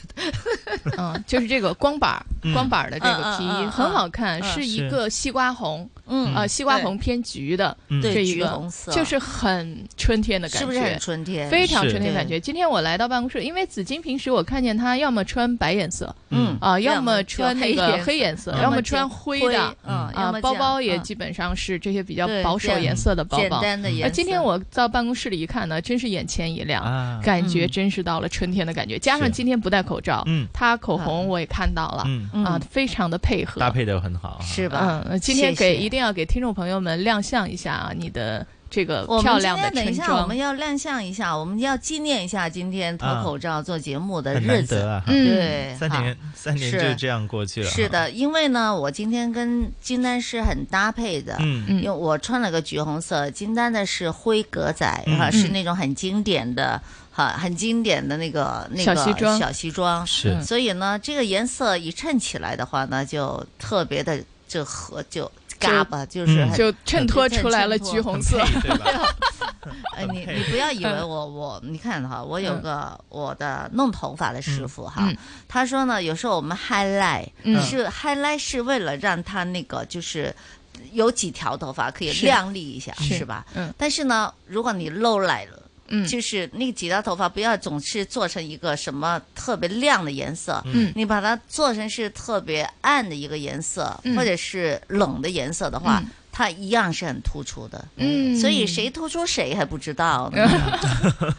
[SPEAKER 6] 嗯，就是这个光板儿
[SPEAKER 5] 嗯
[SPEAKER 6] 光板儿的这个皮
[SPEAKER 5] 嗯嗯
[SPEAKER 6] 衣
[SPEAKER 5] 嗯
[SPEAKER 6] 很好看，
[SPEAKER 5] 嗯
[SPEAKER 6] 是一
[SPEAKER 5] 是
[SPEAKER 6] 个西瓜红，
[SPEAKER 5] 嗯
[SPEAKER 6] 啊，西瓜
[SPEAKER 5] 对
[SPEAKER 6] 红偏橘的
[SPEAKER 5] 嗯
[SPEAKER 6] 这
[SPEAKER 5] 对
[SPEAKER 6] 一
[SPEAKER 5] 橘
[SPEAKER 6] 个
[SPEAKER 5] 红色
[SPEAKER 6] 就是很春天的感觉，
[SPEAKER 5] 是不是很春天
[SPEAKER 6] 非常
[SPEAKER 5] 是
[SPEAKER 6] 春天感觉。今天我来到办公室，因为紫金平时我看见她要么穿白颜色，
[SPEAKER 5] 嗯
[SPEAKER 6] 啊，要
[SPEAKER 5] 要么
[SPEAKER 6] 么
[SPEAKER 5] 就
[SPEAKER 6] 穿那
[SPEAKER 5] 黑
[SPEAKER 6] 个
[SPEAKER 5] 颜色嗯
[SPEAKER 6] 黑颜色，
[SPEAKER 5] 要
[SPEAKER 6] 要
[SPEAKER 5] 么
[SPEAKER 6] 么
[SPEAKER 5] 就
[SPEAKER 6] 穿
[SPEAKER 5] 灰
[SPEAKER 6] 的，
[SPEAKER 5] 嗯要
[SPEAKER 6] 啊
[SPEAKER 5] 么，
[SPEAKER 6] 包
[SPEAKER 5] 这样
[SPEAKER 6] 包也
[SPEAKER 5] 嗯
[SPEAKER 6] 基本上是这些比较
[SPEAKER 5] 对
[SPEAKER 6] 保守
[SPEAKER 5] 这样
[SPEAKER 6] 颜色的包
[SPEAKER 5] 简
[SPEAKER 6] 包。
[SPEAKER 5] 单的
[SPEAKER 6] 啊
[SPEAKER 5] 颜
[SPEAKER 6] 今天我到办公室里一看呢，真是眼前一亮
[SPEAKER 7] 啊，
[SPEAKER 6] 感觉
[SPEAKER 5] 嗯
[SPEAKER 6] 真是到了春天的感觉。加上
[SPEAKER 7] 是
[SPEAKER 6] 今天不戴口罩，
[SPEAKER 7] 嗯
[SPEAKER 5] 啊
[SPEAKER 6] 她口红我也看到了
[SPEAKER 7] 嗯，
[SPEAKER 6] 啊，非常的配合，
[SPEAKER 7] 搭配得得很好啊，
[SPEAKER 5] 是吧
[SPEAKER 6] 嗯，今天
[SPEAKER 5] 谢谢
[SPEAKER 6] 给一定要给听众朋友们亮相一下啊，你的这个
[SPEAKER 5] 我
[SPEAKER 6] 漂
[SPEAKER 5] 们今
[SPEAKER 6] 亮的
[SPEAKER 5] 天等一
[SPEAKER 6] 春
[SPEAKER 5] 下，我
[SPEAKER 6] 装
[SPEAKER 5] 们。要亮相一下，我们要纪念一下今天脱口罩做节目的
[SPEAKER 7] 啊很
[SPEAKER 5] 日
[SPEAKER 7] 难
[SPEAKER 5] 子。
[SPEAKER 7] 得啊，
[SPEAKER 6] 嗯
[SPEAKER 7] 哈
[SPEAKER 5] 对，
[SPEAKER 7] 三
[SPEAKER 5] 哈
[SPEAKER 7] 年三年
[SPEAKER 5] 是
[SPEAKER 7] 就这样过去了，
[SPEAKER 5] 是的，因为呢，我今天跟金丹是很搭配的，
[SPEAKER 7] 嗯
[SPEAKER 5] 因为我穿了个橘红色，金丹的是灰格仔
[SPEAKER 7] 嗯
[SPEAKER 5] 哈，是那种很经典的。哈，很经典的那个那
[SPEAKER 6] 小
[SPEAKER 5] 个
[SPEAKER 6] 西装
[SPEAKER 5] 小西装
[SPEAKER 6] 是嗯
[SPEAKER 5] 所以呢，这个颜色一衬起来的话呢，就特别的就合就嘎巴，就是很
[SPEAKER 6] 就衬托
[SPEAKER 5] 很
[SPEAKER 6] 出来了
[SPEAKER 5] 衬托
[SPEAKER 6] 橘红色，
[SPEAKER 5] (laughs)
[SPEAKER 7] (laughs)
[SPEAKER 5] 呃，你你不要以为我我你看哈，我
[SPEAKER 6] 嗯
[SPEAKER 5] 有个我的弄头发的
[SPEAKER 7] 嗯
[SPEAKER 5] 师傅哈，他说呢，有时候我们 highlight
[SPEAKER 6] 嗯
[SPEAKER 5] 是 highlight 是为了让他那个就是。有几条头发可以
[SPEAKER 6] 是
[SPEAKER 5] 亮丽一下，
[SPEAKER 6] 是
[SPEAKER 5] 是吧？
[SPEAKER 6] 嗯
[SPEAKER 5] 但是呢，如果你露来了，
[SPEAKER 6] 嗯
[SPEAKER 5] 就是那几条头发不要总是做成一个什么特别亮的颜色，
[SPEAKER 6] 嗯
[SPEAKER 5] 你把它做成是特别暗的一个颜色，
[SPEAKER 6] 嗯
[SPEAKER 5] 或者是冷的颜色的话，
[SPEAKER 6] 嗯
[SPEAKER 5] 它一样是很突出的。
[SPEAKER 6] 嗯
[SPEAKER 5] 所以谁突出谁还不知道呢，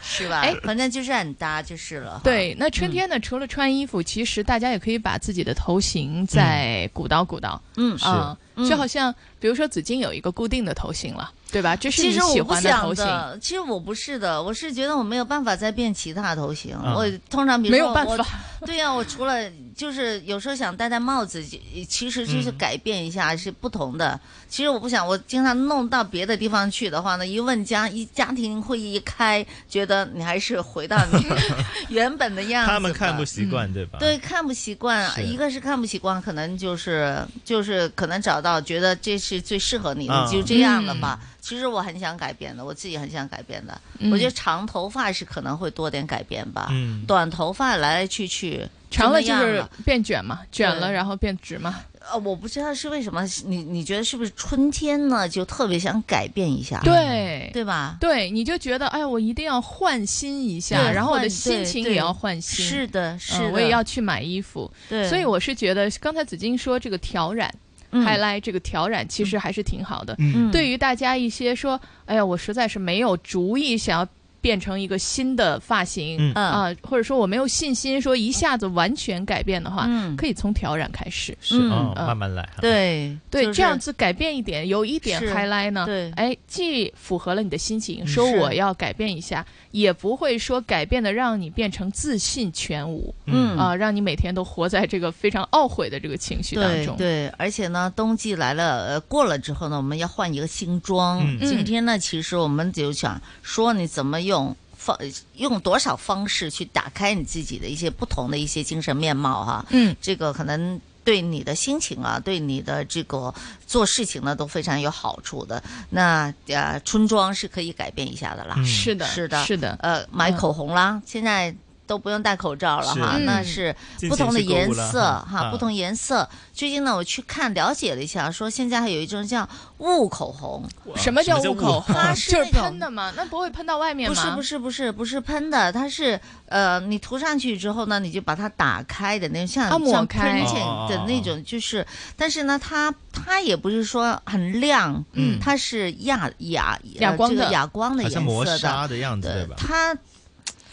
[SPEAKER 5] 是
[SPEAKER 6] (laughs)
[SPEAKER 5] 吧？嗯哎，反正就是很搭就是了。
[SPEAKER 6] 对，那春天呢，除了穿衣服，其实大家也可以把自己的头型再鼓捣鼓捣。
[SPEAKER 5] 嗯
[SPEAKER 6] 啊，
[SPEAKER 5] 是嗯
[SPEAKER 6] 就好像比如说紫金有一个固定的头型了，对吧？这是
[SPEAKER 5] 其
[SPEAKER 6] 你
[SPEAKER 5] 实
[SPEAKER 6] 喜
[SPEAKER 5] 我不
[SPEAKER 6] 欢的头型。
[SPEAKER 5] 想的，其实我不是的，我是觉得我没有办法再变其他头型。
[SPEAKER 6] 嗯
[SPEAKER 5] 我通常比如
[SPEAKER 6] 没
[SPEAKER 5] 说
[SPEAKER 6] 有办法
[SPEAKER 5] 我，对呀、我除了就是有时候想戴戴帽子，就其实就是
[SPEAKER 6] 嗯
[SPEAKER 5] 改变一下、是不同的。其实我不想，我经常弄到别的地方去的话呢，一问家一家庭会议一开，觉得你还是回到你 (laughs) 原本的样子吧。
[SPEAKER 7] 他们看不习惯，对吧？
[SPEAKER 5] 对，看不习惯，一个是看不习惯，可能就是就是可能找到觉得这是最适合你，
[SPEAKER 7] 啊
[SPEAKER 5] 你就这样了吧。其实我很想改变的，我自己很想改变的。
[SPEAKER 6] 嗯
[SPEAKER 5] 我觉得长头发是可能会多点改变吧，
[SPEAKER 6] 嗯
[SPEAKER 5] 短头发来来去去。
[SPEAKER 6] 长了
[SPEAKER 5] 就
[SPEAKER 6] 就
[SPEAKER 5] 那样
[SPEAKER 6] 是
[SPEAKER 5] 了
[SPEAKER 6] 变卷嘛，卷了
[SPEAKER 5] 对
[SPEAKER 6] 然后变直嘛。
[SPEAKER 5] 呃，我不知道是为什么，你你觉得是不是春天呢？就特别想改变一下，
[SPEAKER 6] 对
[SPEAKER 5] 对吧？
[SPEAKER 6] 对，你就觉得哎呀，我一定要换新一下，
[SPEAKER 5] 对
[SPEAKER 6] 然后我的
[SPEAKER 5] 换
[SPEAKER 6] 心
[SPEAKER 5] 对
[SPEAKER 6] 情
[SPEAKER 5] 对
[SPEAKER 6] 也要换新。
[SPEAKER 5] 是的
[SPEAKER 6] 嗯
[SPEAKER 5] 是
[SPEAKER 6] 我也
[SPEAKER 5] 的
[SPEAKER 6] 要去买衣服。
[SPEAKER 5] 对
[SPEAKER 6] 所以我是觉得刚才紫金说这个调染。
[SPEAKER 5] 嗯
[SPEAKER 6] highlight 这个调染其实还是挺好的，
[SPEAKER 5] 嗯
[SPEAKER 6] 对于大家一些说，哎呀，我实在是没有主意想要变成一个新的发型
[SPEAKER 5] 嗯
[SPEAKER 6] 啊、或者说我没有信心说一下子完全改变的话，
[SPEAKER 5] 嗯
[SPEAKER 6] 可以从调染开始，嗯
[SPEAKER 7] 是哦，慢慢来。
[SPEAKER 5] 呃对
[SPEAKER 6] 对，
[SPEAKER 5] 就是
[SPEAKER 6] 这样子改变一点，有一点
[SPEAKER 5] 是
[SPEAKER 6] highlight 呢，
[SPEAKER 5] 对
[SPEAKER 6] 哎，既符合了你的心情，说
[SPEAKER 5] 是
[SPEAKER 6] 我要改变一下，也不会说改变的让你变成自信全无，
[SPEAKER 5] 嗯
[SPEAKER 6] 啊、让你每天都活在这个非常懊悔的这个情绪当
[SPEAKER 5] 对
[SPEAKER 6] 中，
[SPEAKER 5] 对，而且呢，冬季来了，呃，过了之后呢，我们要换一个新装。
[SPEAKER 6] 嗯
[SPEAKER 5] 今天呢，其实我们就想说，你怎么用方用多少方式去打开你自己的一些不同的一些精神面貌哈、
[SPEAKER 6] 嗯，
[SPEAKER 5] 这个可能。对你的心情啊，对你的这个做事情呢，都非常有好处的。那呃，春装是可以改变一下的啦。
[SPEAKER 6] 嗯是的
[SPEAKER 5] 是的，
[SPEAKER 6] 是的
[SPEAKER 5] 呃，买
[SPEAKER 6] 嗯
[SPEAKER 5] 口红啦，现在都不用戴口罩了
[SPEAKER 6] 是
[SPEAKER 5] 哈，
[SPEAKER 6] 嗯
[SPEAKER 5] 那是
[SPEAKER 6] 进
[SPEAKER 5] 不
[SPEAKER 6] 行
[SPEAKER 5] 同的
[SPEAKER 6] 去购物
[SPEAKER 5] 颜
[SPEAKER 6] 了
[SPEAKER 5] 色
[SPEAKER 6] 哈
[SPEAKER 5] 哈，
[SPEAKER 6] 啊
[SPEAKER 5] 不同颜色。最近呢，我去看了解了一下，说现在还有一种叫雾口红。
[SPEAKER 6] 什么叫雾口红？
[SPEAKER 5] 它
[SPEAKER 6] (laughs)
[SPEAKER 5] 是
[SPEAKER 6] 就是
[SPEAKER 5] 那种
[SPEAKER 6] 喷的吗？那不会喷到外面
[SPEAKER 5] 不
[SPEAKER 6] 吗？
[SPEAKER 5] 是不是不是不是喷的，它是呃，你涂上去之后呢，你就把它打开的那种，像
[SPEAKER 6] 啊抹
[SPEAKER 5] 像
[SPEAKER 6] 开
[SPEAKER 5] printing 的那种，就是，但是呢，它它也不是说很亮，
[SPEAKER 7] 嗯
[SPEAKER 5] 它是哑哑呃
[SPEAKER 7] 哑光
[SPEAKER 5] 这个
[SPEAKER 7] 的
[SPEAKER 5] 哑光的
[SPEAKER 7] 好
[SPEAKER 5] 颜色
[SPEAKER 7] 像磨砂的样子对吧
[SPEAKER 5] 它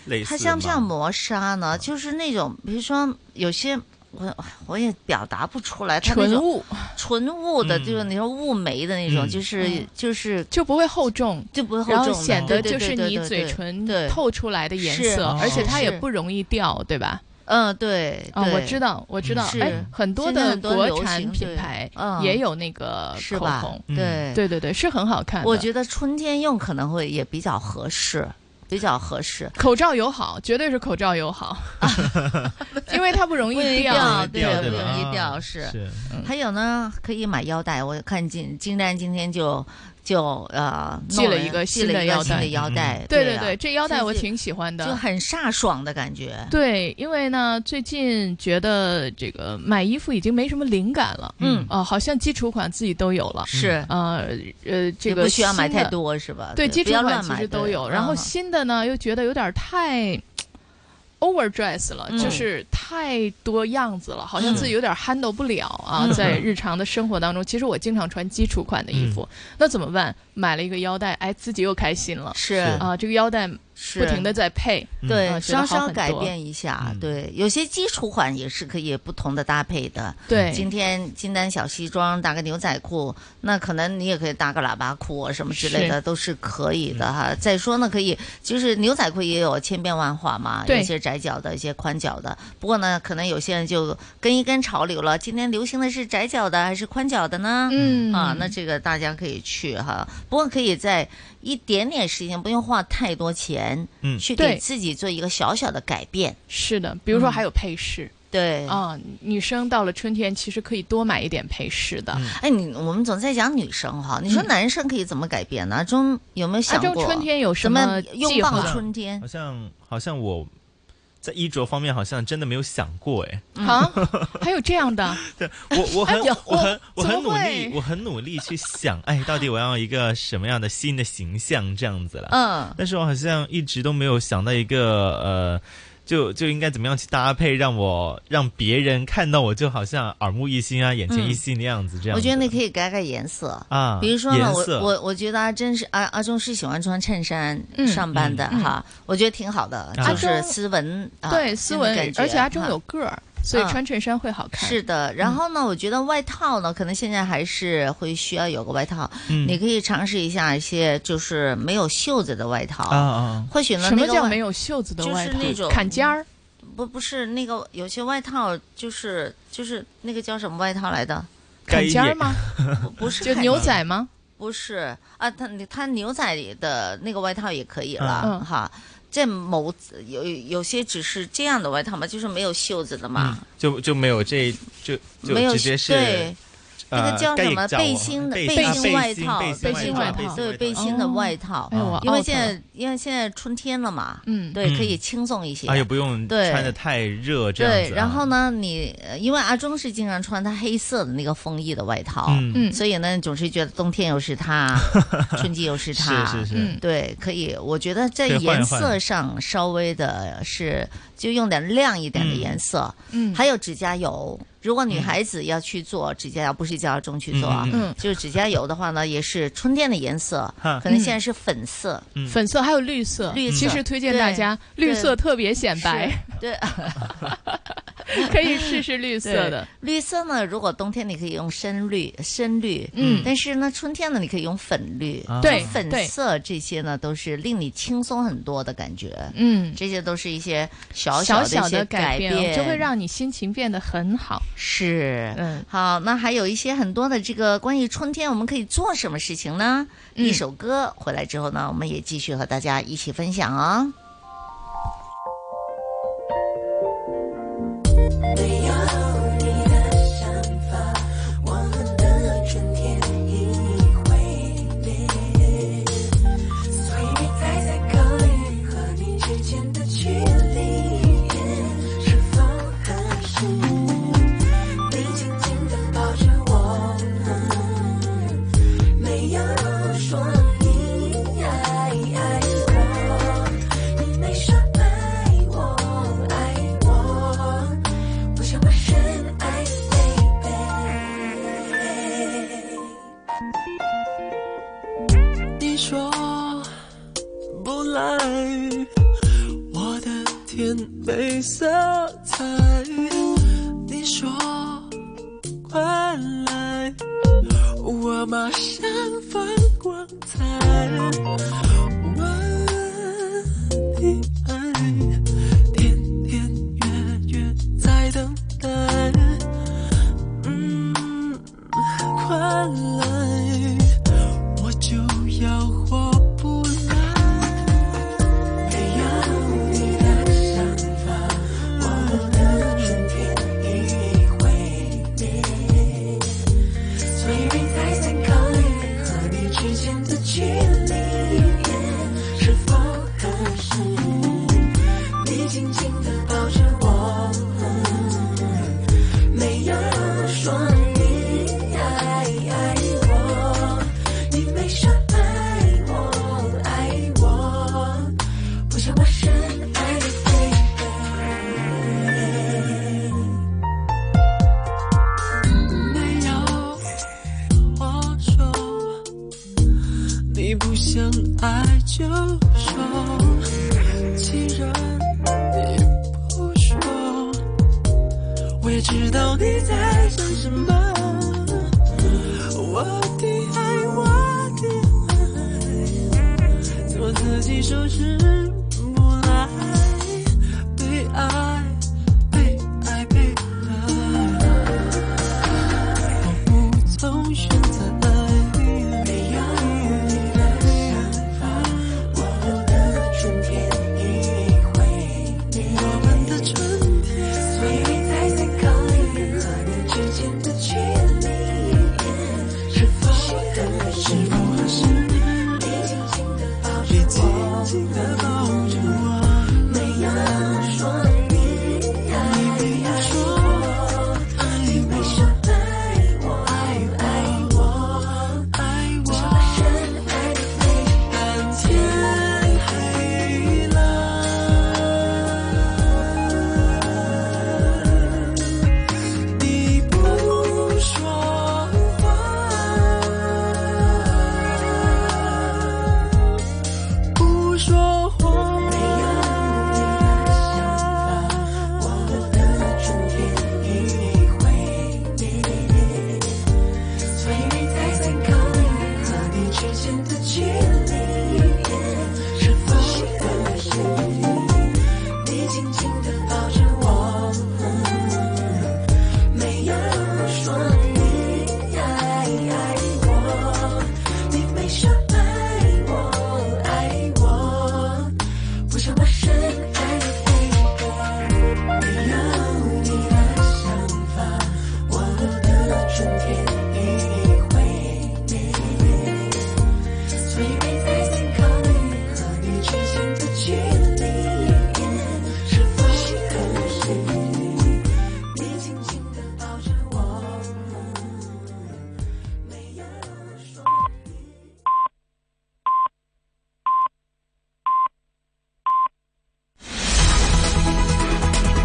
[SPEAKER 7] 类似
[SPEAKER 5] 它像不
[SPEAKER 7] 吗
[SPEAKER 5] 像磨砂呢？就是那种，比如说有些。我我也表达不出来，它那
[SPEAKER 6] 纯
[SPEAKER 5] 种
[SPEAKER 6] 雾，
[SPEAKER 5] 纯雾的，
[SPEAKER 6] 嗯
[SPEAKER 5] 就是你说雾眉的那种，
[SPEAKER 6] 嗯
[SPEAKER 5] 就是就是
[SPEAKER 6] 就不会厚重，
[SPEAKER 5] 就不会厚
[SPEAKER 6] 然后
[SPEAKER 5] 重的
[SPEAKER 6] 显得
[SPEAKER 5] 对
[SPEAKER 6] 就
[SPEAKER 5] 对
[SPEAKER 6] 是
[SPEAKER 5] 对
[SPEAKER 6] 你
[SPEAKER 5] 对
[SPEAKER 6] 嘴
[SPEAKER 5] 对
[SPEAKER 6] 唇
[SPEAKER 5] 对
[SPEAKER 6] 透出来的颜
[SPEAKER 5] 是
[SPEAKER 6] 色，而且
[SPEAKER 5] 是
[SPEAKER 6] 它也
[SPEAKER 5] 是
[SPEAKER 6] 不容易掉，对吧？
[SPEAKER 5] 嗯，对，
[SPEAKER 6] 啊，
[SPEAKER 5] 对
[SPEAKER 6] 我知道，我知道，
[SPEAKER 5] 嗯是
[SPEAKER 6] 哎，很多
[SPEAKER 5] 现在
[SPEAKER 6] 的
[SPEAKER 5] 很多
[SPEAKER 6] 国
[SPEAKER 5] 流
[SPEAKER 6] 产
[SPEAKER 5] 行
[SPEAKER 6] 品
[SPEAKER 5] 对
[SPEAKER 6] 牌
[SPEAKER 5] 嗯
[SPEAKER 6] 也有那个
[SPEAKER 5] 是
[SPEAKER 6] 口
[SPEAKER 5] 吧
[SPEAKER 6] 红，
[SPEAKER 5] 嗯对
[SPEAKER 6] 对对对，是很好看的。
[SPEAKER 5] 我觉得春天用可能会也比较合适，比较合适。
[SPEAKER 6] 口罩油好，绝对是口罩油
[SPEAKER 5] (laughs)
[SPEAKER 6] 好，因为它不容易
[SPEAKER 5] 不容易
[SPEAKER 6] 掉，
[SPEAKER 5] 掉对不容易掉是还有呢，可以买腰带。我看金金丹今天就就呃
[SPEAKER 6] 系
[SPEAKER 5] 弄
[SPEAKER 6] 了一个
[SPEAKER 5] 系了
[SPEAKER 6] 的
[SPEAKER 5] 一
[SPEAKER 6] 腰
[SPEAKER 5] 个新
[SPEAKER 6] 带，
[SPEAKER 5] 的腰带。
[SPEAKER 6] 对
[SPEAKER 5] 对啊
[SPEAKER 6] 对，这腰带我
[SPEAKER 5] 最近
[SPEAKER 6] 挺喜欢的，
[SPEAKER 5] 就很飒爽的感觉。
[SPEAKER 6] 对，因为呢，最近觉得这个买衣服已经没什么灵感了，
[SPEAKER 5] 嗯
[SPEAKER 6] 啊、好像基础款自己都有了，
[SPEAKER 5] 是
[SPEAKER 6] 呃呃，这
[SPEAKER 5] 也
[SPEAKER 6] 个
[SPEAKER 5] 不需要买
[SPEAKER 6] 新的
[SPEAKER 5] 太多是吧
[SPEAKER 6] 对，
[SPEAKER 5] 对
[SPEAKER 6] 基
[SPEAKER 5] 不
[SPEAKER 6] 础
[SPEAKER 5] 要
[SPEAKER 6] 款
[SPEAKER 5] 乱
[SPEAKER 6] 其
[SPEAKER 5] 买
[SPEAKER 6] 实都
[SPEAKER 5] 对
[SPEAKER 6] 有，然后
[SPEAKER 5] 嗯
[SPEAKER 6] 新的呢又觉得有点太 overdress 了，就
[SPEAKER 5] 嗯
[SPEAKER 6] 是太多样子了，好像
[SPEAKER 5] 嗯
[SPEAKER 6] 自己有点 handle 不了啊，
[SPEAKER 5] 嗯
[SPEAKER 6] 在日常的生活当中，其实我经常穿基础
[SPEAKER 5] 嗯
[SPEAKER 6] 款的衣服，那怎么办？买了一个腰带，哎，自己又开心了，
[SPEAKER 5] 是
[SPEAKER 6] 啊，这个腰带
[SPEAKER 5] 是嗯
[SPEAKER 6] 不停的在配，
[SPEAKER 5] 对，
[SPEAKER 6] 呃
[SPEAKER 5] 稍稍改。
[SPEAKER 6] 觉得好很
[SPEAKER 5] 变
[SPEAKER 6] 多嗯
[SPEAKER 5] 一下，啊对，有些基础款也是可以不同的搭配的。
[SPEAKER 6] 对
[SPEAKER 5] 今天金丹小西装搭个牛仔裤，那可能你也可以搭个喇叭裤啊什么之类的，
[SPEAKER 6] 是嗯
[SPEAKER 5] 都是可以的哈。再说呢，可以就是牛仔裤也有千变万化嘛，
[SPEAKER 6] 对
[SPEAKER 5] 有些窄脚的，一些宽脚的。不过呢，可能有些人就跟一跟潮流了，今天流行的是窄脚的还是宽脚的呢？
[SPEAKER 6] 嗯
[SPEAKER 5] 啊，那这个大家可以去哈，不过可以在一点点时间，不用花太多钱，
[SPEAKER 6] 嗯
[SPEAKER 5] 去
[SPEAKER 6] 对
[SPEAKER 5] 给自己做一个小小的改变。嗯
[SPEAKER 6] 是的，比如说还有配饰。
[SPEAKER 5] 对
[SPEAKER 6] 啊、女生到了春天，其实可以多买一点配饰的。
[SPEAKER 5] 哎，你我们总在讲女生哈，啊你说男生可以怎么改变呢？中有没有想
[SPEAKER 6] 嗯啊
[SPEAKER 5] 过？
[SPEAKER 6] 中春天有什
[SPEAKER 5] 怎么
[SPEAKER 6] 么
[SPEAKER 5] 拥
[SPEAKER 6] 计划
[SPEAKER 5] 抱春天
[SPEAKER 7] 好？像好像我在衣着方面好像真的没有想过哎。
[SPEAKER 6] (laughs)
[SPEAKER 7] (laughs)
[SPEAKER 6] 啊，还有这样的，
[SPEAKER 7] 我我很、
[SPEAKER 6] 哎有
[SPEAKER 7] 我很我
[SPEAKER 6] 怎
[SPEAKER 7] 很
[SPEAKER 6] 么
[SPEAKER 7] 努
[SPEAKER 6] 会
[SPEAKER 7] 力，我很努力去想，哎，到底我要一个什么样的新的形象这样子了。
[SPEAKER 5] 嗯
[SPEAKER 7] 但是我好像一直都没有想到一个呃。就就应该怎么样去搭配，让我让别人看到我就好像耳目一新啊，眼前一新的样子，这样
[SPEAKER 5] 我
[SPEAKER 7] 子、
[SPEAKER 5] 觉得你可以改改颜色
[SPEAKER 7] 啊
[SPEAKER 5] 比如说呢，
[SPEAKER 7] 颜
[SPEAKER 5] 我
[SPEAKER 7] 色
[SPEAKER 5] 我我觉得阿珍是啊阿阿忠是喜欢穿衬衫
[SPEAKER 6] 嗯
[SPEAKER 5] 上班的
[SPEAKER 6] 嗯
[SPEAKER 5] 哈，我觉得挺好的，
[SPEAKER 7] 啊
[SPEAKER 6] 阿
[SPEAKER 5] 就是
[SPEAKER 6] 忠
[SPEAKER 5] 斯文啊
[SPEAKER 6] 对斯文
[SPEAKER 5] 那种感，觉
[SPEAKER 6] 而且阿忠
[SPEAKER 5] 哈
[SPEAKER 6] 有个儿，所以
[SPEAKER 5] 嗯
[SPEAKER 6] 穿衬衫会好看。嗯
[SPEAKER 5] 是的，然后呢，我觉得外套呢，可能现在还是会需要有个外套，
[SPEAKER 6] 嗯
[SPEAKER 5] 你可以尝试一下一些就是没有袖子的外套
[SPEAKER 6] 啊啊
[SPEAKER 5] 或许呢，
[SPEAKER 6] 什么
[SPEAKER 5] 那个
[SPEAKER 6] 叫
[SPEAKER 5] 外
[SPEAKER 6] 没有袖子的外套
[SPEAKER 5] 就是那种
[SPEAKER 6] 坎肩儿，
[SPEAKER 5] 不不是那个有些外套就是就是那个叫什么外套来的？
[SPEAKER 6] 坎肩儿吗？
[SPEAKER 5] 不 (laughs) 不是
[SPEAKER 6] 就
[SPEAKER 5] 坎
[SPEAKER 6] 牛
[SPEAKER 5] 肩
[SPEAKER 6] 仔吗？
[SPEAKER 5] 不是啊，他他牛仔里的那个外套也可以了、
[SPEAKER 6] 嗯
[SPEAKER 5] 哈。这某有有些只是这样的外套嘛，就是没有袖子的
[SPEAKER 7] 嗯
[SPEAKER 5] 嘛，
[SPEAKER 7] 就就没有这就就
[SPEAKER 5] 没有
[SPEAKER 7] 直接是
[SPEAKER 5] 对那
[SPEAKER 7] 呃
[SPEAKER 5] 个叫什么
[SPEAKER 7] 盖脚
[SPEAKER 5] 背心的
[SPEAKER 7] 背
[SPEAKER 5] 背
[SPEAKER 7] 啊
[SPEAKER 5] 心外套，
[SPEAKER 7] 背心外套，
[SPEAKER 5] 对
[SPEAKER 7] 背
[SPEAKER 5] 背
[SPEAKER 7] 心
[SPEAKER 5] 心
[SPEAKER 7] 外
[SPEAKER 5] 的
[SPEAKER 7] 套
[SPEAKER 5] 外套
[SPEAKER 7] 哎我，
[SPEAKER 5] 因为
[SPEAKER 6] out
[SPEAKER 5] 现在因为现在春天了嘛，
[SPEAKER 6] 嗯
[SPEAKER 5] 对，
[SPEAKER 7] 嗯
[SPEAKER 5] 可以轻松一些。
[SPEAKER 7] 哎呀，不用
[SPEAKER 5] 对
[SPEAKER 7] 穿的太热这样子啊、
[SPEAKER 5] 对，然后呢，你呃因为阿忠是经常穿他黑色的那个风衣的外套，
[SPEAKER 7] 嗯嗯
[SPEAKER 5] 所以呢，总是觉得冬天又是
[SPEAKER 7] (laughs)
[SPEAKER 5] 他，春季又是他，
[SPEAKER 7] 是是是嗯
[SPEAKER 5] 对，可以，我觉得在
[SPEAKER 7] 可以换一
[SPEAKER 5] 颜
[SPEAKER 7] 换
[SPEAKER 5] 色上稍微的是就用点亮一点的颜色，
[SPEAKER 6] 嗯，
[SPEAKER 5] 还有指甲油。如果女孩子要去做指甲油，不是叫阿忠去做啊
[SPEAKER 6] 嗯，嗯嗯
[SPEAKER 5] 就是指甲油的话呢，也是春天的颜色，
[SPEAKER 6] 哈
[SPEAKER 5] 可能
[SPEAKER 7] 嗯
[SPEAKER 5] 现在是粉色，
[SPEAKER 6] 粉色还有绿色，
[SPEAKER 5] 绿色
[SPEAKER 6] 其实推荐大家，
[SPEAKER 5] 对
[SPEAKER 6] 绿色特别显白，
[SPEAKER 5] 对，
[SPEAKER 6] (laughs) 可以试试绿色的。
[SPEAKER 5] 对。绿色呢，如果冬天你可以用深绿，深绿，
[SPEAKER 6] 嗯
[SPEAKER 5] 但是呢，春天呢，你可以用粉绿，
[SPEAKER 6] 啊对
[SPEAKER 5] 就粉
[SPEAKER 6] 对
[SPEAKER 5] 色这些呢，都是令你轻松很多的感觉，
[SPEAKER 6] 嗯
[SPEAKER 5] 这些都是一些小
[SPEAKER 6] 小
[SPEAKER 5] 的一些
[SPEAKER 6] 的
[SPEAKER 5] 改
[SPEAKER 6] 变就会让你心情变得很好。
[SPEAKER 5] 是，
[SPEAKER 6] 嗯，
[SPEAKER 5] 好，那还有一些很多的这个关于春天我们可以做什么事情呢？
[SPEAKER 6] 嗯
[SPEAKER 5] 一首歌回来之后呢，我们也继续和大家一起分享哦。
[SPEAKER 18] 所以才在考虑和你之间的距离是否合适。你紧紧地抱着我，没有说你爱爱我，你没说爱我爱我，我想把深爱
[SPEAKER 21] 你说不来，我的甜美色彩。你说快来，我马上放光彩。我的爱，天天月月在等待。嗯，快来。我就要活不来。没有你的想法，我的春天已毁灭，所以才在考虑和你之间的距离
[SPEAKER 2] 你不想爱就说，既然你不说，我也知道你在想什么。我的爱，我的爱，做自己收拾不来，被爱，被爱，被爱。无从选择爱你，没有你的想法，我们的春天一定会变。我们的春天，
[SPEAKER 18] 所以才在考虑和你之间的距离是否合适，是否合适，你紧紧的抱着
[SPEAKER 2] 你紧紧的抱着我，
[SPEAKER 18] 没有说你爱我，你为什么爱我？爱我，爱我，深爱的背叛天黑了，你不说话。
[SPEAKER 2] 不说话。没有
[SPEAKER 18] 你的想法，我们的春天一定会变。所以才在考虑和你之间的距离是否合适。你紧紧地抱着我，没有说你爱我，你没说爱我，爱我。不想我深爱的背叛，没有你的想法，我的春天一定会变。所以没再思考你和你之间的距离是否合适，你紧紧地抱着我，没有说。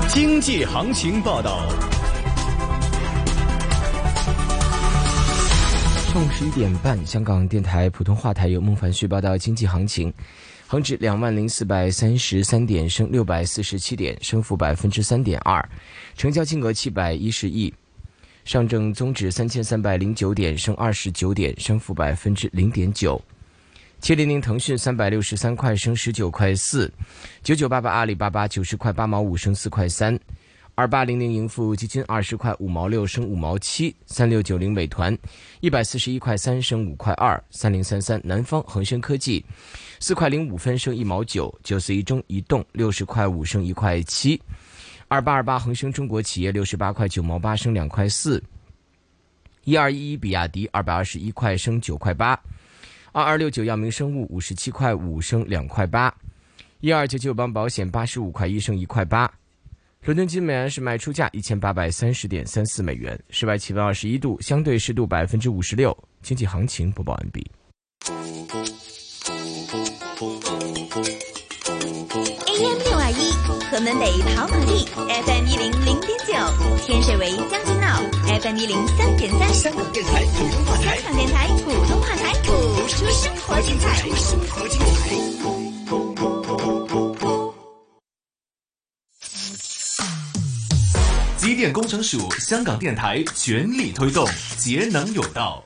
[SPEAKER 3] 经济行情报道。
[SPEAKER 9] 上午十一点半，香港电台普通话台由孟凡旭报道经济行情。恒指两万零四百三十三点升六百四十七点，升幅百分之三点二，成交金额七百一十亿。上证综指三千三百零九点升二十九点，升幅百分之零点九。七零零腾讯三百六十三块升十九块四，九九八八阿里巴巴九十块八毛五升四块三，二八零零盈富基金二十块五毛六升五毛七，三六九零美团一百四十一块三升五块二，三零三三南方恒生科技四块零五分升一毛九，九四一中移动六十块五升一块七，二八二八恒生中国企业六十八块九毛八升两块四，一二一一比亚迪二百二十一块升九块八。二二六九药明生物五十七块五升两块八，一二九九邦保险八十五块一升一块八。伦敦金美元是卖出价一千八百三十点三四美元，室外气温二十一度，相对湿度百分之五十六。经济行情播报完毕。
[SPEAKER 15] AM 六二一，河门北跑马地；FM 一零零点九，天水围将军澳；FM 一零三点三。香港电台普通话台，香港电台普通话台，播出生活精彩。生活精彩。
[SPEAKER 3] 机电工程署香港电台全力推动节能有道。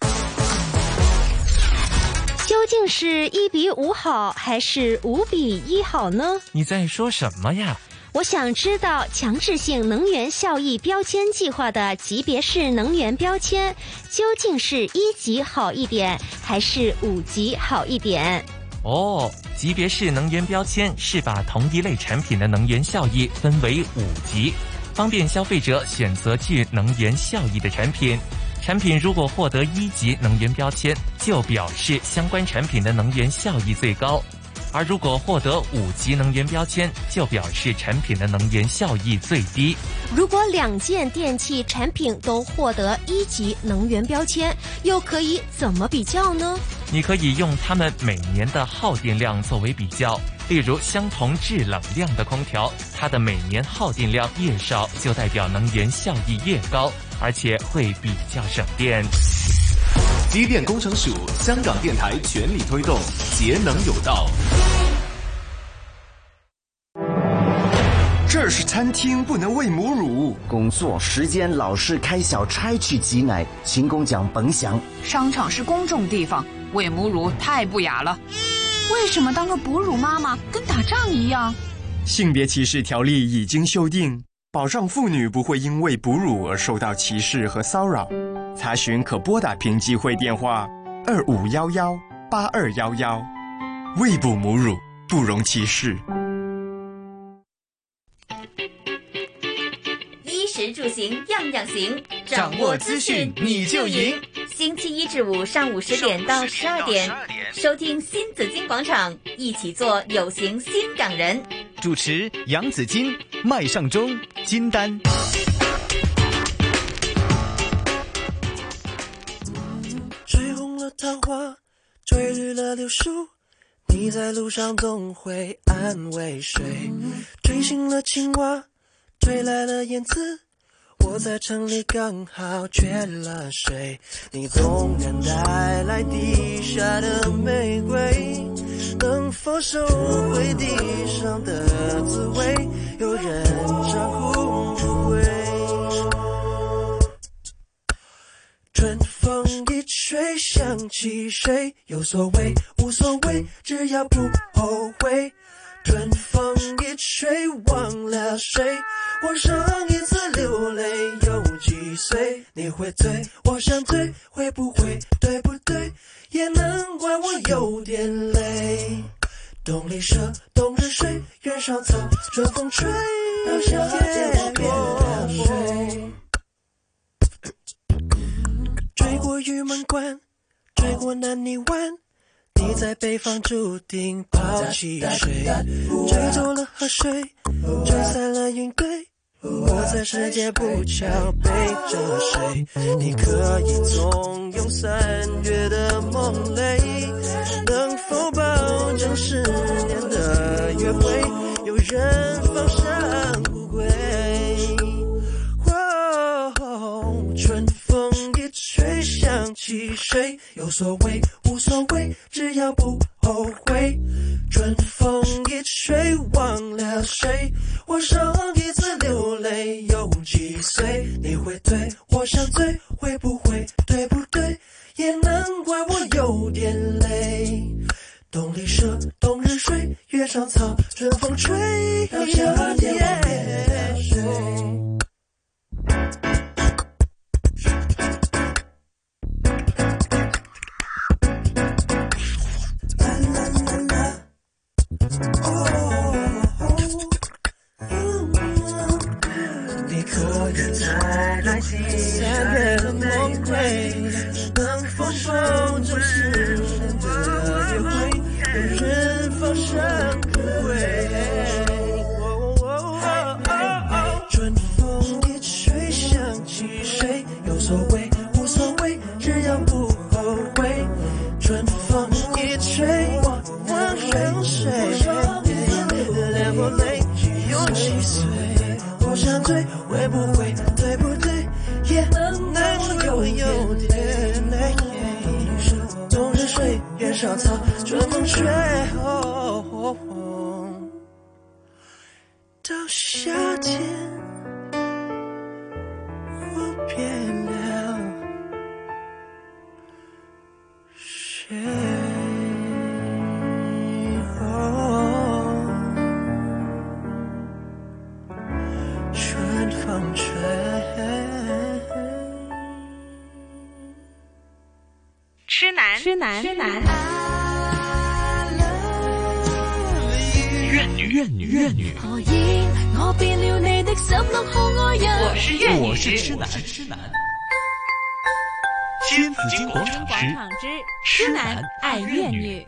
[SPEAKER 22] 究竟是一比五好还是五比一好呢？
[SPEAKER 12] 你在说什么呀？
[SPEAKER 22] 我想知道强制性能源效益标签计划的级别式能源标签究竟是一级好一点还是五级好一点？
[SPEAKER 12] 哦，级别式能源标签是把同一类产品的能源效益分为五级，方便消费者选择具能源效益的产品。产品如果获得一级能源标签，就表示相关产品的能源效益最高；而如果获得五级能源标签，就表示产品的能源效益最低。
[SPEAKER 22] 如果两件电器产品都获得一级能源标签，又可以怎么比较呢？
[SPEAKER 12] 你可以用它们每年的耗电量作为比较。例如，相同制冷量的空调，它的每年耗电量越少，就代表能源效益越高，而且会比较省电。
[SPEAKER 4] 机电工程署、香港电台全力推动节能有道。
[SPEAKER 8] 这是餐厅，不能喂母乳。工作时间，老是开小差去挤奶，勤工奖甭想。
[SPEAKER 10] 商场是公众地方，喂母乳太不雅了。
[SPEAKER 20] 嗯
[SPEAKER 10] 为什么当个哺乳妈妈跟打仗一样？
[SPEAKER 23] 性别歧视条例已经修订，保障妇女不会因为哺乳而受到歧视和骚扰。查询可拨打平机会电话二五幺幺八二幺幺。未哺母乳不容歧视。
[SPEAKER 15] 衣食住行样样行，
[SPEAKER 3] 掌握资讯你就赢。
[SPEAKER 15] 星期一至五上午十点到十二点，收听新紫金广场，一起做有型新港人。
[SPEAKER 3] 主持杨紫金、麦尚中、金丹。
[SPEAKER 2] 吹红了桃花，吹绿了柳树，你在路上总会安慰谁？吹醒了青蛙，吹来了燕子，我在城里刚好缺了水。你纵然带来地下的玫瑰，能否收回地上的滋味？有人常后悔。春风一吹，想起谁有所谓，无所谓，只要不后悔。春风一吹，忘了谁，我上一次流泪有几岁？你会醉，我想醉，会不会？对不对？也难怪我有点累。冬里蛇，冬日睡，原上草，春风吹，到夏天我变了谁？吹过玉门关，吹过南泥湾，你在北方注定抛弃谁？吹走了河水，吹散了云堆，我在世界不巧背着谁？你可以纵容三月的梦泪，能否保证十年的约会有人放生不归？哦，春风一吹，想起谁有所谓，无所谓，只要不后悔。春风一吹，忘了谁，我上一次流泪有几岁？你会对我想醉，会不会？对不对？也难怪我有点累。冬里蛇，冬日睡，月上草，春风吹，到夏天我变了谁？你可以再来几三月的梦归，能否守住十年的约会，有人放生不归。春风一吹，想起谁有所谓，无所谓，只要不后悔。春风一吹，我忘了谁，流过泪，有几岁？我想醉，会不会对不对？也难我有有点累。冬日睡，原上草，春风吹，哦哦哦到夏天我变了谁？哦春风吹。
[SPEAKER 24] 痴男，痴男，痴男。
[SPEAKER 1] 怨女，怨女，怨女。
[SPEAKER 20] 何以我变了你的十六號愛人？
[SPEAKER 1] 我是痴男，痴男。新紫金广场之
[SPEAKER 24] 痴男爱怨女。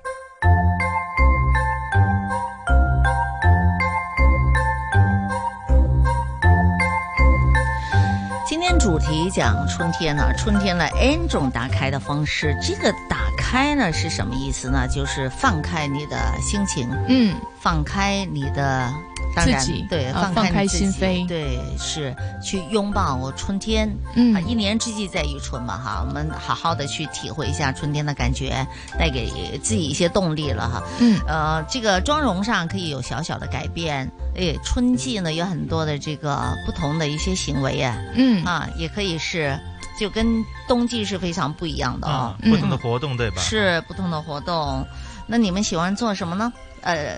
[SPEAKER 5] 今天主题讲春天呢、春天呢 N 种打开的方式，这个打开呢是什么意思呢？就是放开你的心情，
[SPEAKER 6] 嗯，
[SPEAKER 5] 放开你的当然
[SPEAKER 6] 自己
[SPEAKER 5] 对
[SPEAKER 6] 啊
[SPEAKER 5] 放
[SPEAKER 6] 放开
[SPEAKER 5] 你自己
[SPEAKER 6] 心扉
[SPEAKER 5] 对是去拥抱春天。
[SPEAKER 6] 嗯
[SPEAKER 5] 啊，一年之计在于春嘛哈，我们好好的去体会一下春天的感觉，带给自己一些动力了哈。
[SPEAKER 6] 嗯
[SPEAKER 5] 呃，这个妆容上可以有小小的改变。哎，春季呢有很多的这个不同的一些行为呀，
[SPEAKER 6] 嗯
[SPEAKER 5] 啊，也可以是就跟冬季是非常不一样的哦嗯
[SPEAKER 7] 啊，，不同的活动对吧？
[SPEAKER 5] 是不同的活动。那你们喜欢做什么呢？呃，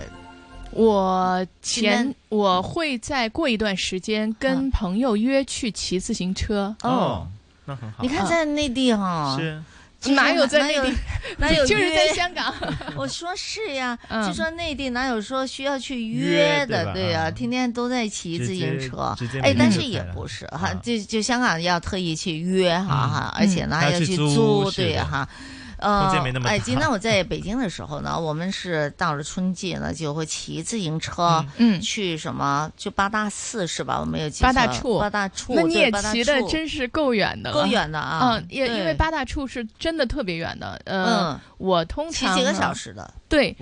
[SPEAKER 6] 我
[SPEAKER 5] 今天
[SPEAKER 6] 前我会再过一段时间跟朋友约去骑自行车。
[SPEAKER 7] 哦，那很好。
[SPEAKER 5] 你看
[SPEAKER 6] 啊
[SPEAKER 5] 在内地哈，
[SPEAKER 7] 是
[SPEAKER 5] 就是
[SPEAKER 6] 哪有在
[SPEAKER 5] 哪
[SPEAKER 6] 内
[SPEAKER 5] 有
[SPEAKER 6] 地？ (laughs)
[SPEAKER 5] 哪有
[SPEAKER 6] 就是在
[SPEAKER 5] 约
[SPEAKER 6] 香港。
[SPEAKER 5] (laughs) 我说是呀，就
[SPEAKER 6] 嗯
[SPEAKER 5] 说内地哪有说需要去
[SPEAKER 6] 约对
[SPEAKER 5] 的
[SPEAKER 6] 吧，
[SPEAKER 5] 对呀，天天都在骑
[SPEAKER 6] 直
[SPEAKER 5] 自行
[SPEAKER 6] 接
[SPEAKER 5] 车
[SPEAKER 6] 直接，
[SPEAKER 5] 哎
[SPEAKER 6] 没，
[SPEAKER 5] 但
[SPEAKER 6] 地
[SPEAKER 5] 是
[SPEAKER 6] 方
[SPEAKER 5] 也
[SPEAKER 6] 了
[SPEAKER 5] 不是哈，就就香港要特意去约哈哈，
[SPEAKER 6] 啊嗯
[SPEAKER 5] 啊而且呢
[SPEAKER 6] 嗯
[SPEAKER 5] 还
[SPEAKER 6] 还
[SPEAKER 5] 要
[SPEAKER 6] 要
[SPEAKER 5] 去
[SPEAKER 6] 去租
[SPEAKER 5] 租，
[SPEAKER 6] 是
[SPEAKER 5] 对
[SPEAKER 6] 的
[SPEAKER 5] 哈。
[SPEAKER 6] 空
[SPEAKER 5] 呃
[SPEAKER 6] 间没那，么
[SPEAKER 5] 哎，
[SPEAKER 6] 大
[SPEAKER 5] 今天我在北京的时候呢，我们是到了春季呢，就会骑自行车，
[SPEAKER 6] 嗯，
[SPEAKER 5] 去什么就八大寺是吧？我没有记
[SPEAKER 6] 八大
[SPEAKER 5] 错
[SPEAKER 6] 处，
[SPEAKER 5] 八大处，
[SPEAKER 6] 那你
[SPEAKER 5] 对
[SPEAKER 6] 也
[SPEAKER 5] 八大
[SPEAKER 6] 骑的
[SPEAKER 5] 处
[SPEAKER 6] 真是够远的了，
[SPEAKER 5] 够远的啊
[SPEAKER 6] 嗯，也因
[SPEAKER 5] 对
[SPEAKER 6] 为八大处是真的特别远的，
[SPEAKER 5] 嗯
[SPEAKER 6] 呃，我通
[SPEAKER 5] 骑
[SPEAKER 6] 常
[SPEAKER 5] 几个
[SPEAKER 6] 呢
[SPEAKER 5] 小时的，
[SPEAKER 6] 对，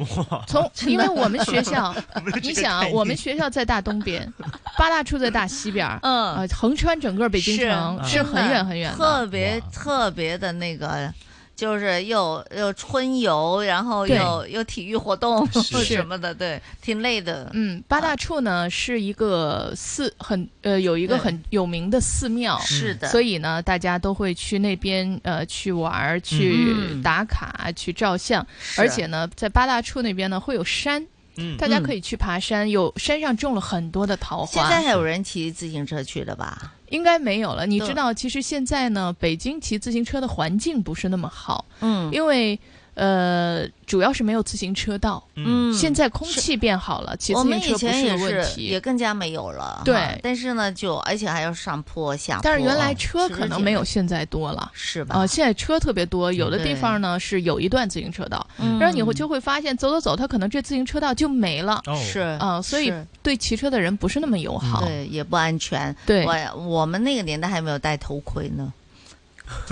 [SPEAKER 6] 从
[SPEAKER 5] 真的
[SPEAKER 6] 因为我们学
[SPEAKER 5] (laughs)
[SPEAKER 6] 校
[SPEAKER 5] 没有，这
[SPEAKER 6] 你
[SPEAKER 5] 个
[SPEAKER 6] 想啊
[SPEAKER 5] 概，念
[SPEAKER 6] 我们学校在大东
[SPEAKER 5] (laughs)
[SPEAKER 6] 边，八大处在大西边，
[SPEAKER 5] 嗯
[SPEAKER 6] 呃，横穿整个北京
[SPEAKER 5] 是
[SPEAKER 6] 城
[SPEAKER 5] 真
[SPEAKER 6] 很远很远
[SPEAKER 5] 特
[SPEAKER 6] 的。
[SPEAKER 5] 别特别的那个。就是又又春游，然后
[SPEAKER 6] 对
[SPEAKER 5] 又又体育活动
[SPEAKER 6] 是
[SPEAKER 5] 什么的，对，挺累的。
[SPEAKER 6] 嗯，八大处呢是一个寺，很呃有一个
[SPEAKER 5] 对
[SPEAKER 6] 很有名的寺庙，
[SPEAKER 5] 是的
[SPEAKER 6] 所以呢，大家都会去那边呃去玩儿、去
[SPEAKER 5] 嗯
[SPEAKER 6] 打卡、去照相，
[SPEAKER 5] 是
[SPEAKER 6] 而且呢，在八大处那边呢会有山。
[SPEAKER 7] 嗯
[SPEAKER 6] 大家可以去爬山，有山上种了很多的桃花。嗯
[SPEAKER 5] 现在还有人骑自行车去的吧？
[SPEAKER 6] 应该没有了。你
[SPEAKER 5] 对
[SPEAKER 6] 知道，其实现在呢，北京骑自行车的环境不是那么好，
[SPEAKER 5] 嗯
[SPEAKER 6] 因为呃，主要是没有自行车道。
[SPEAKER 5] 嗯
[SPEAKER 6] 现在空气变好了，骑
[SPEAKER 5] 我
[SPEAKER 6] 自
[SPEAKER 5] 们
[SPEAKER 6] 行车
[SPEAKER 5] 以
[SPEAKER 6] 不
[SPEAKER 5] 前
[SPEAKER 6] 个
[SPEAKER 5] 也
[SPEAKER 6] 问
[SPEAKER 5] 是，也
[SPEAKER 6] 题。
[SPEAKER 5] 更加没有了哈。
[SPEAKER 6] 对
[SPEAKER 5] 但是呢，就而且还要上坡下坡。
[SPEAKER 6] 但是原来车
[SPEAKER 5] 是
[SPEAKER 6] 可能没有现在多了，
[SPEAKER 5] 是吧？
[SPEAKER 6] 啊、现在车特别多，有的地
[SPEAKER 5] 对
[SPEAKER 6] 方呢是有一段自行车道，
[SPEAKER 5] 嗯
[SPEAKER 6] 然后你会就会发现走走走，它可能这自行车道就没了，
[SPEAKER 5] 哦是
[SPEAKER 6] 啊、所以
[SPEAKER 5] 是
[SPEAKER 6] 对骑车的人不是那么友好，
[SPEAKER 5] 对，也不安全。
[SPEAKER 6] 对
[SPEAKER 5] 我我们那个年代还没有戴头盔呢。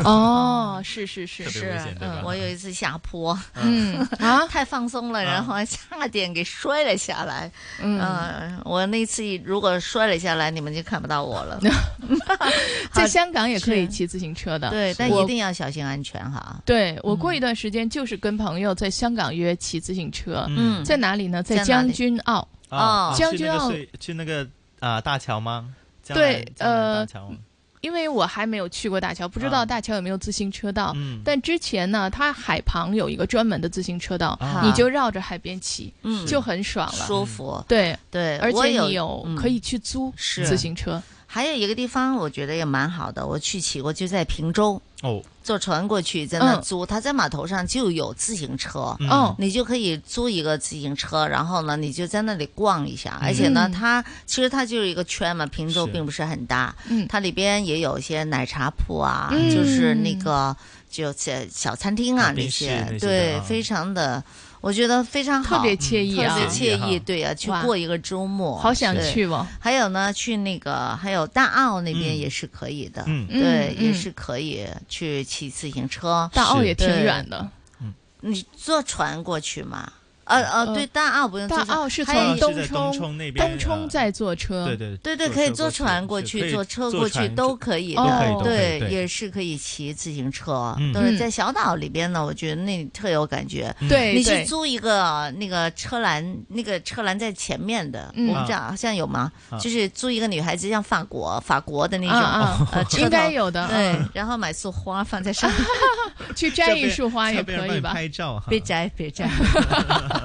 [SPEAKER 6] 哦，是是是
[SPEAKER 5] 是，嗯，我有一次下坡，
[SPEAKER 6] 嗯
[SPEAKER 5] 啊， (laughs) 太放松了，
[SPEAKER 6] 啊
[SPEAKER 5] 然后还差点
[SPEAKER 6] (laughs)
[SPEAKER 5] (laughs) 给摔了下来。
[SPEAKER 6] 嗯
[SPEAKER 5] 呃我那次如果摔了下来，你们就看不到我
[SPEAKER 6] (laughs)
[SPEAKER 5] 了。
[SPEAKER 6] 在香港也可以骑自行车的，
[SPEAKER 5] 对，但
[SPEAKER 6] 我
[SPEAKER 5] 一定要小心安全哈。嗯
[SPEAKER 6] 对我过一段时间就是跟朋友在香港约骑自行车，
[SPEAKER 7] 嗯
[SPEAKER 6] 在哪里呢？
[SPEAKER 5] 在
[SPEAKER 6] 在
[SPEAKER 5] 哪
[SPEAKER 6] 将
[SPEAKER 5] 里哦
[SPEAKER 6] 军澳
[SPEAKER 7] 啊，
[SPEAKER 6] 将
[SPEAKER 7] 去
[SPEAKER 6] 军
[SPEAKER 7] 那个
[SPEAKER 6] 澳，
[SPEAKER 7] 隧去那个啊大桥吗？江南
[SPEAKER 6] 对，
[SPEAKER 7] 江南
[SPEAKER 6] 呃
[SPEAKER 7] 大桥。
[SPEAKER 6] 因为我还没有去过大桥，不知道大桥有没有自行车道。
[SPEAKER 7] 啊嗯
[SPEAKER 6] 但之前呢，它海旁有一个专门的自行车道，
[SPEAKER 5] 啊
[SPEAKER 6] 你就绕着海边骑，
[SPEAKER 5] 嗯
[SPEAKER 6] 就很爽了，嗯
[SPEAKER 5] 舒服
[SPEAKER 6] 对
[SPEAKER 5] 对
[SPEAKER 6] 而
[SPEAKER 5] 我
[SPEAKER 6] 且
[SPEAKER 5] 有
[SPEAKER 6] 你有
[SPEAKER 5] 嗯
[SPEAKER 6] 可以去租
[SPEAKER 5] 是
[SPEAKER 6] 自行车，
[SPEAKER 5] 还有一个地方，我觉得也蛮好的，我去骑过，就在平洲。
[SPEAKER 7] 哦，
[SPEAKER 5] 坐船过去，在那
[SPEAKER 6] 嗯
[SPEAKER 5] 租，他在码头上就有自行车，
[SPEAKER 6] 嗯哦
[SPEAKER 5] 你就可以租一个自行车，然后呢，你就在那里逛一下，而且呢，
[SPEAKER 6] 嗯
[SPEAKER 5] 它其实它就是一个圈嘛，平洲
[SPEAKER 6] 是
[SPEAKER 5] 并不是很大，
[SPEAKER 6] 嗯
[SPEAKER 5] 它里边也有一些奶茶铺啊，
[SPEAKER 6] 嗯
[SPEAKER 5] 就是那个就小小餐厅啊
[SPEAKER 6] 啊
[SPEAKER 5] 这
[SPEAKER 6] 冰室
[SPEAKER 5] 些
[SPEAKER 6] 那些，的
[SPEAKER 5] 对，
[SPEAKER 6] 啊
[SPEAKER 5] 非常的，我觉得非常好，
[SPEAKER 6] 特别惬意啊
[SPEAKER 5] 特别惬
[SPEAKER 6] 惬
[SPEAKER 5] 意，
[SPEAKER 6] 意哈
[SPEAKER 5] 对啊，去
[SPEAKER 6] 哇
[SPEAKER 5] 过一个周末，
[SPEAKER 6] 好想
[SPEAKER 5] 对
[SPEAKER 6] 去哦
[SPEAKER 5] 还有呢，去那个还有大澳那边也是可以的，
[SPEAKER 6] 嗯
[SPEAKER 5] 对，
[SPEAKER 6] 嗯
[SPEAKER 5] 也
[SPEAKER 6] 嗯
[SPEAKER 5] 是可以去骑自行车。
[SPEAKER 6] 大澳也挺
[SPEAKER 5] 对
[SPEAKER 6] 远的。
[SPEAKER 5] 你坐船过去嘛？呃呃，对，大澳不用坐
[SPEAKER 6] 大
[SPEAKER 5] 船。
[SPEAKER 6] 澳是
[SPEAKER 5] 还
[SPEAKER 6] 从
[SPEAKER 5] 有一
[SPEAKER 7] 东
[SPEAKER 5] 个
[SPEAKER 7] 冲东冲那边
[SPEAKER 6] 东冲再坐车，
[SPEAKER 7] 对对
[SPEAKER 5] 对对，可以坐船过去，
[SPEAKER 6] 坐
[SPEAKER 5] 坐车
[SPEAKER 6] 车
[SPEAKER 5] 过
[SPEAKER 6] 过去
[SPEAKER 5] 去
[SPEAKER 6] 可以坐船
[SPEAKER 5] 都可以
[SPEAKER 6] 都可以
[SPEAKER 5] 的
[SPEAKER 6] 都，可以对
[SPEAKER 5] 也是可以骑自行车。
[SPEAKER 6] 嗯
[SPEAKER 5] 对，
[SPEAKER 6] 嗯
[SPEAKER 5] 在小岛里边呢，我觉得那里特有感觉。
[SPEAKER 6] 对
[SPEAKER 5] 你去
[SPEAKER 6] 对
[SPEAKER 5] 租一个那个车篮，那个车篮在前面的，
[SPEAKER 6] 嗯
[SPEAKER 5] 我不知道好像有吗？
[SPEAKER 6] 啊
[SPEAKER 5] 就是租一个女孩子，像法国法国的那
[SPEAKER 6] 啊
[SPEAKER 5] 种
[SPEAKER 6] 啊， (laughs)
[SPEAKER 5] 呃，车头
[SPEAKER 6] 应该有的
[SPEAKER 5] 对
[SPEAKER 6] 嗯，
[SPEAKER 5] 然后买束花放在上面，
[SPEAKER 6] (laughs) 去摘一束花也可以吧？
[SPEAKER 7] 照哈
[SPEAKER 5] 别摘，别摘，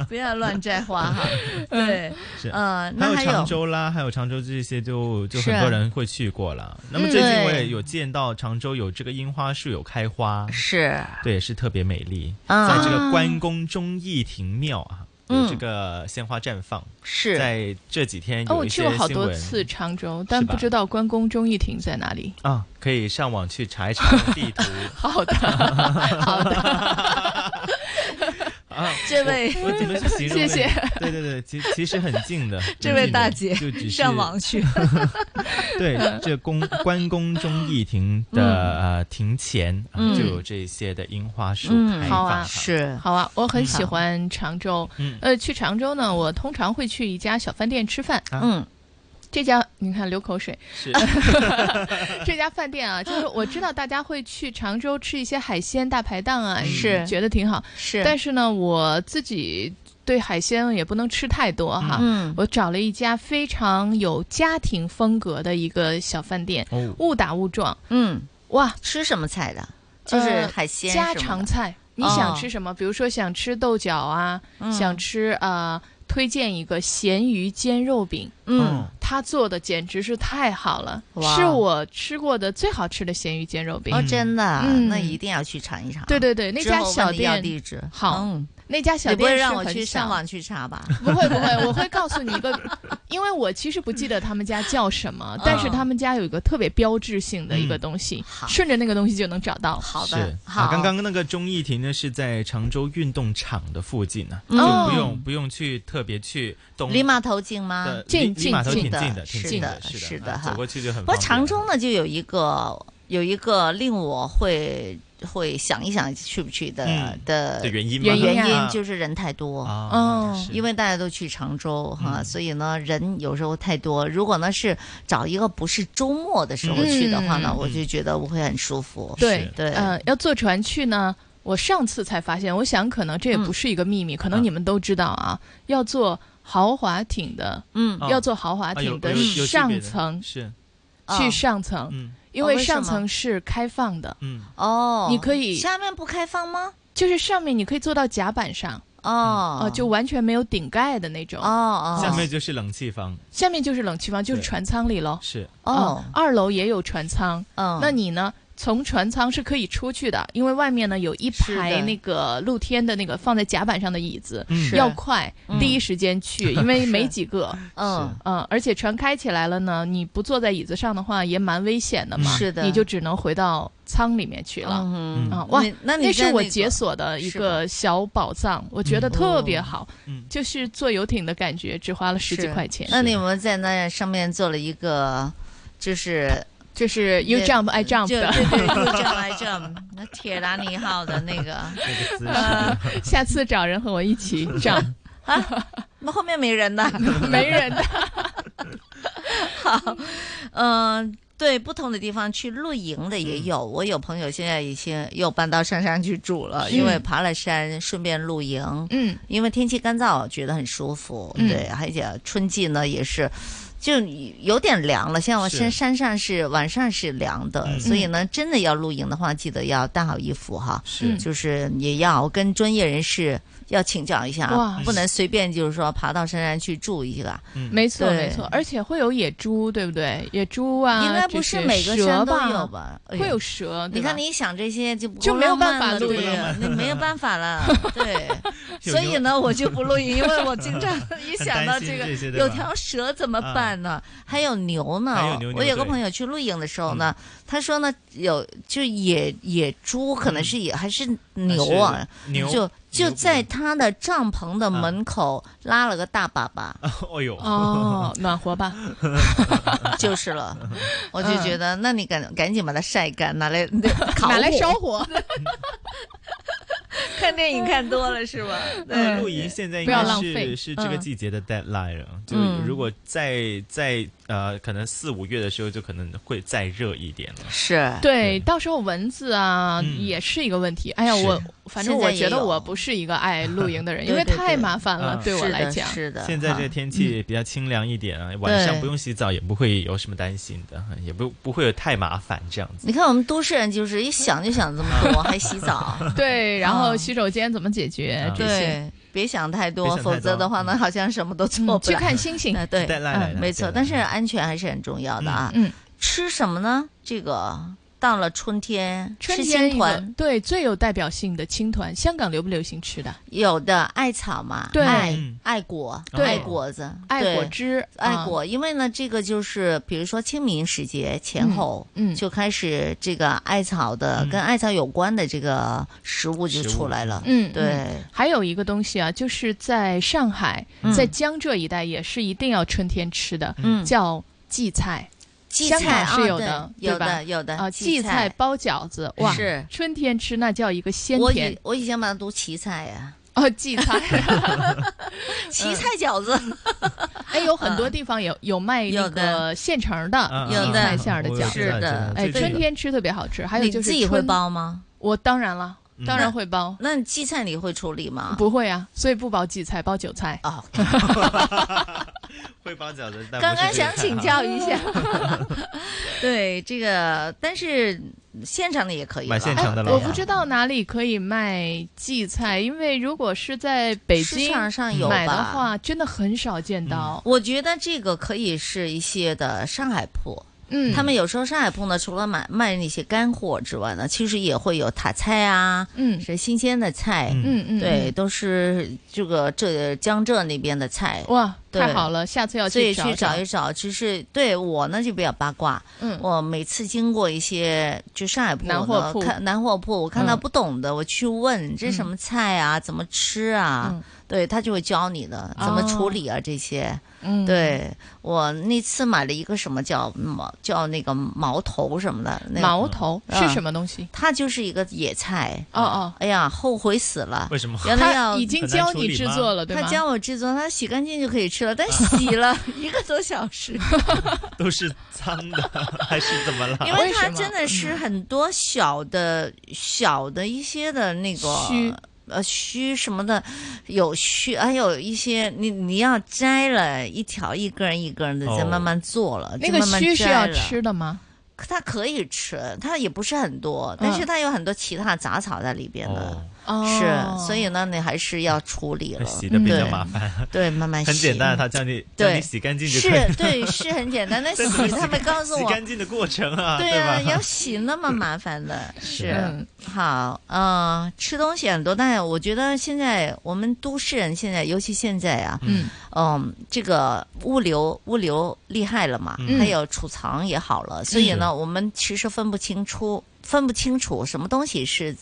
[SPEAKER 5] 不要乱摘花哈。 (laughs) 对，
[SPEAKER 6] 嗯
[SPEAKER 7] 是
[SPEAKER 5] 呃，那
[SPEAKER 7] 还有
[SPEAKER 5] 有 (laughs)
[SPEAKER 7] 常州啦，还有常州这些就就是很多人会去过了。那么
[SPEAKER 5] 嗯
[SPEAKER 7] 最近
[SPEAKER 5] 对
[SPEAKER 7] 我也有见到常州有这个樱花树有开花，
[SPEAKER 5] 是
[SPEAKER 7] 对，是特别美丽。
[SPEAKER 5] 啊
[SPEAKER 7] 在这个关公忠义亭庙啊，
[SPEAKER 6] 嗯
[SPEAKER 7] 有这个鲜花绽放，
[SPEAKER 5] 是
[SPEAKER 7] 在这几天
[SPEAKER 6] 哦，
[SPEAKER 7] 有
[SPEAKER 6] 我
[SPEAKER 7] 一
[SPEAKER 6] 去
[SPEAKER 7] 些
[SPEAKER 6] 过好
[SPEAKER 7] 新
[SPEAKER 6] 多
[SPEAKER 7] 闻
[SPEAKER 6] 次常州，但
[SPEAKER 7] 是吧
[SPEAKER 6] 不知道关公忠义亭在哪
[SPEAKER 7] (laughs)
[SPEAKER 6] 里。
[SPEAKER 7] 啊，可以上网
[SPEAKER 5] (laughs)
[SPEAKER 7] 去查一查地图
[SPEAKER 6] (laughs)
[SPEAKER 5] (laughs)
[SPEAKER 6] 好的，好的。
[SPEAKER 7] (laughs) 啊，
[SPEAKER 5] 这位
[SPEAKER 7] 我我怎么去形容？
[SPEAKER 5] 谢谢，
[SPEAKER 7] 对对对，其其实很近的，
[SPEAKER 5] (laughs) 这
[SPEAKER 7] 很
[SPEAKER 5] 位
[SPEAKER 7] 近
[SPEAKER 5] 大
[SPEAKER 7] 的
[SPEAKER 5] 姐
[SPEAKER 7] 就只是
[SPEAKER 5] 上网去。
[SPEAKER 7] 对，这宫关公忠义亭的呃庭前啊
[SPEAKER 6] 嗯
[SPEAKER 7] 就有这些的樱花树开
[SPEAKER 6] 好
[SPEAKER 7] 放
[SPEAKER 6] 啊，
[SPEAKER 7] 哈，
[SPEAKER 6] 好啊，我很
[SPEAKER 7] 嗯
[SPEAKER 6] 喜
[SPEAKER 7] 好
[SPEAKER 6] 欢常州。
[SPEAKER 7] 嗯
[SPEAKER 6] 呃，去常州呢，我通常会去一家小饭店吃饭。
[SPEAKER 7] 啊嗯。
[SPEAKER 6] 这家你看流口水，
[SPEAKER 7] 是
[SPEAKER 6] 这家饭店啊，就是我知道大家会去常州吃一些海鲜大排档啊，
[SPEAKER 5] 是
[SPEAKER 6] 觉得挺好，
[SPEAKER 5] 是
[SPEAKER 6] 但是呢，我自己对海鲜也不能吃太多哈，
[SPEAKER 5] 嗯
[SPEAKER 6] 我找了一家非常有家庭风格的一个小饭店，
[SPEAKER 5] 哦
[SPEAKER 6] 误打误撞，
[SPEAKER 5] 嗯，
[SPEAKER 6] 哇，
[SPEAKER 5] 吃什么菜的？就是
[SPEAKER 6] 呃
[SPEAKER 5] 海鲜什么
[SPEAKER 6] 家
[SPEAKER 5] 的、
[SPEAKER 6] 常菜。你
[SPEAKER 5] 哦
[SPEAKER 6] 想吃什么？比如说想吃豆角啊，
[SPEAKER 5] 嗯
[SPEAKER 6] 想吃呃，推荐一个咸鱼煎肉饼。
[SPEAKER 7] 哦
[SPEAKER 5] 嗯，
[SPEAKER 6] 他做的简直是太好了，
[SPEAKER 5] 哇
[SPEAKER 6] 是我吃过的最好吃的咸鱼煎肉饼。
[SPEAKER 5] 哦，真的，
[SPEAKER 6] 嗯
[SPEAKER 5] 那一定要去尝一
[SPEAKER 6] (laughs)
[SPEAKER 5] 尝。
[SPEAKER 6] 对对对，那
[SPEAKER 5] 之
[SPEAKER 6] 家
[SPEAKER 5] 后问
[SPEAKER 6] 小
[SPEAKER 5] 你要
[SPEAKER 6] 店
[SPEAKER 5] 地址
[SPEAKER 6] 好，
[SPEAKER 5] 嗯
[SPEAKER 6] 那家小
[SPEAKER 5] 你
[SPEAKER 6] 店
[SPEAKER 5] 不会让
[SPEAKER 6] 是
[SPEAKER 5] 我
[SPEAKER 6] 很
[SPEAKER 5] 去上
[SPEAKER 6] 小
[SPEAKER 5] 网去查吧？
[SPEAKER 6] 不会不会，我会告诉你一个，因为我其实不记得他们家叫什
[SPEAKER 5] 嗯
[SPEAKER 6] 么，但是他们家有一个特别标志性的一个东西，顺着那个东西就能找到。好
[SPEAKER 7] 嗯是啊，刚刚那个忠义亭呢是在常州运动场的附近呢，就
[SPEAKER 5] 嗯
[SPEAKER 7] 不用不用去特别去
[SPEAKER 5] (laughs)
[SPEAKER 7] 东
[SPEAKER 5] 离码头近吗
[SPEAKER 7] 的？
[SPEAKER 5] 近
[SPEAKER 7] 离离码头挺近的，挺
[SPEAKER 5] 是
[SPEAKER 7] 近
[SPEAKER 5] 的，
[SPEAKER 7] 是
[SPEAKER 5] 是
[SPEAKER 7] 的，啊
[SPEAKER 5] 哈。
[SPEAKER 7] 走过去就很
[SPEAKER 5] 不过
[SPEAKER 7] 方
[SPEAKER 5] 长
[SPEAKER 7] 便。
[SPEAKER 5] 中呢，就有一个有一个令我会会想一想去不去的、
[SPEAKER 7] 嗯
[SPEAKER 5] 的
[SPEAKER 7] 的原因吗
[SPEAKER 5] 原
[SPEAKER 7] 原因
[SPEAKER 5] 因
[SPEAKER 7] 啊
[SPEAKER 5] 就是人太多，嗯
[SPEAKER 7] 啊嗯
[SPEAKER 5] 因为大家都去常州哈、所以呢人有时候太多。如果呢是找一个不是周末的时候去的话呢，
[SPEAKER 6] 嗯
[SPEAKER 5] 我就觉得我会很舒
[SPEAKER 7] 哦
[SPEAKER 5] 服。
[SPEAKER 6] 对
[SPEAKER 5] 对，
[SPEAKER 6] 呃，要坐船去呢，我上次才发现，我想可能这
[SPEAKER 5] 嗯
[SPEAKER 6] 也不是一个秘密，可
[SPEAKER 7] 嗯
[SPEAKER 6] 能你们都知道啊，要坐豪华艇的，
[SPEAKER 5] 嗯
[SPEAKER 6] 要坐豪华
[SPEAKER 7] 啊有
[SPEAKER 6] 艇的
[SPEAKER 7] 有有区别
[SPEAKER 6] 上
[SPEAKER 7] 的
[SPEAKER 6] 层，
[SPEAKER 7] 是
[SPEAKER 6] 去上层，因
[SPEAKER 5] 嗯哦
[SPEAKER 6] 为
[SPEAKER 5] 为什
[SPEAKER 6] 上
[SPEAKER 5] 么
[SPEAKER 6] 层是开放的，
[SPEAKER 7] 嗯，
[SPEAKER 5] 哦，
[SPEAKER 6] 你可以
[SPEAKER 5] 下面不开放吗？
[SPEAKER 6] 就是上面你可以坐到甲板上，
[SPEAKER 5] 哦
[SPEAKER 6] 呃，就完全没有顶盖的那种，
[SPEAKER 5] 哦哦
[SPEAKER 7] 下面就是冷气房，
[SPEAKER 6] 下面就是冷气房，就是
[SPEAKER 7] 对
[SPEAKER 6] 船舱里喽。
[SPEAKER 7] 是
[SPEAKER 6] 哦，二楼也有船舱。
[SPEAKER 5] 嗯
[SPEAKER 6] 那你呢？从船舱是可以出去的，因为外面呢有一
[SPEAKER 5] 是
[SPEAKER 6] 排
[SPEAKER 5] 的
[SPEAKER 6] 那个露天的那个放在甲板上的椅子
[SPEAKER 5] 嗯，是
[SPEAKER 6] 要快，
[SPEAKER 5] 嗯
[SPEAKER 6] 第一时间去，因为没几
[SPEAKER 5] (laughs)
[SPEAKER 6] 个。
[SPEAKER 5] 嗯
[SPEAKER 6] 嗯，而且船开起来了呢，你不坐在椅子上的话也蛮危险的嘛。
[SPEAKER 5] 是的
[SPEAKER 6] 你就只能回到舱里面去了。
[SPEAKER 5] 嗯
[SPEAKER 6] 啊，哇
[SPEAKER 5] 你，那你
[SPEAKER 6] 那
[SPEAKER 5] 在
[SPEAKER 6] 是
[SPEAKER 5] 那
[SPEAKER 6] 我
[SPEAKER 5] 个
[SPEAKER 6] 解锁的一
[SPEAKER 5] 是
[SPEAKER 6] 个小宝藏，我觉得
[SPEAKER 5] 嗯
[SPEAKER 6] 特别好
[SPEAKER 7] 嗯，
[SPEAKER 6] 就是坐游艇的感觉，只花了十几
[SPEAKER 5] 是
[SPEAKER 6] 块钱。
[SPEAKER 5] 那你们在那上面做了一个，就是
[SPEAKER 6] 就是 you
[SPEAKER 5] 对
[SPEAKER 6] jump I jump
[SPEAKER 5] 就
[SPEAKER 6] 的
[SPEAKER 5] 对对 you jump I jump，那铁达尼号的那个
[SPEAKER 7] (laughs) 那个
[SPEAKER 6] (laughs)
[SPEAKER 7] 姿
[SPEAKER 6] 呃，下次找人和我一起
[SPEAKER 7] (laughs)
[SPEAKER 6] jump。
[SPEAKER 5] 啊，那后面没
[SPEAKER 11] (laughs)
[SPEAKER 5] 人的，
[SPEAKER 6] 没人的。
[SPEAKER 5] (laughs) 好，嗯、对，不同的地方去露营的也
[SPEAKER 11] 嗯
[SPEAKER 5] 有，我有朋友现在已经又搬到山上去住了，
[SPEAKER 11] 是
[SPEAKER 5] 因为爬了山顺便露营。
[SPEAKER 6] 嗯，
[SPEAKER 5] 因为天气干燥，觉得很舒服。
[SPEAKER 11] 嗯
[SPEAKER 5] 对，而且春季呢也是。就有点凉了，像我
[SPEAKER 11] 是
[SPEAKER 5] 山山上是晚上是凉的，
[SPEAKER 11] 嗯
[SPEAKER 5] 所以呢，真的要露营的话，记得要带好衣服哈，
[SPEAKER 11] 是
[SPEAKER 5] 就是也要跟专业人士要请教一下啊
[SPEAKER 6] 哇，
[SPEAKER 5] 不能随便就是说爬到山上去住一个。
[SPEAKER 6] 没错
[SPEAKER 5] 对
[SPEAKER 6] 没错，而且会有野猪，对不对？野猪啊，
[SPEAKER 5] 应该不是每个
[SPEAKER 6] 这些
[SPEAKER 5] 山
[SPEAKER 6] 蛇
[SPEAKER 5] 都
[SPEAKER 6] 吧
[SPEAKER 5] 有吧？哎呦
[SPEAKER 6] 会有蛇，
[SPEAKER 5] 你
[SPEAKER 6] 对吧
[SPEAKER 5] 看，你一想这些就不
[SPEAKER 6] 就没有办法
[SPEAKER 5] 露
[SPEAKER 6] 录音了
[SPEAKER 5] 那没有办法了。对，所以呢，我就不录音，因为我经常一想到这
[SPEAKER 11] 很担心
[SPEAKER 5] 个
[SPEAKER 11] 这些对吧
[SPEAKER 5] 有条蛇怎么办呢？还有牛
[SPEAKER 11] 还有
[SPEAKER 5] 呢
[SPEAKER 11] 牛。牛
[SPEAKER 5] 我有个
[SPEAKER 11] 对
[SPEAKER 5] 朋友去露营的时候呢，他说呢，有就野野猪，可能是野还是牛啊
[SPEAKER 7] 是，牛
[SPEAKER 5] 就就在他的帐篷的门口拉了个大粑粑。
[SPEAKER 7] (laughs) 哦呦，
[SPEAKER 6] 哦，暖和 (laughs) 吧？
[SPEAKER 5] (laughs) 就是了，我就觉得，那你赶赶紧把它晒干，拿
[SPEAKER 6] (laughs)
[SPEAKER 5] 来烤
[SPEAKER 6] 嗯拿来
[SPEAKER 5] 火
[SPEAKER 6] 烧火。
[SPEAKER 5] 看电影看多了是吧？
[SPEAKER 7] 那
[SPEAKER 6] 嗯
[SPEAKER 5] 对，
[SPEAKER 7] 露营现在应
[SPEAKER 5] 不要
[SPEAKER 7] 该
[SPEAKER 5] 浪
[SPEAKER 7] 是
[SPEAKER 5] 费
[SPEAKER 7] 是这个
[SPEAKER 5] 嗯
[SPEAKER 7] 季节的 deadline 了，就
[SPEAKER 5] 嗯
[SPEAKER 7] 如果在在呃可能四五月的时候，就可能会再热一点了。
[SPEAKER 5] 是
[SPEAKER 6] 对，到时候蚊子啊也是一个问题。哎呀，
[SPEAKER 7] 嗯是
[SPEAKER 6] 我反正
[SPEAKER 7] 现在
[SPEAKER 6] 我
[SPEAKER 7] 也
[SPEAKER 6] 觉得
[SPEAKER 7] 有
[SPEAKER 6] 我不是一个爱露营的
[SPEAKER 5] (laughs)
[SPEAKER 6] 人，
[SPEAKER 5] 对
[SPEAKER 6] 因为
[SPEAKER 5] 对
[SPEAKER 6] 太
[SPEAKER 5] 对
[SPEAKER 6] 麻烦了，
[SPEAKER 7] 嗯
[SPEAKER 6] 对我来讲。
[SPEAKER 7] 现在这个天气比较清凉一点啊，晚上不用洗澡也不会有什么担心的，也不不会有太麻烦这样
[SPEAKER 5] (laughs)
[SPEAKER 7] 子。
[SPEAKER 5] 你看我们都市人就是一想就想这么多，还洗澡，
[SPEAKER 6] (laughs) 对，然后
[SPEAKER 5] 嗯
[SPEAKER 6] 洗手间怎么解决这些？
[SPEAKER 5] 对，别想太
[SPEAKER 6] 别
[SPEAKER 5] 多，
[SPEAKER 6] 想太多
[SPEAKER 5] 否则的话呢，好像什么都做不了。
[SPEAKER 6] 嗯去看星嗯星
[SPEAKER 5] 啊对，
[SPEAKER 6] 带来来
[SPEAKER 5] 嗯没错，但是安全还是很重要的啊。
[SPEAKER 6] 嗯，
[SPEAKER 5] 吃什么呢？这个。到了春天，
[SPEAKER 6] 春
[SPEAKER 5] 吃
[SPEAKER 6] 天
[SPEAKER 5] 青
[SPEAKER 6] 一
[SPEAKER 5] 团
[SPEAKER 6] 个，对最有代表性的青团，香港流不流行吃的？
[SPEAKER 5] 有的艾草嘛，
[SPEAKER 6] 对
[SPEAKER 5] 艾
[SPEAKER 6] 嗯
[SPEAKER 5] 艾果，
[SPEAKER 6] 对
[SPEAKER 5] 艾果子，
[SPEAKER 6] 艾
[SPEAKER 5] 对
[SPEAKER 6] 果汁
[SPEAKER 5] 艾果。
[SPEAKER 6] 啊
[SPEAKER 5] 因为呢，这个就是比如说清明时节前后，
[SPEAKER 6] 嗯，
[SPEAKER 5] 就开始这个艾草的
[SPEAKER 6] 嗯
[SPEAKER 5] 跟艾草有关的这个食物就
[SPEAKER 6] 食物
[SPEAKER 5] 出来了，
[SPEAKER 6] 嗯，
[SPEAKER 5] 对，
[SPEAKER 6] 嗯还有一个东西啊，就是在上海
[SPEAKER 5] 嗯，
[SPEAKER 6] 在江浙一带也是一定要春天吃的，
[SPEAKER 5] 嗯
[SPEAKER 6] 叫荠菜。
[SPEAKER 5] 荠
[SPEAKER 6] 香
[SPEAKER 5] 菜
[SPEAKER 6] 港是
[SPEAKER 5] 啊
[SPEAKER 6] 有
[SPEAKER 5] 对
[SPEAKER 6] 的，
[SPEAKER 5] 有
[SPEAKER 6] 对吧
[SPEAKER 5] 的有的
[SPEAKER 6] 啊，
[SPEAKER 5] 荠
[SPEAKER 6] 荠
[SPEAKER 5] 菜
[SPEAKER 6] 菜包饺子，哇，
[SPEAKER 5] 是
[SPEAKER 6] 春天吃那叫一个鲜
[SPEAKER 5] 我
[SPEAKER 6] 甜
[SPEAKER 5] 以我以前把它读荠菜呀，
[SPEAKER 6] 哦，荠菜，
[SPEAKER 5] (laughs) 荠菜饺子，
[SPEAKER 6] (laughs) 哎，有很多地方有有卖那个现成的
[SPEAKER 5] 嗯
[SPEAKER 6] 荠
[SPEAKER 5] 有的
[SPEAKER 6] 菜馅儿的饺子，
[SPEAKER 5] 是的
[SPEAKER 6] 哎，
[SPEAKER 5] 这个
[SPEAKER 6] 春天吃特别好吃。还有
[SPEAKER 5] 你
[SPEAKER 6] 就是
[SPEAKER 5] 自己会
[SPEAKER 6] 春
[SPEAKER 5] 包吗？
[SPEAKER 6] 我当然了，
[SPEAKER 7] 嗯
[SPEAKER 6] 当然会包。
[SPEAKER 5] 那你荠菜你会处理吗？
[SPEAKER 6] 不会啊，所以不包荠菜，包韭菜 (laughs)
[SPEAKER 5] 啊。
[SPEAKER 7] 会包饺子，但不
[SPEAKER 5] 刚刚
[SPEAKER 7] 是这个
[SPEAKER 5] 想
[SPEAKER 7] 菜
[SPEAKER 5] 请
[SPEAKER 7] 啊
[SPEAKER 5] 教一下， (laughs) 对这个，但是现成的也可以吧，
[SPEAKER 7] 买现成的了
[SPEAKER 6] 哎我不知道哪里可以卖荠菜，因为如果是在北京
[SPEAKER 5] 市场上有吧
[SPEAKER 6] 买的话，真的很少见到。
[SPEAKER 5] 我觉得这个可以是一些的上海铺。
[SPEAKER 6] 嗯
[SPEAKER 5] 他们有时候上海铺呢，除了买卖那些干货之外呢，其实也会有塔菜啊，
[SPEAKER 6] 嗯，
[SPEAKER 5] 是新鲜的菜，
[SPEAKER 6] 嗯嗯
[SPEAKER 5] 对，
[SPEAKER 6] 嗯
[SPEAKER 5] 都是这个这江浙那边的菜，
[SPEAKER 6] 哇，
[SPEAKER 5] 对
[SPEAKER 6] 太好了，下次要
[SPEAKER 5] 所以
[SPEAKER 6] 去
[SPEAKER 5] 去找一找，其实对我呢就比较八卦。
[SPEAKER 6] 嗯
[SPEAKER 5] 我每次经过一些就上海铺
[SPEAKER 6] 南
[SPEAKER 5] 我
[SPEAKER 6] 货
[SPEAKER 5] 呢
[SPEAKER 6] 铺嗯
[SPEAKER 5] 看南货铺，我看到不懂的，我去问这什么菜啊，怎么吃啊？对他就会教你的，怎么处理啊、这些。
[SPEAKER 6] 哦嗯
[SPEAKER 5] 对我那次买了一个什么叫毛叫那个毛头什么的，那个
[SPEAKER 6] 毛头是什么东西？
[SPEAKER 5] 它就是一个野菜。
[SPEAKER 6] 哦哦，
[SPEAKER 5] 哎呀，后悔死了。
[SPEAKER 7] 为什么
[SPEAKER 5] 原来要
[SPEAKER 6] 他已经教你制作了，对吗？
[SPEAKER 5] 他教我制作，他洗干净就可以吃了，
[SPEAKER 6] (laughs)
[SPEAKER 5] 但洗了一个多小时，
[SPEAKER 7] (laughs) 都是脏的， (laughs) 还是怎么了？
[SPEAKER 5] 因为它真
[SPEAKER 6] 嗯
[SPEAKER 5] 的是很多小的、小的一些的那个
[SPEAKER 6] 须。
[SPEAKER 5] 呃，须什么的，有须，还有一些你你要摘了一条一根儿一根儿的，再
[SPEAKER 6] 哦
[SPEAKER 5] 慢慢做了，
[SPEAKER 6] 那
[SPEAKER 5] 再
[SPEAKER 6] 个
[SPEAKER 5] 慢慢
[SPEAKER 6] 须是
[SPEAKER 5] 摘
[SPEAKER 6] 要
[SPEAKER 5] 了
[SPEAKER 6] 吃的吗？
[SPEAKER 5] 可它可以吃，它也不是很多，但是它有很多其他杂草在里边的，
[SPEAKER 6] 嗯哦
[SPEAKER 5] 是，所以呢，你还是要处理了，
[SPEAKER 7] 洗的比较
[SPEAKER 5] 嗯对
[SPEAKER 7] 麻 (laughs) 烦，
[SPEAKER 5] 对，慢慢洗，
[SPEAKER 7] 很简单，他叫你叫
[SPEAKER 5] 对
[SPEAKER 7] 你洗干净就是可以了，
[SPEAKER 5] 对，是很简单。
[SPEAKER 7] (laughs)
[SPEAKER 5] 但洗
[SPEAKER 7] 但怎么洗
[SPEAKER 5] 他们告诉
[SPEAKER 7] 洗
[SPEAKER 5] 我，
[SPEAKER 7] 干净的过程啊，
[SPEAKER 5] 对
[SPEAKER 7] 吧？
[SPEAKER 5] 啊，要洗那么麻烦
[SPEAKER 7] (laughs)
[SPEAKER 5] 的，是
[SPEAKER 7] 嗯
[SPEAKER 5] 好，嗯，吃东西很多，但是我觉得现在我们都市人现在，尤其现在啊，
[SPEAKER 6] 嗯
[SPEAKER 5] 这个物流物流厉害了嘛，
[SPEAKER 6] 嗯
[SPEAKER 5] 还有储藏也好了，所以呢，
[SPEAKER 6] 是
[SPEAKER 5] 我们其实分不清楚。分不清楚什么东西是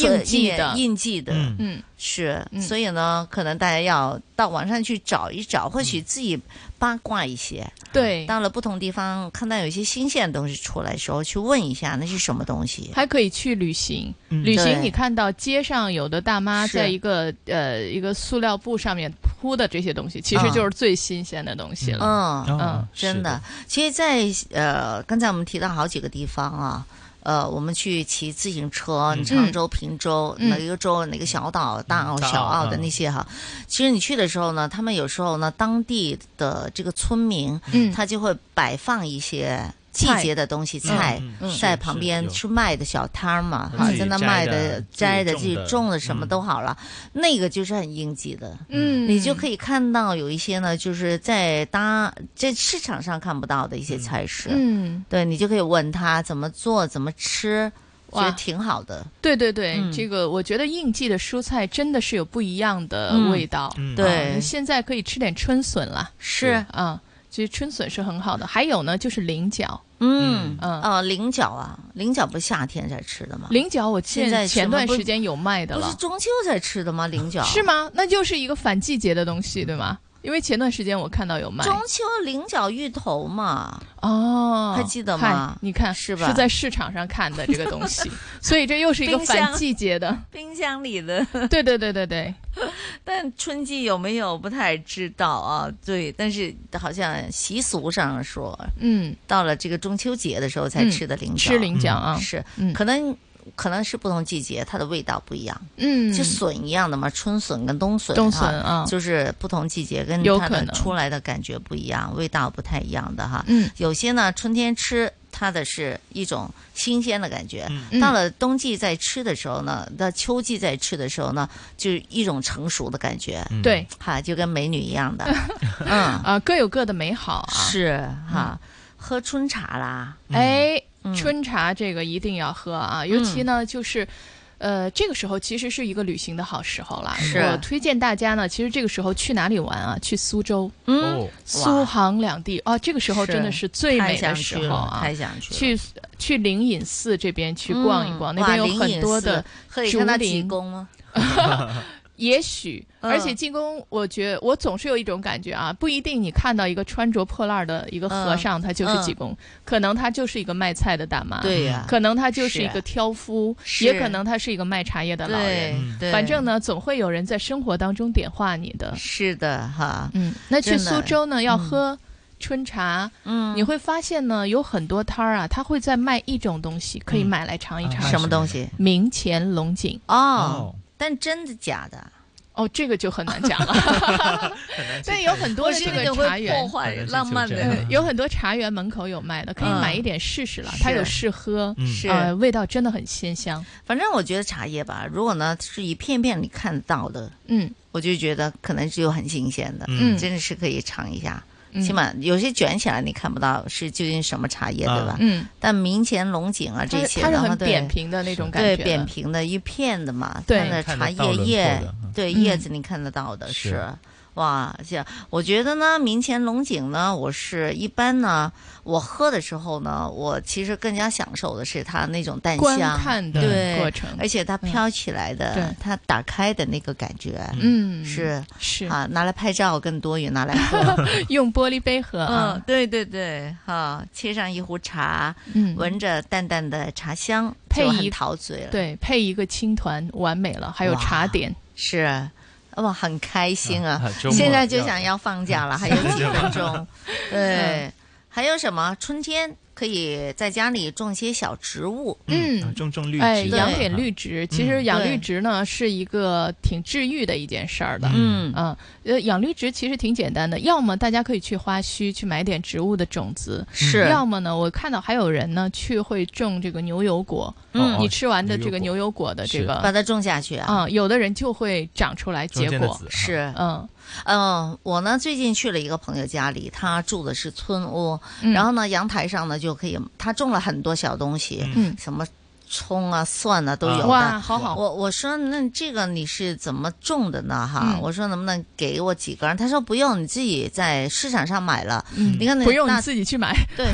[SPEAKER 6] 应季的
[SPEAKER 5] 应季的，
[SPEAKER 6] 嗯嗯
[SPEAKER 5] 是，
[SPEAKER 6] 嗯
[SPEAKER 5] 所以呢，可能大家要到网上去找一找，或许自己八卦一些。
[SPEAKER 6] 嗯
[SPEAKER 5] 啊
[SPEAKER 6] 对，
[SPEAKER 5] 到了不同地方，看到有一些新鲜的东西出来的时候，去问一下那是什么东西。
[SPEAKER 6] 还可以去旅行。
[SPEAKER 5] 嗯
[SPEAKER 6] 旅
[SPEAKER 5] 对
[SPEAKER 6] 行你看到街上有的大妈
[SPEAKER 5] 是
[SPEAKER 6] 在一个呃一个塑料布上面铺的这些东西，其实
[SPEAKER 5] 嗯
[SPEAKER 6] 就是最新鲜的东西了
[SPEAKER 5] 嗯。
[SPEAKER 6] 嗯，
[SPEAKER 5] 真的。其实在，呃，刚才我们提到好几个地方啊，呃，我们去骑自行车，
[SPEAKER 6] 嗯
[SPEAKER 5] 常州、平州、
[SPEAKER 6] 嗯
[SPEAKER 5] 哪一个州、哪个小岛、大澳、
[SPEAKER 6] 大澳
[SPEAKER 5] 小澳的
[SPEAKER 6] 嗯
[SPEAKER 5] 那些哈。其实你去的时候呢，他们有时候呢，当地的这个村民，
[SPEAKER 6] 嗯
[SPEAKER 5] 他就会摆放一些。季
[SPEAKER 6] 菜
[SPEAKER 5] 节的东西，
[SPEAKER 6] 嗯
[SPEAKER 5] 菜
[SPEAKER 6] 嗯是
[SPEAKER 5] 在旁边去卖的小摊儿嘛，哈，
[SPEAKER 6] 自己
[SPEAKER 5] 在那
[SPEAKER 6] 摘
[SPEAKER 5] 卖
[SPEAKER 6] 的自、
[SPEAKER 5] 的
[SPEAKER 6] 己
[SPEAKER 5] 摘的、
[SPEAKER 6] 种
[SPEAKER 5] 自己
[SPEAKER 6] 的
[SPEAKER 5] 种的什么都好了，那个就是很应季的。
[SPEAKER 6] 嗯
[SPEAKER 5] 你就可以看到有一些呢，就是在搭在市场上看不到的一些菜式，
[SPEAKER 6] 嗯，
[SPEAKER 5] 对你就可以问他怎么做、怎么吃，觉得
[SPEAKER 6] 哇
[SPEAKER 5] 挺好的。
[SPEAKER 6] 对对对，
[SPEAKER 5] 嗯
[SPEAKER 6] 这个我觉得应季的蔬菜真的是有不一样的味道。
[SPEAKER 5] 嗯嗯
[SPEAKER 6] 啊
[SPEAKER 5] 对
[SPEAKER 6] 你现在可以吃点春笋了。
[SPEAKER 5] 是
[SPEAKER 6] 啊，其实春笋是很好的。还有呢，就是菱角。
[SPEAKER 5] 嗯
[SPEAKER 6] 嗯
[SPEAKER 5] 哦，菱角啊，菱角不是夏天才吃的吗？
[SPEAKER 6] 菱角我
[SPEAKER 5] 现在
[SPEAKER 6] 见前
[SPEAKER 5] 什么
[SPEAKER 6] 段
[SPEAKER 5] 不
[SPEAKER 6] 时间有卖的
[SPEAKER 5] 不是
[SPEAKER 6] 了，
[SPEAKER 5] 中秋才吃的吗？菱角
[SPEAKER 6] 是？吗？那就是一个反季节的东西，对吗？因为前段时间我看到有卖。
[SPEAKER 5] 中秋菱角芋头嘛，
[SPEAKER 6] 哦，
[SPEAKER 5] 还记得吗
[SPEAKER 6] 嗨你看
[SPEAKER 5] 是吧
[SPEAKER 6] 是在市场上看的这个东
[SPEAKER 5] (laughs)
[SPEAKER 6] 西，所以这又是一个
[SPEAKER 5] 冰
[SPEAKER 6] 反
[SPEAKER 5] 箱
[SPEAKER 6] 季节的。
[SPEAKER 5] 冰箱里的。
[SPEAKER 6] 对对对对对，
[SPEAKER 5] 但春季有没有不太知道啊？对，但是好像习俗上说，
[SPEAKER 6] 嗯，
[SPEAKER 5] 到了这个中秋节的时候才吃的菱角，
[SPEAKER 6] 嗯吃菱角啊
[SPEAKER 5] 是，
[SPEAKER 6] 嗯
[SPEAKER 5] 可能可能是不同季节它的味道不一样，
[SPEAKER 6] 嗯
[SPEAKER 5] 就笋一样的嘛，春笋跟冬笋，
[SPEAKER 6] 冬笋
[SPEAKER 5] 啊
[SPEAKER 6] 啊，
[SPEAKER 5] 就是不同季节跟
[SPEAKER 6] 有
[SPEAKER 5] 它
[SPEAKER 6] 可
[SPEAKER 5] 的
[SPEAKER 6] 能
[SPEAKER 5] 出来的感觉不一样，味道不太一样的哈，
[SPEAKER 6] 嗯
[SPEAKER 5] 有些呢春天吃。它的是一种新鲜的感觉，
[SPEAKER 6] 嗯
[SPEAKER 5] 到了冬季再吃的时候呢，到秋季再吃的时候呢，就是一种成熟的感觉，
[SPEAKER 6] 对，
[SPEAKER 5] 哈，就跟美女
[SPEAKER 6] (laughs)
[SPEAKER 5] 一样的，嗯
[SPEAKER 6] 啊，各有各的美好啊。
[SPEAKER 5] 是哈，喝春茶啦，
[SPEAKER 6] 哎，春茶这个一定要喝啊，
[SPEAKER 5] 嗯
[SPEAKER 6] 尤其呢就是。呃，这个时候其实是一个旅行的好时候啦。
[SPEAKER 5] 是
[SPEAKER 6] 我推荐大家呢，其实这个时候去哪里玩啊？去苏州，
[SPEAKER 5] 嗯哦
[SPEAKER 6] 苏杭两地啊，这个时候
[SPEAKER 5] 是
[SPEAKER 6] 真的是最
[SPEAKER 5] 太
[SPEAKER 6] 美
[SPEAKER 5] 想
[SPEAKER 6] 的
[SPEAKER 5] 去
[SPEAKER 6] 时
[SPEAKER 5] 了
[SPEAKER 6] 候啊！
[SPEAKER 5] 太想去了
[SPEAKER 6] 去去灵隐寺这边去逛一逛，
[SPEAKER 5] 嗯
[SPEAKER 6] 那边
[SPEAKER 5] 哇
[SPEAKER 6] 有
[SPEAKER 5] 灵
[SPEAKER 6] 很
[SPEAKER 5] 隐
[SPEAKER 6] 多
[SPEAKER 5] 寺
[SPEAKER 6] 的
[SPEAKER 5] 可以
[SPEAKER 6] 竹
[SPEAKER 5] 看到济
[SPEAKER 6] 林
[SPEAKER 5] 公吗？
[SPEAKER 6] (laughs)
[SPEAKER 5] (laughs)
[SPEAKER 6] 也许，
[SPEAKER 5] 嗯
[SPEAKER 6] 而且进宫，我觉得我总是有一种感觉啊，不一定你看到一个穿着破烂的一个和尚，
[SPEAKER 5] 嗯
[SPEAKER 6] 他就是济公，可能他就是一个卖菜的大妈，
[SPEAKER 5] 对呀
[SPEAKER 6] 可能他就是
[SPEAKER 5] 是
[SPEAKER 6] 一个挑夫，
[SPEAKER 5] 是
[SPEAKER 6] 也可能他是一个卖茶叶的老人，
[SPEAKER 5] 对对
[SPEAKER 6] 反正呢，总会有人在生活当中点化你的。
[SPEAKER 5] 是的哈，
[SPEAKER 6] 嗯，那去
[SPEAKER 5] 真的嗯
[SPEAKER 6] 苏州呢，要喝春茶，嗯，你会发现呢，有很多摊儿啊，他会在卖一种东西，可以买来尝一尝，
[SPEAKER 5] 嗯啊什么东西？
[SPEAKER 6] 明前龙井
[SPEAKER 5] 哦，但真的假的？
[SPEAKER 6] 哦，这个就很难讲了。但有很多的这个茶园，
[SPEAKER 5] 我是那种会破坏浪漫的
[SPEAKER 6] 对有很多茶园门口有卖的，可以
[SPEAKER 5] 嗯
[SPEAKER 6] 买一点试试了。
[SPEAKER 5] 是
[SPEAKER 6] 它有试喝，
[SPEAKER 5] 是
[SPEAKER 6] 呃，味道真的很鲜香。
[SPEAKER 5] 反正我觉得茶叶吧，如果呢是一片片你看到的，
[SPEAKER 6] 嗯，
[SPEAKER 5] 我就觉得可能只有很新鲜的，
[SPEAKER 6] 嗯
[SPEAKER 5] 真的是可以尝一下。
[SPEAKER 6] 嗯
[SPEAKER 5] 起码有些卷起来你看不到是究竟什么茶叶，
[SPEAKER 6] 啊
[SPEAKER 5] 对吧？
[SPEAKER 6] 嗯。
[SPEAKER 5] 但明前龙井啊
[SPEAKER 6] 它
[SPEAKER 5] 这些
[SPEAKER 6] 它
[SPEAKER 5] 的
[SPEAKER 6] 是
[SPEAKER 5] 话，
[SPEAKER 6] 很
[SPEAKER 5] 对
[SPEAKER 6] 扁平的那种感觉
[SPEAKER 5] 对，
[SPEAKER 6] 的
[SPEAKER 5] 扁平的一片的嘛。
[SPEAKER 6] 对
[SPEAKER 5] 它的
[SPEAKER 6] 看
[SPEAKER 5] 茶
[SPEAKER 6] 得到
[SPEAKER 5] 叶
[SPEAKER 6] 轮廓
[SPEAKER 5] 叶
[SPEAKER 6] 的，
[SPEAKER 5] 对
[SPEAKER 6] 嗯
[SPEAKER 5] 叶子你看得到的
[SPEAKER 6] 是
[SPEAKER 5] 是。哇，这我觉得呢，明前龙井呢，我是一般呢，我喝的时候呢，我其实更加享受的是它那种淡
[SPEAKER 6] 观
[SPEAKER 5] 香
[SPEAKER 6] 看的
[SPEAKER 5] 对
[SPEAKER 6] 过程嗯
[SPEAKER 5] 而且它飘起来的，
[SPEAKER 6] 对
[SPEAKER 5] 它打开的那个感觉，
[SPEAKER 6] 嗯
[SPEAKER 5] 是
[SPEAKER 6] 是
[SPEAKER 5] 啊，拿来拍照更多于拿来喝，
[SPEAKER 6] 用玻璃杯喝啊
[SPEAKER 5] 嗯，对对对，哈，切上一壶茶，
[SPEAKER 6] (laughs) 嗯
[SPEAKER 5] 闻着淡淡的茶香，
[SPEAKER 6] 配
[SPEAKER 5] 就
[SPEAKER 6] 一
[SPEAKER 5] 很陶醉了，
[SPEAKER 6] 对，配一个青团，完美了。还有
[SPEAKER 5] 哇
[SPEAKER 6] 茶点，
[SPEAKER 5] 是。哇，很开心啊
[SPEAKER 6] 啊！周末
[SPEAKER 5] 现在就想要放假
[SPEAKER 6] (laughs)
[SPEAKER 5] 了，
[SPEAKER 6] 要。
[SPEAKER 5] 还有几分钟 (laughs) 对
[SPEAKER 6] 嗯，
[SPEAKER 5] 还有什么？春天可以在家里种些小植物，
[SPEAKER 6] 嗯，
[SPEAKER 7] 啊种种
[SPEAKER 6] 哎，
[SPEAKER 5] 对
[SPEAKER 6] 养点绿植，其
[SPEAKER 5] 嗯
[SPEAKER 6] 实养绿植呢是一个挺治愈的一件事儿的。
[SPEAKER 5] 嗯
[SPEAKER 6] 啊，呃，养绿植其实挺简单的，要么大家可以去花墟去买点植物的种子，
[SPEAKER 5] 嗯是
[SPEAKER 6] 要么呢，我看到还有人呢去会种这个牛油果，
[SPEAKER 5] 嗯
[SPEAKER 6] 你吃完的这个
[SPEAKER 5] 牛
[SPEAKER 6] 牛油果的这
[SPEAKER 5] 是
[SPEAKER 6] 个，
[SPEAKER 5] 把它种下去啊
[SPEAKER 6] 啊，有的人就会长出来结果，
[SPEAKER 5] 是，
[SPEAKER 6] 嗯
[SPEAKER 5] 嗯，我呢最近去了一个朋友家里，他住的是村屋，
[SPEAKER 6] 嗯
[SPEAKER 5] 然后呢阳台上呢就可以，他种了很多小东西，
[SPEAKER 6] 嗯
[SPEAKER 5] 什么。葱啊、蒜啊都有的，
[SPEAKER 6] 哇好好
[SPEAKER 5] 我我说那这个你是怎么种的呢？哈，
[SPEAKER 6] 嗯
[SPEAKER 5] 我说能不能给我几根儿？他说不用，你自己在市场上买了。
[SPEAKER 6] 嗯
[SPEAKER 5] 你看那
[SPEAKER 6] 不用
[SPEAKER 5] 大
[SPEAKER 6] 你自己去买，
[SPEAKER 5] 对，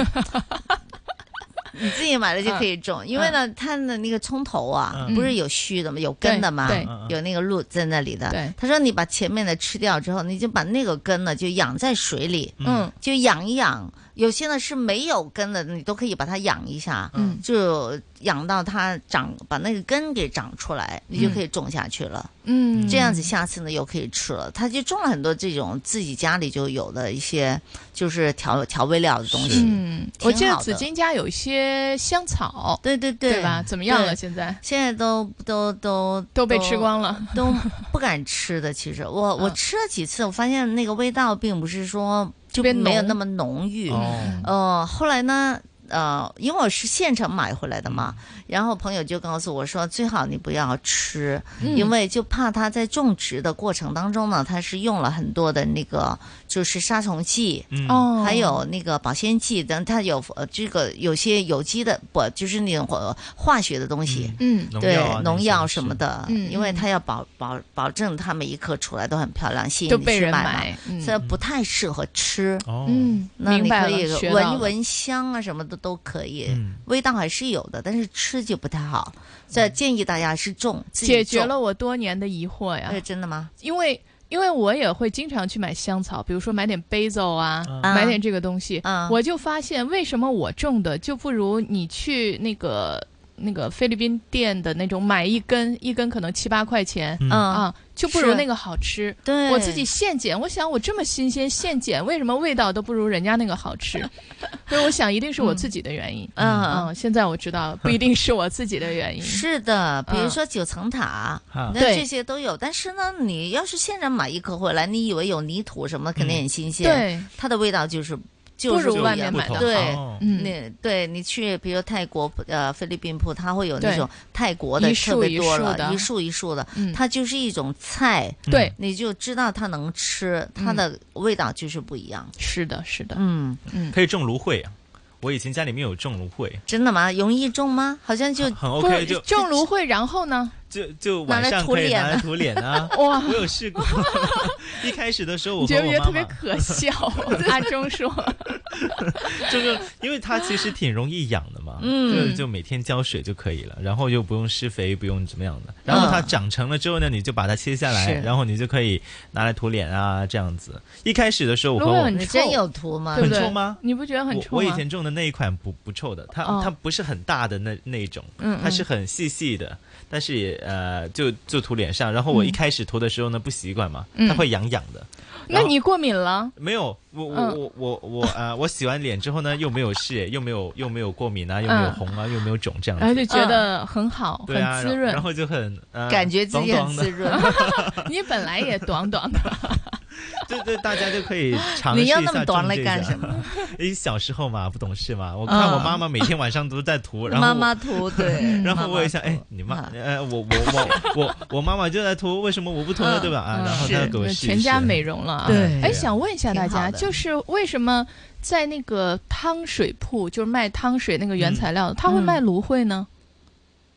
[SPEAKER 5] 你自己买了就可以种，
[SPEAKER 6] 嗯
[SPEAKER 5] 因为呢，它的那个葱头啊，
[SPEAKER 6] 嗯
[SPEAKER 5] 不是有须的吗？有根的吗
[SPEAKER 6] 对对？
[SPEAKER 5] 有那个路在那里的。
[SPEAKER 6] 对
[SPEAKER 5] 他说你把前面的吃掉之后，你就把那个根呢就养在水里，
[SPEAKER 6] 嗯，
[SPEAKER 5] 就养一养。有些呢是没有根的，你都可以把它养一下，
[SPEAKER 6] 嗯
[SPEAKER 5] 就养到它长，把那个根给长出来，你就可以种下去了。
[SPEAKER 6] 嗯
[SPEAKER 5] 这样子下次呢又可以吃了。他就种了很多这种自己家里就有的一些，就是调调味料的东西。
[SPEAKER 6] 嗯，我记
[SPEAKER 5] 挺
[SPEAKER 6] 得
[SPEAKER 5] 好的
[SPEAKER 6] 紫荆家有一些香草，
[SPEAKER 5] 对对
[SPEAKER 6] 对吧？怎么样了？现在
[SPEAKER 5] 现在都都都
[SPEAKER 6] 都被吃光了，嗯
[SPEAKER 5] 都不敢吃的。其实我我吃了几次，我发现那个味道并不是说就
[SPEAKER 6] 变
[SPEAKER 5] 没有
[SPEAKER 6] 浓
[SPEAKER 5] 那么浓郁。
[SPEAKER 6] 哦
[SPEAKER 5] 呃，后来呢，呃，因为我是现成买回来的嘛，然后朋友就告诉我说，最好你不要吃，
[SPEAKER 11] 嗯
[SPEAKER 5] 因为就怕它在种植的过程当中呢，它是用了很多的那个就是杀虫剂，
[SPEAKER 11] 嗯哦
[SPEAKER 5] 还有那个保鲜剂等，它有呃这个有些有机的不就是那种化化学的东西，
[SPEAKER 6] 嗯
[SPEAKER 11] 嗯农
[SPEAKER 5] 对
[SPEAKER 11] 药啊
[SPEAKER 5] 农药什么的，
[SPEAKER 11] 嗯
[SPEAKER 5] 因为它要保保保证它每一颗出来都很漂亮，吸引
[SPEAKER 6] 都
[SPEAKER 5] 你
[SPEAKER 6] 被
[SPEAKER 5] 去
[SPEAKER 6] 人
[SPEAKER 5] 嘛
[SPEAKER 6] 买嗯
[SPEAKER 5] 所以不太适合吃。
[SPEAKER 7] 哦
[SPEAKER 6] 嗯
[SPEAKER 5] 那
[SPEAKER 6] 明
[SPEAKER 5] 你
[SPEAKER 6] 白
[SPEAKER 5] 可
[SPEAKER 6] 了
[SPEAKER 5] 以
[SPEAKER 6] 学
[SPEAKER 5] 闻
[SPEAKER 6] 到
[SPEAKER 5] 一
[SPEAKER 6] 了
[SPEAKER 5] 闻香啊什么的都可以，
[SPEAKER 11] 嗯
[SPEAKER 5] 味道还是有的，但是吃就不太好。所以建议大家是种，自
[SPEAKER 6] 嗯
[SPEAKER 5] 己
[SPEAKER 6] 解决
[SPEAKER 5] 种
[SPEAKER 6] 了。我多年的疑惑呀。
[SPEAKER 5] 哎，真的吗？
[SPEAKER 6] 因为因为我也会经常去买香草，比如说买点 basil 啊，
[SPEAKER 5] 啊
[SPEAKER 6] 买点这个东西，
[SPEAKER 5] 啊
[SPEAKER 6] 我就发现为什么我种的就不如你去那个。那个菲律宾店的那种买一根，一根可能七八块钱，
[SPEAKER 5] 嗯
[SPEAKER 6] 啊，就不如
[SPEAKER 5] 是
[SPEAKER 6] 那个好吃。
[SPEAKER 5] 对
[SPEAKER 6] 我自己现捡，我想我这么新鲜现捡，为什么味道都不如人家那个好吃？所以我想一定是我自己的原因。
[SPEAKER 5] 嗯
[SPEAKER 6] 嗯，现在我知道了不一定是我自己的原因。
[SPEAKER 5] 是的，比如
[SPEAKER 6] 嗯
[SPEAKER 5] 说九层塔，
[SPEAKER 6] 啊
[SPEAKER 5] 那
[SPEAKER 6] 对
[SPEAKER 5] 这些都有。但是呢，你要是现在买一颗回来，你以为有泥土什么，肯定很新鲜，
[SPEAKER 6] 对
[SPEAKER 5] 它的味道就是。就是
[SPEAKER 6] 不如
[SPEAKER 5] 一
[SPEAKER 6] 外面
[SPEAKER 5] 样
[SPEAKER 6] 买的
[SPEAKER 5] 对
[SPEAKER 7] 哦
[SPEAKER 6] 好，嗯
[SPEAKER 5] 你对你去，比如泰国呃菲律宾铺，它会有那
[SPEAKER 6] 对
[SPEAKER 5] 种泰国的
[SPEAKER 6] 一
[SPEAKER 5] 特
[SPEAKER 6] 束
[SPEAKER 5] 别
[SPEAKER 6] 一
[SPEAKER 5] 多
[SPEAKER 6] 束
[SPEAKER 5] 了，
[SPEAKER 6] 的
[SPEAKER 5] 一束一束的
[SPEAKER 6] 嗯，
[SPEAKER 5] 它就是一种菜，
[SPEAKER 6] 对
[SPEAKER 5] 你就知道它能吃，它
[SPEAKER 6] 嗯
[SPEAKER 5] 的味道就是不一样。
[SPEAKER 6] 是的，是的，
[SPEAKER 5] 嗯
[SPEAKER 6] 嗯，
[SPEAKER 7] 可以种芦荟啊。我以前家里面有种芦荟，
[SPEAKER 5] 真的吗？容易种吗？好像就
[SPEAKER 7] 很 OK，就
[SPEAKER 6] 种芦荟，然后呢？
[SPEAKER 7] 就就晚上可以拿来涂脸
[SPEAKER 5] (laughs)
[SPEAKER 7] 啊！
[SPEAKER 6] 哇，
[SPEAKER 7] 我有试过。一开始的时候，我
[SPEAKER 6] 你觉不觉得
[SPEAKER 7] 和
[SPEAKER 6] 特
[SPEAKER 7] 我妈
[SPEAKER 6] 别
[SPEAKER 7] 妈
[SPEAKER 6] 可笑？
[SPEAKER 7] (laughs)
[SPEAKER 6] 阿忠说，
[SPEAKER 7] 就是因为它其实挺容易养的嘛，
[SPEAKER 6] 嗯
[SPEAKER 7] 就就每天浇水就可以了，然后又不用施肥，不用怎么样的。然后它长成了之后呢，你就把它切下来，
[SPEAKER 5] 嗯是
[SPEAKER 7] 然后你就可以拿来涂脸啊，这样子。一开始的时候，我和
[SPEAKER 6] 芦荟
[SPEAKER 7] 我
[SPEAKER 6] 很
[SPEAKER 5] 你
[SPEAKER 6] 臭
[SPEAKER 5] 真有涂吗？
[SPEAKER 6] 对不对
[SPEAKER 7] 很臭吗？
[SPEAKER 6] 你不觉得很臭吗？
[SPEAKER 7] 我我以前种的那一款不不臭的，它、
[SPEAKER 6] 哦
[SPEAKER 7] 它不是很大的那那一种，
[SPEAKER 6] 嗯嗯
[SPEAKER 7] 它是很细细的，但是也呃就就涂脸上。然后我一开始涂的时候呢，不习惯嘛，
[SPEAKER 6] 嗯
[SPEAKER 7] 它会痒痒的。
[SPEAKER 6] 那你过敏了？
[SPEAKER 7] 没有，我我
[SPEAKER 6] 嗯
[SPEAKER 7] 我我我呃，我洗完脸之后呢，又没有事，又没有又没有过敏啊，又没有红啊，又没有肿这样
[SPEAKER 6] 嗯然后就
[SPEAKER 7] 子。
[SPEAKER 6] 觉得很好，
[SPEAKER 7] 对啊，
[SPEAKER 6] 很滋
[SPEAKER 7] 然后
[SPEAKER 6] 润
[SPEAKER 7] 然，后就很
[SPEAKER 5] (laughs)
[SPEAKER 7] 呃，
[SPEAKER 5] 感觉自己很
[SPEAKER 7] 咚咚的
[SPEAKER 5] 滋润
[SPEAKER 6] (laughs) 你本来也短短
[SPEAKER 7] (laughs)
[SPEAKER 6] 的，
[SPEAKER 5] (laughs)
[SPEAKER 7] 对对，大家就可以尝试一
[SPEAKER 5] 你
[SPEAKER 7] 下
[SPEAKER 5] 要
[SPEAKER 7] 种这个。
[SPEAKER 5] 那么短来干什么？
[SPEAKER 7] (laughs)
[SPEAKER 5] 嗯
[SPEAKER 7] 因为小时候嘛，不懂事嘛。我看我妈妈每天晚上都
[SPEAKER 5] (laughs)
[SPEAKER 7] 在涂，然后
[SPEAKER 5] 妈
[SPEAKER 7] 我
[SPEAKER 5] 妈涂嗯对，
[SPEAKER 7] (laughs) 然后
[SPEAKER 5] 妈妈
[SPEAKER 7] 我也想，哎，你妈，呃，我我我我 (laughs) 我妈妈就在涂，为什么我不涂
[SPEAKER 5] 嗯
[SPEAKER 7] 呢？对吧？啊，然后她给我
[SPEAKER 6] 是
[SPEAKER 7] 试一
[SPEAKER 6] 全家
[SPEAKER 7] 试
[SPEAKER 6] 美容了啊。
[SPEAKER 7] 对
[SPEAKER 6] 哎，想问一下大
[SPEAKER 7] 挺好
[SPEAKER 6] 家，
[SPEAKER 7] 的
[SPEAKER 6] 就是为什么在那个汤水铺，就是卖汤水那个原材
[SPEAKER 7] 嗯
[SPEAKER 6] 料的，他会卖芦荟呢？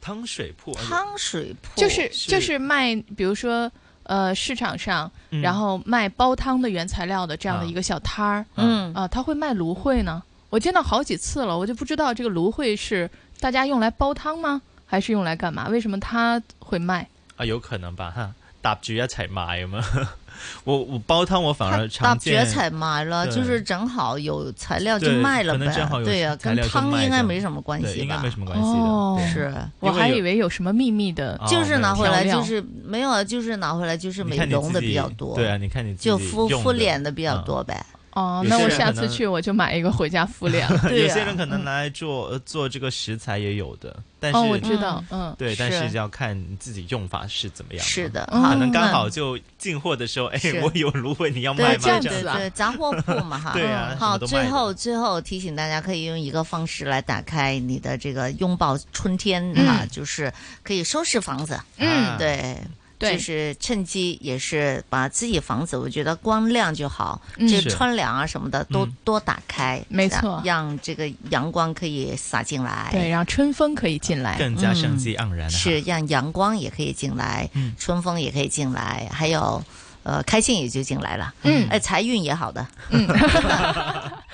[SPEAKER 7] 汤水铺，哎
[SPEAKER 5] 汤水铺
[SPEAKER 6] 就是就是卖，比如说呃市场上，
[SPEAKER 7] 嗯
[SPEAKER 6] 然后卖煲汤的原材料的这样的一个小摊儿，
[SPEAKER 5] 啊嗯
[SPEAKER 6] 啊，他会卖芦荟呢。我见到好几次了，我就不知道这个芦荟是大家用来煲汤吗，还是用来干嘛？为什么它会卖？
[SPEAKER 7] 啊，有可能吧，哈，搭住一齐卖咁啊。 (laughs) 我我煲汤我反而
[SPEAKER 5] 大
[SPEAKER 7] 常
[SPEAKER 5] 绝
[SPEAKER 7] 见，
[SPEAKER 5] 采买了，
[SPEAKER 7] 对
[SPEAKER 5] 就是正好有材料就
[SPEAKER 7] 对
[SPEAKER 5] 卖了
[SPEAKER 7] 可能正好
[SPEAKER 5] 呗。
[SPEAKER 7] 有
[SPEAKER 5] 对呀，
[SPEAKER 7] 材
[SPEAKER 5] 跟
[SPEAKER 7] 料就
[SPEAKER 5] 汤
[SPEAKER 7] 卖
[SPEAKER 5] 应
[SPEAKER 7] 这
[SPEAKER 5] 该
[SPEAKER 7] 样
[SPEAKER 5] 没什么关
[SPEAKER 7] 对
[SPEAKER 5] 系
[SPEAKER 7] 应该
[SPEAKER 5] 吧
[SPEAKER 7] 没什么关系的
[SPEAKER 6] 哦
[SPEAKER 7] 对
[SPEAKER 5] 是
[SPEAKER 6] 我
[SPEAKER 7] 因为
[SPEAKER 6] 还
[SPEAKER 7] 有啊
[SPEAKER 6] 以为有什么秘密的，
[SPEAKER 5] 啊 (laughs) 就是拿回来
[SPEAKER 6] 调料
[SPEAKER 5] 就是没有啊，就是拿回来就是
[SPEAKER 7] 你
[SPEAKER 5] 美
[SPEAKER 7] 看你
[SPEAKER 5] 容的
[SPEAKER 7] 自己
[SPEAKER 5] 比较多。
[SPEAKER 7] 对啊你看你自己
[SPEAKER 5] 就敷
[SPEAKER 7] 用
[SPEAKER 5] 敷
[SPEAKER 7] 的啊
[SPEAKER 5] 脸的比较多呗。
[SPEAKER 6] 哦，
[SPEAKER 7] 有
[SPEAKER 6] 那
[SPEAKER 7] 些
[SPEAKER 6] 我
[SPEAKER 7] 人
[SPEAKER 6] 下
[SPEAKER 7] 可
[SPEAKER 6] 次
[SPEAKER 7] 能
[SPEAKER 6] 去我就买一个回家敷
[SPEAKER 7] (laughs)
[SPEAKER 6] 脸。
[SPEAKER 5] (laughs)
[SPEAKER 7] 有些人可
[SPEAKER 5] 嗯
[SPEAKER 7] 能拿来做、呃做这个食材也有的，但是、
[SPEAKER 6] 哦我知道嗯
[SPEAKER 7] 对，但
[SPEAKER 6] 是
[SPEAKER 7] 是要看你自己用法是怎么样。
[SPEAKER 5] 是的
[SPEAKER 7] 可
[SPEAKER 5] 嗯
[SPEAKER 7] 能刚好就进货的时候，哎
[SPEAKER 5] 是，
[SPEAKER 7] 我有芦荟，你要卖
[SPEAKER 5] 对，
[SPEAKER 7] 吗？
[SPEAKER 5] 对
[SPEAKER 7] 这样
[SPEAKER 5] 对
[SPEAKER 7] 子
[SPEAKER 5] 对，杂货铺嘛哈。
[SPEAKER 7] (laughs) 对
[SPEAKER 5] 嗯
[SPEAKER 7] 啊什么
[SPEAKER 5] 好，
[SPEAKER 7] 都卖
[SPEAKER 5] 最
[SPEAKER 7] 的
[SPEAKER 5] 后最后提醒大家，可以用一个方式来打开你的这个拥抱春天
[SPEAKER 6] 嗯
[SPEAKER 5] 啊，就是可以收拾房子。
[SPEAKER 7] 啊
[SPEAKER 6] 嗯
[SPEAKER 5] 对。
[SPEAKER 6] 对
[SPEAKER 5] 就是趁机也是把自己房子，我觉得光亮就好，
[SPEAKER 6] 嗯
[SPEAKER 5] 这
[SPEAKER 6] 是
[SPEAKER 5] 窗帘啊什么的都
[SPEAKER 6] 嗯
[SPEAKER 5] 多打开，
[SPEAKER 6] 没错
[SPEAKER 5] 让这个阳光可以洒进来。
[SPEAKER 6] 对，让春风可以进来，
[SPEAKER 7] 更
[SPEAKER 5] 嗯
[SPEAKER 7] 加生机盎然、啊
[SPEAKER 5] 是让阳光也可以进来，
[SPEAKER 6] 嗯
[SPEAKER 5] 春风也可以进来，还有呃开心也就进来了，
[SPEAKER 6] 嗯，
[SPEAKER 5] 哎财运也
[SPEAKER 6] (laughs)
[SPEAKER 5] 好的，
[SPEAKER 6] 嗯，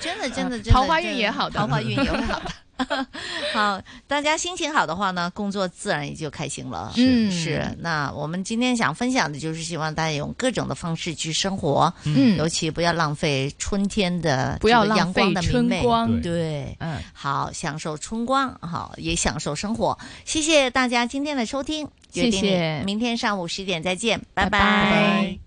[SPEAKER 5] 真的真的真的
[SPEAKER 6] (laughs) 桃花运
[SPEAKER 5] 真的
[SPEAKER 6] 也好的
[SPEAKER 5] 桃花运也会好的。好，大家心情好的话呢，工作自然也就开心了。
[SPEAKER 6] 嗯
[SPEAKER 5] 是。那我们今天想分享的就是希望大家用各种的方式去生活，
[SPEAKER 6] 嗯
[SPEAKER 5] 尤其不要浪费春天的
[SPEAKER 6] 不要
[SPEAKER 5] 这个阳
[SPEAKER 6] 浪
[SPEAKER 5] 光
[SPEAKER 6] 费
[SPEAKER 5] 的明
[SPEAKER 6] 春
[SPEAKER 5] 媚，
[SPEAKER 6] 光
[SPEAKER 5] 对，
[SPEAKER 6] 嗯，
[SPEAKER 5] 好，享受春光，好，也享受生活。谢谢大家今天的收听，
[SPEAKER 6] 谢谢
[SPEAKER 5] 约定你明天上午十点再见，拜
[SPEAKER 6] 拜拜